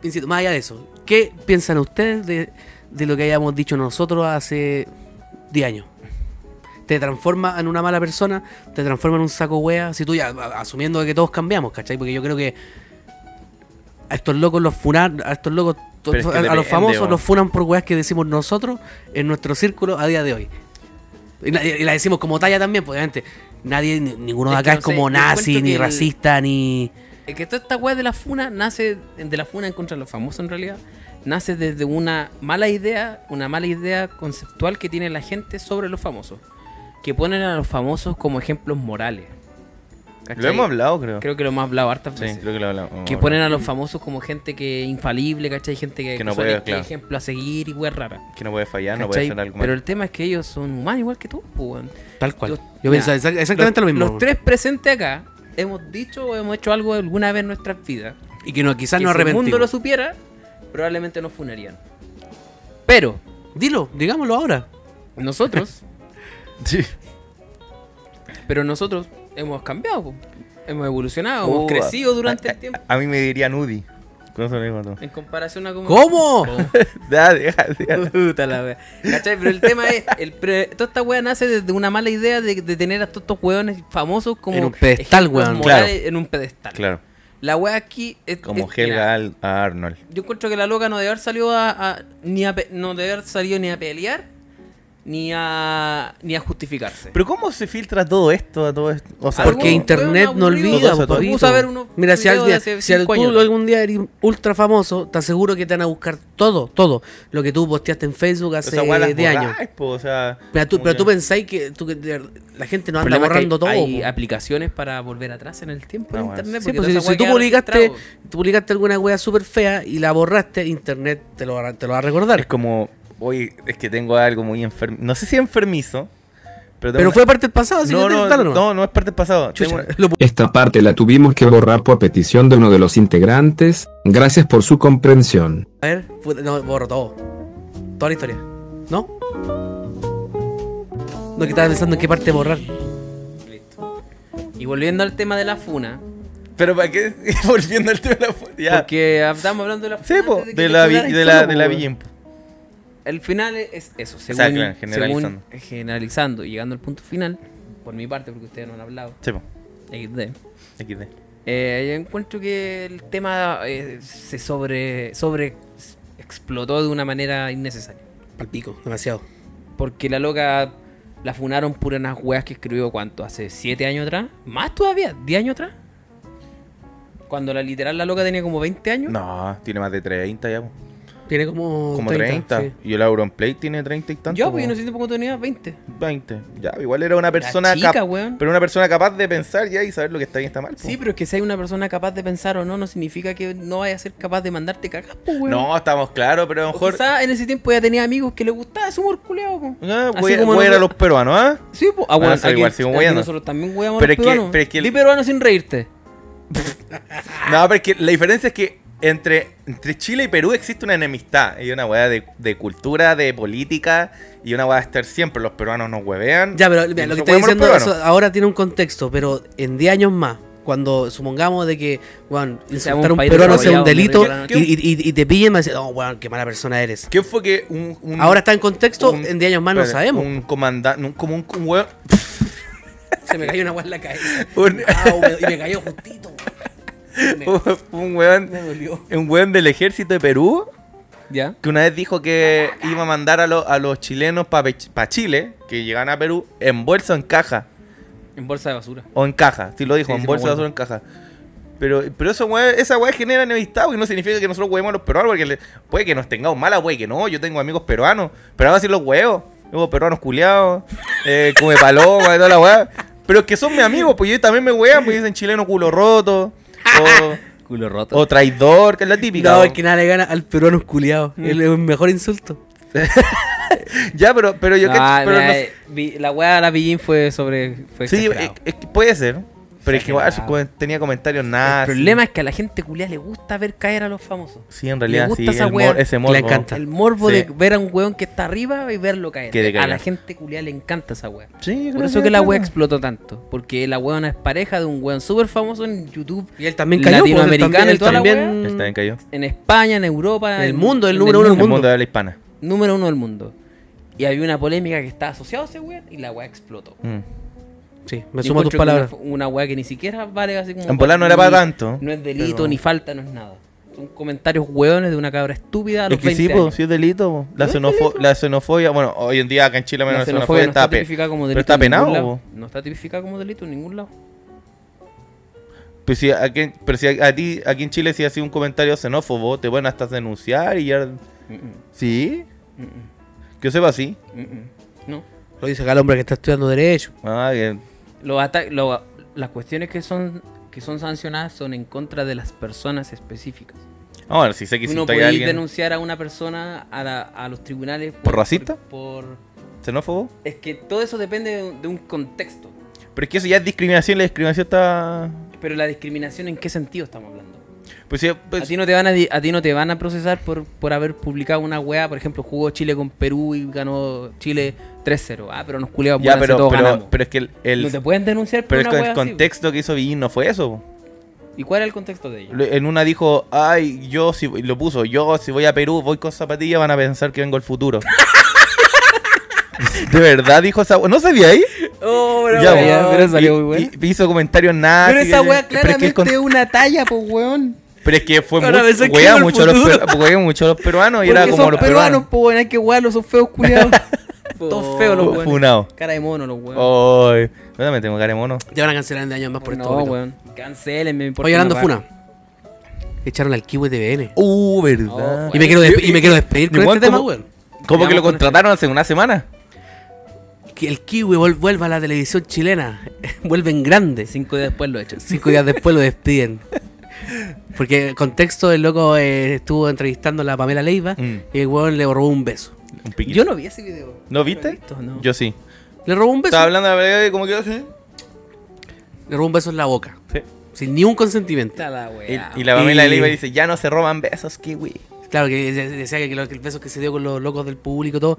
Speaker 3: insisto, más allá de eso, ¿qué piensan ustedes de, de lo que hayamos dicho nosotros hace 10 años? Te transforma en una mala persona, te transforma en un saco wea. Si tú ya, a- asumiendo que todos cambiamos, ¿cachai? Porque yo creo que a estos locos los funar, a estos locos, to-
Speaker 2: Pero es que
Speaker 3: a, a los
Speaker 2: depende,
Speaker 3: famosos
Speaker 2: weón.
Speaker 3: los funan por weas que decimos nosotros en nuestro círculo a día de hoy. Y, la- y la decimos como talla también, pues, obviamente. Nadie, ni- ninguno de
Speaker 1: Es que
Speaker 3: acá es,
Speaker 1: no sé,
Speaker 3: como
Speaker 1: yo
Speaker 3: nazi,
Speaker 1: encuentro
Speaker 3: ni
Speaker 1: que el-
Speaker 3: racista, ni.
Speaker 1: Es que toda esta weá de la funa nace, de la funa en contra de los famosos en realidad, nace desde una mala idea, una mala idea conceptual que tiene la gente sobre los famosos. Que ponen a los famosos como ejemplos morales. ¿Cachai?
Speaker 2: Lo hemos hablado, creo.
Speaker 1: Creo que lo hemos hablado hartas
Speaker 2: sí,
Speaker 1: veces.
Speaker 2: creo que lo hablamos.
Speaker 1: Que ponen a los famosos como gente que infalible, ¿cachai? Gente que,
Speaker 2: Que no
Speaker 1: son
Speaker 2: puede,
Speaker 1: este
Speaker 2: claro.
Speaker 1: ejemplo a seguir y weá rara.
Speaker 2: Que no puede fallar, no puede
Speaker 1: ¿cachai?
Speaker 2: hacer algo mal.
Speaker 1: Pero el tema es que ellos son humanos igual que tú, pues, weón.
Speaker 3: Tal cual. Yo,
Speaker 1: Yo-
Speaker 3: pienso
Speaker 1: Mira,
Speaker 3: exac- exactamente
Speaker 1: los,
Speaker 3: lo mismo.
Speaker 1: Los tres presentes acá hemos dicho o hemos hecho algo alguna vez en nuestras vidas.
Speaker 3: Y que no, quizás
Speaker 1: que
Speaker 3: no
Speaker 1: si el mundo lo
Speaker 3: arrepentimos.
Speaker 1: supiera, probablemente nos funarían. Pero
Speaker 3: Dilo, digámoslo ahora.
Speaker 1: nosotros,
Speaker 2: Sí.
Speaker 1: pero nosotros hemos cambiado, po. hemos evolucionado,
Speaker 2: Uh,
Speaker 1: hemos crecido durante
Speaker 2: a-
Speaker 1: el tiempo.
Speaker 2: A, a mí me diría Nudi. No se lo digo a todos.
Speaker 1: En comparación a como...
Speaker 3: ¿Cómo?
Speaker 2: Ya, deja, deja.
Speaker 1: Puta la wea. ¿Cachai? Pero el tema es, el pre- toda esta wea nace desde una mala idea de, de tener a todos estos weones famosos como
Speaker 3: En un pedestal,
Speaker 1: ejemplos
Speaker 3: weón.
Speaker 1: morales En un pedestal.
Speaker 2: Claro.
Speaker 1: La wea aquí es,
Speaker 2: Como
Speaker 1: es-
Speaker 2: Helga
Speaker 1: mira,
Speaker 2: Al- a Arnold.
Speaker 1: Yo encuentro que la loca no debe haber salido a, a- ni a pe- no debe haber salido ni a pelear, ni a, ni a justificarse.
Speaker 2: Pero ¿cómo se filtra todo esto? a todo esto? O sea,
Speaker 1: Algo-
Speaker 3: Porque
Speaker 2: ¿cómo?
Speaker 3: internet
Speaker 1: weón,
Speaker 3: no
Speaker 1: aburrido.
Speaker 3: olvida,
Speaker 2: Todo eso,
Speaker 3: po,
Speaker 2: todo eso.
Speaker 3: papito.
Speaker 1: Puse a ver unos
Speaker 3: Mira, si,
Speaker 1: videos
Speaker 3: al
Speaker 1: de
Speaker 3: día-
Speaker 1: hace
Speaker 3: si al-
Speaker 1: cinco
Speaker 3: tú
Speaker 1: años.
Speaker 3: algún día eres ultra famoso, te aseguro que te van a buscar todo, todo lo que tú posteaste en Facebook
Speaker 2: O
Speaker 3: hace
Speaker 2: sea, weón, las
Speaker 3: 10 años.
Speaker 2: borráis, po, o sea,
Speaker 3: Pero tú,
Speaker 2: como
Speaker 3: pero tú
Speaker 2: que-
Speaker 3: pensáis que, tú que de ver- la gente no
Speaker 1: El
Speaker 3: anda
Speaker 1: problema es que
Speaker 3: borrando todo.
Speaker 1: hay, hay
Speaker 3: po.
Speaker 1: aplicaciones para volver atrás en el tiempo
Speaker 2: Ah,
Speaker 1: en
Speaker 2: bueno.
Speaker 1: internet.
Speaker 3: Sí,
Speaker 1: porque
Speaker 3: pues,
Speaker 1: toda
Speaker 3: si,
Speaker 1: esa
Speaker 3: si
Speaker 1: weá
Speaker 3: tú
Speaker 1: queda
Speaker 3: publicaste,
Speaker 1: registrado.
Speaker 3: tú publicaste alguna wea súper fea y la borraste, internet te lo, va a- te lo va a recordar.
Speaker 2: Es como, oye, es que tengo algo muy enfermo. No sé si enfermizo, pero tengo
Speaker 3: Pero
Speaker 2: una-
Speaker 3: fue parte del pasado, así
Speaker 2: No,
Speaker 3: que
Speaker 2: no,
Speaker 3: dale
Speaker 2: no,
Speaker 3: nomás.
Speaker 2: no, es parte del pasado.
Speaker 3: Chucha,
Speaker 2: Tengo una-
Speaker 3: lo pu-
Speaker 4: Esta parte la tuvimos que borrar por petición de uno de los integrantes. Gracias por su comprensión.
Speaker 3: A ver, puta, no, borro todo. Toda la historia. ¿No? No, que estaba pensando en qué parte borrar.
Speaker 1: Listo. Y volviendo al tema de la funa.
Speaker 2: Pero para qué volviendo al tema de la fu- ya.
Speaker 1: Porque estamos hablando de la
Speaker 2: Sí,
Speaker 1: funa
Speaker 2: po,
Speaker 1: antes que
Speaker 2: de la vi-
Speaker 1: mencionaras
Speaker 2: de la
Speaker 1: solo,
Speaker 2: de la
Speaker 1: po,
Speaker 2: Villen, po.
Speaker 1: El final es eso, según,
Speaker 2: sea, claro, generalizando.
Speaker 1: generalizando. según eh, generalizando y llegando al punto final, por mi parte, porque ustedes no han hablado,
Speaker 2: Sí, po,
Speaker 1: XD,
Speaker 2: XD.
Speaker 1: eh, yo encuentro que el tema eh, se sobre, sobre explotó de una manera innecesaria.
Speaker 3: Palpico, demasiado.
Speaker 1: Porque la loca la funaron por unas weas que escribió, ¿cuánto? ¿Hace 7 años atrás? ¿Más todavía? ¿10 años atrás? Cuando la literal la loca tenía como 20 años.
Speaker 2: No, tiene más de 30 ya, po.
Speaker 3: Tiene como.
Speaker 2: como 30.
Speaker 3: sí.
Speaker 2: Y el Auronplay tiene 30 y tanto.
Speaker 1: Yo,
Speaker 2: po.
Speaker 1: pues yo no sé si cuando tenía 20.
Speaker 2: 20. Ya, igual era una persona
Speaker 1: chica,
Speaker 2: cap-
Speaker 1: weón.
Speaker 2: Pero una persona capaz de pensar ya y saber lo que está bien y está mal. po.
Speaker 1: Sí, pero es que si hay una persona capaz de pensar o no, no significa que no vaya a ser capaz de mandarte cagas, po, weón.
Speaker 2: No, estamos claros, pero a lo
Speaker 1: O
Speaker 2: mejor.
Speaker 1: quizá en ese tiempo ya tenía amigos que le gustaba su humor culeado, po.
Speaker 2: Ah,
Speaker 1: Así
Speaker 2: voy,
Speaker 1: como
Speaker 2: voy a ir a los
Speaker 1: nosotros-
Speaker 2: peruanos, ¿ah?
Speaker 1: Sí, po. Ah,
Speaker 2: Ah,
Speaker 1: weón,
Speaker 2: sí, igual, sigo hueando.
Speaker 1: nosotros también weamos
Speaker 2: Pero
Speaker 1: pero
Speaker 2: es que-
Speaker 1: peruanos.
Speaker 2: pero es que el-
Speaker 1: Di peruano sin reírte.
Speaker 2: No, pero es que la diferencia es que entre, entre Chile y Perú existe una enemistad. Hay una weá de, de cultura, de política y una weá de estar siempre. Los peruanos nos huevean.
Speaker 3: Ya, pero
Speaker 2: y
Speaker 3: mira, lo que
Speaker 2: nosotros
Speaker 3: estoy
Speaker 2: hueveamos a los
Speaker 3: diciendo eso
Speaker 2: peruanos.
Speaker 3: ahora tiene un contexto, pero en 10 años más, cuando supongamos de que, weón,
Speaker 1: Seamos
Speaker 3: insultar
Speaker 1: un
Speaker 3: a un
Speaker 1: país
Speaker 3: peruano sea un
Speaker 1: desarrollado,
Speaker 3: delito
Speaker 1: me
Speaker 3: y,
Speaker 2: río
Speaker 3: y, y- y te pillen, me dicen, oh, weón, qué mala persona eres.
Speaker 2: ¿Qué fue que un. un-
Speaker 3: Ahora está en contexto,
Speaker 2: un-
Speaker 3: en 10 años más no
Speaker 2: espera,
Speaker 3: sabemos.
Speaker 2: Un comandante, un- como un, un hueón.
Speaker 3: Se me cayó una weá en la cabeza.
Speaker 2: Un,
Speaker 3: Ah, weón, y me cayó justito. weón. Me-
Speaker 2: un hueón.
Speaker 3: me dolió.
Speaker 2: Un hueón del ejército de Perú
Speaker 1: Ya.
Speaker 2: que una vez dijo que iba a mandar a, lo- a los chilenos para Chile, que llegan a Perú, en bolsa o en caja.
Speaker 1: En bolsa de basura.
Speaker 2: O en caja, sí lo dijo,
Speaker 1: Sí,
Speaker 2: en
Speaker 1: sí me
Speaker 2: bolsa
Speaker 1: acuerdo.
Speaker 2: o en caja. Pero, pero eso, weá- esa weá genera enemistad, porque no significa que nosotros huevemos a los peruanos, porque le- puede que nos tengamos mala, wey, que no, yo tengo amigos peruanos, pero ahora sí los huevos, luego peruanos culiados, eh, come paloma y toda la weá. Pero es que son mis amigos, pues yo también me huean, pues dicen chileno culo roto, o,
Speaker 1: Culo roto.
Speaker 2: o traidor, que es la típica.
Speaker 3: No,
Speaker 2: weón.
Speaker 3: es que nada le gana al peruano culiado.
Speaker 2: Mm.
Speaker 3: Es el mejor insulto.
Speaker 2: Ya, pero, pero yo cacho-
Speaker 1: Ah,
Speaker 2: pero
Speaker 1: mira,
Speaker 2: no-
Speaker 1: eh, vi- la weá de la Pillín fue sobre. Fue
Speaker 2: Sí, eh,
Speaker 1: exagerado.
Speaker 2: es- es que puede ser. Pero es que igual
Speaker 1: Exagerado.
Speaker 2: su- tenía comentarios
Speaker 1: El
Speaker 2: nada.
Speaker 1: problema es que a la gente culiada le gusta ver caer a los famosos.
Speaker 2: Sí, Ah, en realidad
Speaker 1: le
Speaker 2: sí.
Speaker 1: gusta esa
Speaker 2: el
Speaker 1: wea.
Speaker 2: mor- ese
Speaker 3: Le
Speaker 2: morbo.
Speaker 3: encanta.
Speaker 1: El morbo
Speaker 2: Sí.
Speaker 1: de ver a un weón que está arriba y verlo caer.
Speaker 2: Que decaiga.
Speaker 1: a la gente culiada le encanta esa weá.
Speaker 2: Sí, yo
Speaker 1: Por
Speaker 2: creo
Speaker 1: eso que la
Speaker 2: es
Speaker 1: weá
Speaker 2: verdad.
Speaker 1: explotó tanto. Porque la weona es pareja de un weón súper famoso en YouTube.
Speaker 3: Y él también cayó. pues, él
Speaker 1: Latinoamericano y toda la
Speaker 3: también,
Speaker 1: weá.
Speaker 2: Él también cayó.
Speaker 1: En España, en Europa.
Speaker 3: En el mundo, el número uno del
Speaker 2: El mundo de habla hispana.
Speaker 1: Número uno del mundo. Y había una polémica que estaba asociada a ese weón y la weá explotó.
Speaker 2: Mm.
Speaker 3: Sí, me
Speaker 1: Yo
Speaker 3: sumo a tus
Speaker 1: encuentro que
Speaker 3: palabras.
Speaker 1: Una, una weá que ni siquiera vale así como.
Speaker 2: En volar no
Speaker 1: ni-
Speaker 2: era para tanto,
Speaker 1: No es delito,
Speaker 2: pero-
Speaker 1: ni falta, no es nada. Son comentarios hueones de una cabra estúpida a
Speaker 2: Es
Speaker 1: los
Speaker 2: que
Speaker 1: 20
Speaker 2: sí, po,
Speaker 1: años.
Speaker 2: sí es delito. po. La,
Speaker 1: No es
Speaker 2: xenofo-
Speaker 1: delito.
Speaker 2: la xenofobia, bueno, hoy en día acá en Chile menos
Speaker 1: La
Speaker 2: la xenofobia,
Speaker 1: xenofobia no
Speaker 2: está,
Speaker 1: está
Speaker 2: pe-
Speaker 1: tipificada como
Speaker 2: pero
Speaker 1: delito.
Speaker 2: está
Speaker 1: en ningún
Speaker 2: penado.
Speaker 1: lado.
Speaker 2: po.
Speaker 1: No está tipificada como delito en ningún lado.
Speaker 2: Pero si, aquí, pero si a, a ti, aquí en Chile si has sido un comentario xenófobo, te pueden hasta denunciar y ya...
Speaker 1: Mm, mm,
Speaker 2: ¿Sí?
Speaker 1: mm, mm,
Speaker 2: Que yo sepa, sí.
Speaker 1: mm, mm. No.
Speaker 3: Lo dice acá el hombre que está estudiando Derecho.
Speaker 2: Ah, que...
Speaker 1: Los ata- lo- las cuestiones que son que son sancionadas son en contra de las personas específicas.
Speaker 2: Ah, bueno, si sé que
Speaker 1: Tú no
Speaker 2: insulta a
Speaker 1: podéis
Speaker 2: alguien
Speaker 1: denunciar a una persona a, la- a los tribunales
Speaker 2: ¿Por racista?
Speaker 1: Por, por-
Speaker 2: xenófobo...
Speaker 1: es que todo eso depende de un- de un contexto.
Speaker 2: Pero es que eso ya es discriminación, la discriminación está...
Speaker 1: Pero la discriminación, ¿en qué sentido estamos hablando?
Speaker 2: Pues sí,
Speaker 1: a,
Speaker 2: pues,
Speaker 1: ti no te van a, di- a ti no te van a procesar por, por haber publicado una weá. Por ejemplo, jugó Chile con Perú y ganó Chile 3-0. Ah, pero nos culeamos
Speaker 2: ya, pero,
Speaker 1: todos
Speaker 2: pero,
Speaker 1: ganamos.
Speaker 2: pero es que el, el-
Speaker 1: no te pueden denunciar por
Speaker 2: pero es
Speaker 1: una
Speaker 2: que el
Speaker 1: weá así, pues.
Speaker 2: contexto que hizo Villín no fue eso. po.
Speaker 1: po. ¿Y cuál era el contexto de ello?
Speaker 2: Lo- En una dijo, ay, yo si lo puso, yo si voy a Perú, voy con zapatillas, van a pensar que vengo el futuro. De verdad dijo esa we- ¿No sabía ahí?
Speaker 1: Oh,
Speaker 2: Ya,
Speaker 1: weá,
Speaker 2: weón.
Speaker 1: pero salió
Speaker 2: Y-
Speaker 1: muy bueno.
Speaker 2: y- ah, hizo comentarios nada.
Speaker 1: Pero esa weá
Speaker 2: pero es que,
Speaker 1: claramente
Speaker 2: el
Speaker 1: es
Speaker 2: con-
Speaker 1: una talla, pues weón.
Speaker 2: pero es que fue
Speaker 3: Ahora pensé
Speaker 2: mucho,
Speaker 3: que
Speaker 2: wea
Speaker 3: vengo el
Speaker 2: mucho, a los
Speaker 3: futuro.
Speaker 2: per- wea mucho a los peruanos y
Speaker 1: Porque
Speaker 2: era como
Speaker 1: son
Speaker 2: los
Speaker 1: peruanos,
Speaker 2: peruanos.
Speaker 1: pues weón, hay que wearlos, son feos culiados. Todos feos los
Speaker 2: Oh,
Speaker 1: weones.
Speaker 2: funao.
Speaker 1: Cara de mono los weones.
Speaker 2: Ay, yo también tengo cara de mono.
Speaker 3: Te van a cancelar en de años más por
Speaker 1: Pues no,
Speaker 3: esto. Pito.
Speaker 1: weón. Cancelen, me importa.
Speaker 3: Oye, hablando
Speaker 1: una
Speaker 3: Funa. Echaron al Kiwi TVN.
Speaker 2: Uh,
Speaker 1: Oh,
Speaker 2: verdad.
Speaker 3: y, me quiero despe- y me quiero despedir con
Speaker 2: Igual
Speaker 3: este tema,
Speaker 2: como-
Speaker 3: weón.
Speaker 2: ¿Cómo que
Speaker 1: Sigamos
Speaker 2: lo
Speaker 1: con este-
Speaker 2: contrataron hace una semana?
Speaker 3: Que el Kiwi vuel- vuelva a la televisión chilena. Vuelve en grande.
Speaker 1: Cinco días después lo he hecho.
Speaker 3: Cinco días después lo despiden. Porque contexto, el loco eh, estuvo entrevistando a la Pamela Leiva
Speaker 2: Mm.
Speaker 3: y el weón le robó un beso.
Speaker 2: Un piquito.
Speaker 1: Yo no vi ese video.
Speaker 2: ¿No viste?
Speaker 1: he visto, no. Pues
Speaker 2: Yo sí.
Speaker 3: Le robó un beso.
Speaker 2: Estaba hablando de la pelea y como que yo sí.
Speaker 3: Le robó un beso en la boca.
Speaker 2: Sí.
Speaker 3: Sin ni un consentimiento.
Speaker 1: Está la
Speaker 2: Y,
Speaker 1: weá.
Speaker 2: y la Pamela
Speaker 3: Y-
Speaker 2: Leiva dice, ya no se roban besos, kiwi.
Speaker 3: Claro, que de- decía que los- que el beso que se dio con los locos del público y todo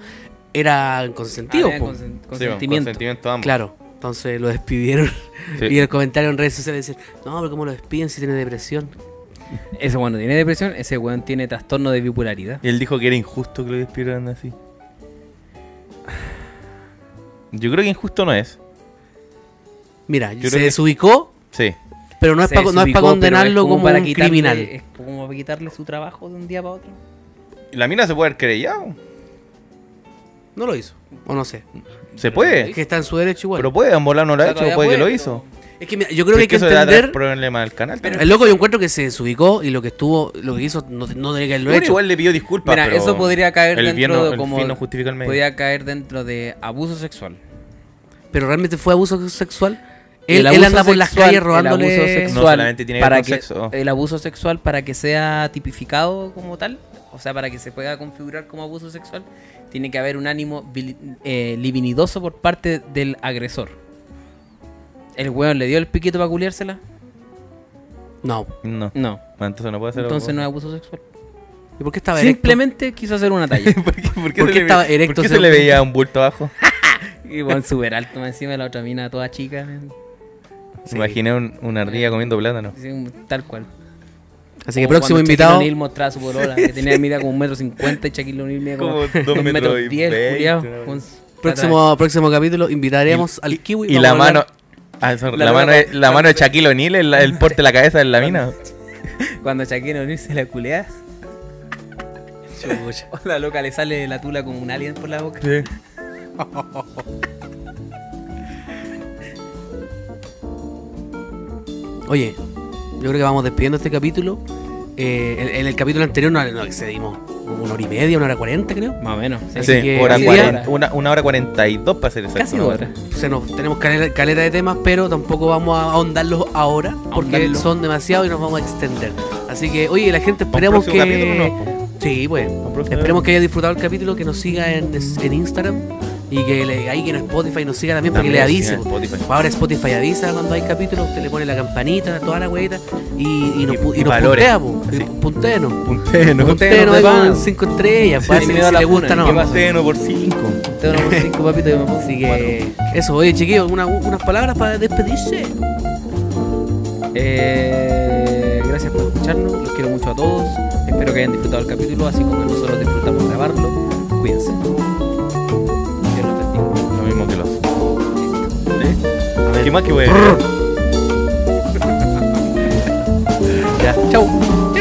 Speaker 3: era consentido.
Speaker 1: Ah,
Speaker 3: po.
Speaker 1: consen-
Speaker 2: Sí, bueno,
Speaker 1: consentimiento.
Speaker 2: consentimiento pues, ambos.
Speaker 3: Claro. Entonces lo despidieron.
Speaker 2: Sí.
Speaker 3: Y en el comentario en redes sociales dicen, no, pero ¿cómo lo despiden si tiene depresión?
Speaker 1: Ese weón no tiene depresión, ese weón tiene trastorno de bipolaridad.
Speaker 2: Y él dijo que era injusto que lo despidieran así. Yo creo que injusto no es.
Speaker 3: Mira,
Speaker 2: Yo
Speaker 3: se
Speaker 2: creo que-
Speaker 3: desubicó,
Speaker 2: Sí.
Speaker 3: pero no es
Speaker 1: Se
Speaker 3: para no es
Speaker 1: desubicó,
Speaker 3: pa
Speaker 1: pero
Speaker 3: condenarlo
Speaker 1: es
Speaker 3: como, un
Speaker 1: quitarle-
Speaker 3: criminal.
Speaker 1: Es como para quitarle su trabajo de un día para otro.
Speaker 2: La mina se puede haber creyado.
Speaker 3: No lo hizo, o no sé.
Speaker 2: Se puede.
Speaker 3: Es que está en su derecho igual.
Speaker 2: Pero puede, en volar no lo
Speaker 1: O
Speaker 2: ha
Speaker 1: sea,
Speaker 2: hecho,
Speaker 1: todavía
Speaker 2: puede que lo
Speaker 1: puede,
Speaker 2: hizo.
Speaker 3: es que mira, yo creo que hay que
Speaker 2: Pero es eso le da
Speaker 3: entender...
Speaker 2: problema al canal. también.
Speaker 3: El loco yo encuentro que se desubicó y lo que estuvo, lo que hizo, no, no debería haberlo
Speaker 2: Bueno,
Speaker 3: hecho.
Speaker 2: igual le pidió disculpas.
Speaker 1: Mira,
Speaker 2: Ah, pero
Speaker 1: eso podría caer
Speaker 2: el
Speaker 1: dentro
Speaker 2: bien no-
Speaker 1: de
Speaker 2: el
Speaker 1: como-
Speaker 2: fin no justifica el medio.
Speaker 1: Podía caer dentro de abuso sexual.
Speaker 3: Pero realmente fue abuso sexual.
Speaker 1: El
Speaker 3: Él, él
Speaker 1: abuso
Speaker 3: anda por las
Speaker 1: sexual-
Speaker 3: calles
Speaker 1: el
Speaker 3: robándole...
Speaker 1: abuso
Speaker 2: No
Speaker 1: sexual
Speaker 2: solamente tiene que ver
Speaker 1: para
Speaker 2: con
Speaker 1: que
Speaker 2: sexo.
Speaker 1: el abuso sexual para que sea tipificado como tal, o sea, para que se pueda configurar como abuso sexual, tiene que haber un ánimo vil- eh, libidinoso por parte del agresor. El weón le dio el piquito para culiársela?
Speaker 3: No.
Speaker 2: No.
Speaker 1: No.
Speaker 2: Bueno, Entonces no puede hacer
Speaker 1: Entonces no es abuso sexual.
Speaker 3: ¿Y por qué estaba erecto?
Speaker 1: Simplemente quiso hacer una talla.
Speaker 2: ¿Por qué, por qué
Speaker 3: ¿Por
Speaker 2: se
Speaker 3: qué
Speaker 2: le
Speaker 3: estaba
Speaker 2: ve-
Speaker 3: erecto
Speaker 2: ¿Por qué
Speaker 3: ese
Speaker 2: se le
Speaker 3: hombre?
Speaker 2: veía un bulto abajo?
Speaker 1: y bueno, súper alto más encima de la otra mina toda chica.
Speaker 3: Sí.
Speaker 2: Me imaginé un- una ardilla comiendo plátano.
Speaker 1: Sí, un- Tal cual.
Speaker 3: Así que
Speaker 1: Como
Speaker 3: próximo
Speaker 1: cuando
Speaker 3: invitado...
Speaker 1: Shaquille O'Neal mostraba su polola, que tenía medida como un metro cincuenta y Shaquille O'Neal medía como,
Speaker 2: Como dos
Speaker 1: dos
Speaker 2: metros
Speaker 1: metros
Speaker 2: y
Speaker 1: diez,
Speaker 2: veinte,
Speaker 1: culiao,
Speaker 2: una
Speaker 1: con-
Speaker 3: Próximo, próximo capítulo invitaremos
Speaker 2: Y-
Speaker 3: al Kiwi.
Speaker 2: Y
Speaker 3: vamos
Speaker 2: la
Speaker 3: a hablar-
Speaker 2: mano. ah, sorry,
Speaker 1: La
Speaker 2: la, mano,
Speaker 1: mano-
Speaker 2: de- la mano de Shaquille O'Neal, el, el porte de la cabeza de la mina.
Speaker 1: Cuando Shaquille O'Neal se la culea, o la loca le sale la tula como un alien por la boca.
Speaker 2: Sí.
Speaker 3: Oye, yo creo que vamos despidiendo este capítulo. Eh, en, en el capítulo anterior no, no excedimos como una hora y media, una hora cuarenta creo.
Speaker 1: Más o menos.
Speaker 3: Así
Speaker 2: Sí,
Speaker 3: que-
Speaker 2: hora
Speaker 3: sí,
Speaker 2: cuarenta-
Speaker 1: ahora.
Speaker 2: una, una hora cuarenta y dos para ser exacto.
Speaker 1: Casi dos horas.
Speaker 3: Se nos, tenemos caleta, caleta de temas, pero tampoco vamos a ahondarlos ahora porque
Speaker 1: Ahondarlo.
Speaker 3: son demasiados y nos vamos a extender. Así que, oye, la gente esperemos que...
Speaker 2: próximo capítulo,
Speaker 3: Sí, pues.
Speaker 2: próximo
Speaker 3: Esperemos que haya disfrutado el capítulo, que nos siga en, en Instagram y que le, ahí que en Spotify nos siga también,
Speaker 2: También
Speaker 3: para que
Speaker 2: nos
Speaker 3: le
Speaker 2: siga
Speaker 3: avise.
Speaker 2: en
Speaker 3: pues.
Speaker 2: Spotify.
Speaker 3: Ahora Spotify avisa cuando hay capítulos, usted le pone la campanita, toda la huevita y, y nos,
Speaker 2: Y-
Speaker 3: pu- y
Speaker 2: y
Speaker 3: nos
Speaker 2: valore.
Speaker 3: puntea, pues.
Speaker 2: Así.
Speaker 3: Y puntéenos.
Speaker 2: Punteno.
Speaker 3: Puntéenos ahí
Speaker 1: de pana.
Speaker 3: con cinco estrellas, pues,
Speaker 1: Sí,
Speaker 3: así
Speaker 1: miedo a
Speaker 3: si
Speaker 1: la
Speaker 3: le
Speaker 1: funa,
Speaker 3: gusta
Speaker 1: ¿y
Speaker 3: no.
Speaker 1: qué pasa?
Speaker 2: Punteno por cinco.
Speaker 1: Te uno por cinco, papito, yo me pongo
Speaker 3: Así que eso, oye chiquillos, una- unas palabras para despedirse.
Speaker 1: Eh, gracias por escucharnos, los quiero mucho a todos. Espero que hayan disfrutado el capítulo, así como nosotros disfrutamos grabarlo. Cuídense. Dios los bendiga.
Speaker 2: Lo mismo que los.
Speaker 3: A ver.
Speaker 2: ¿Qué más que voy a
Speaker 3: Ya, chau.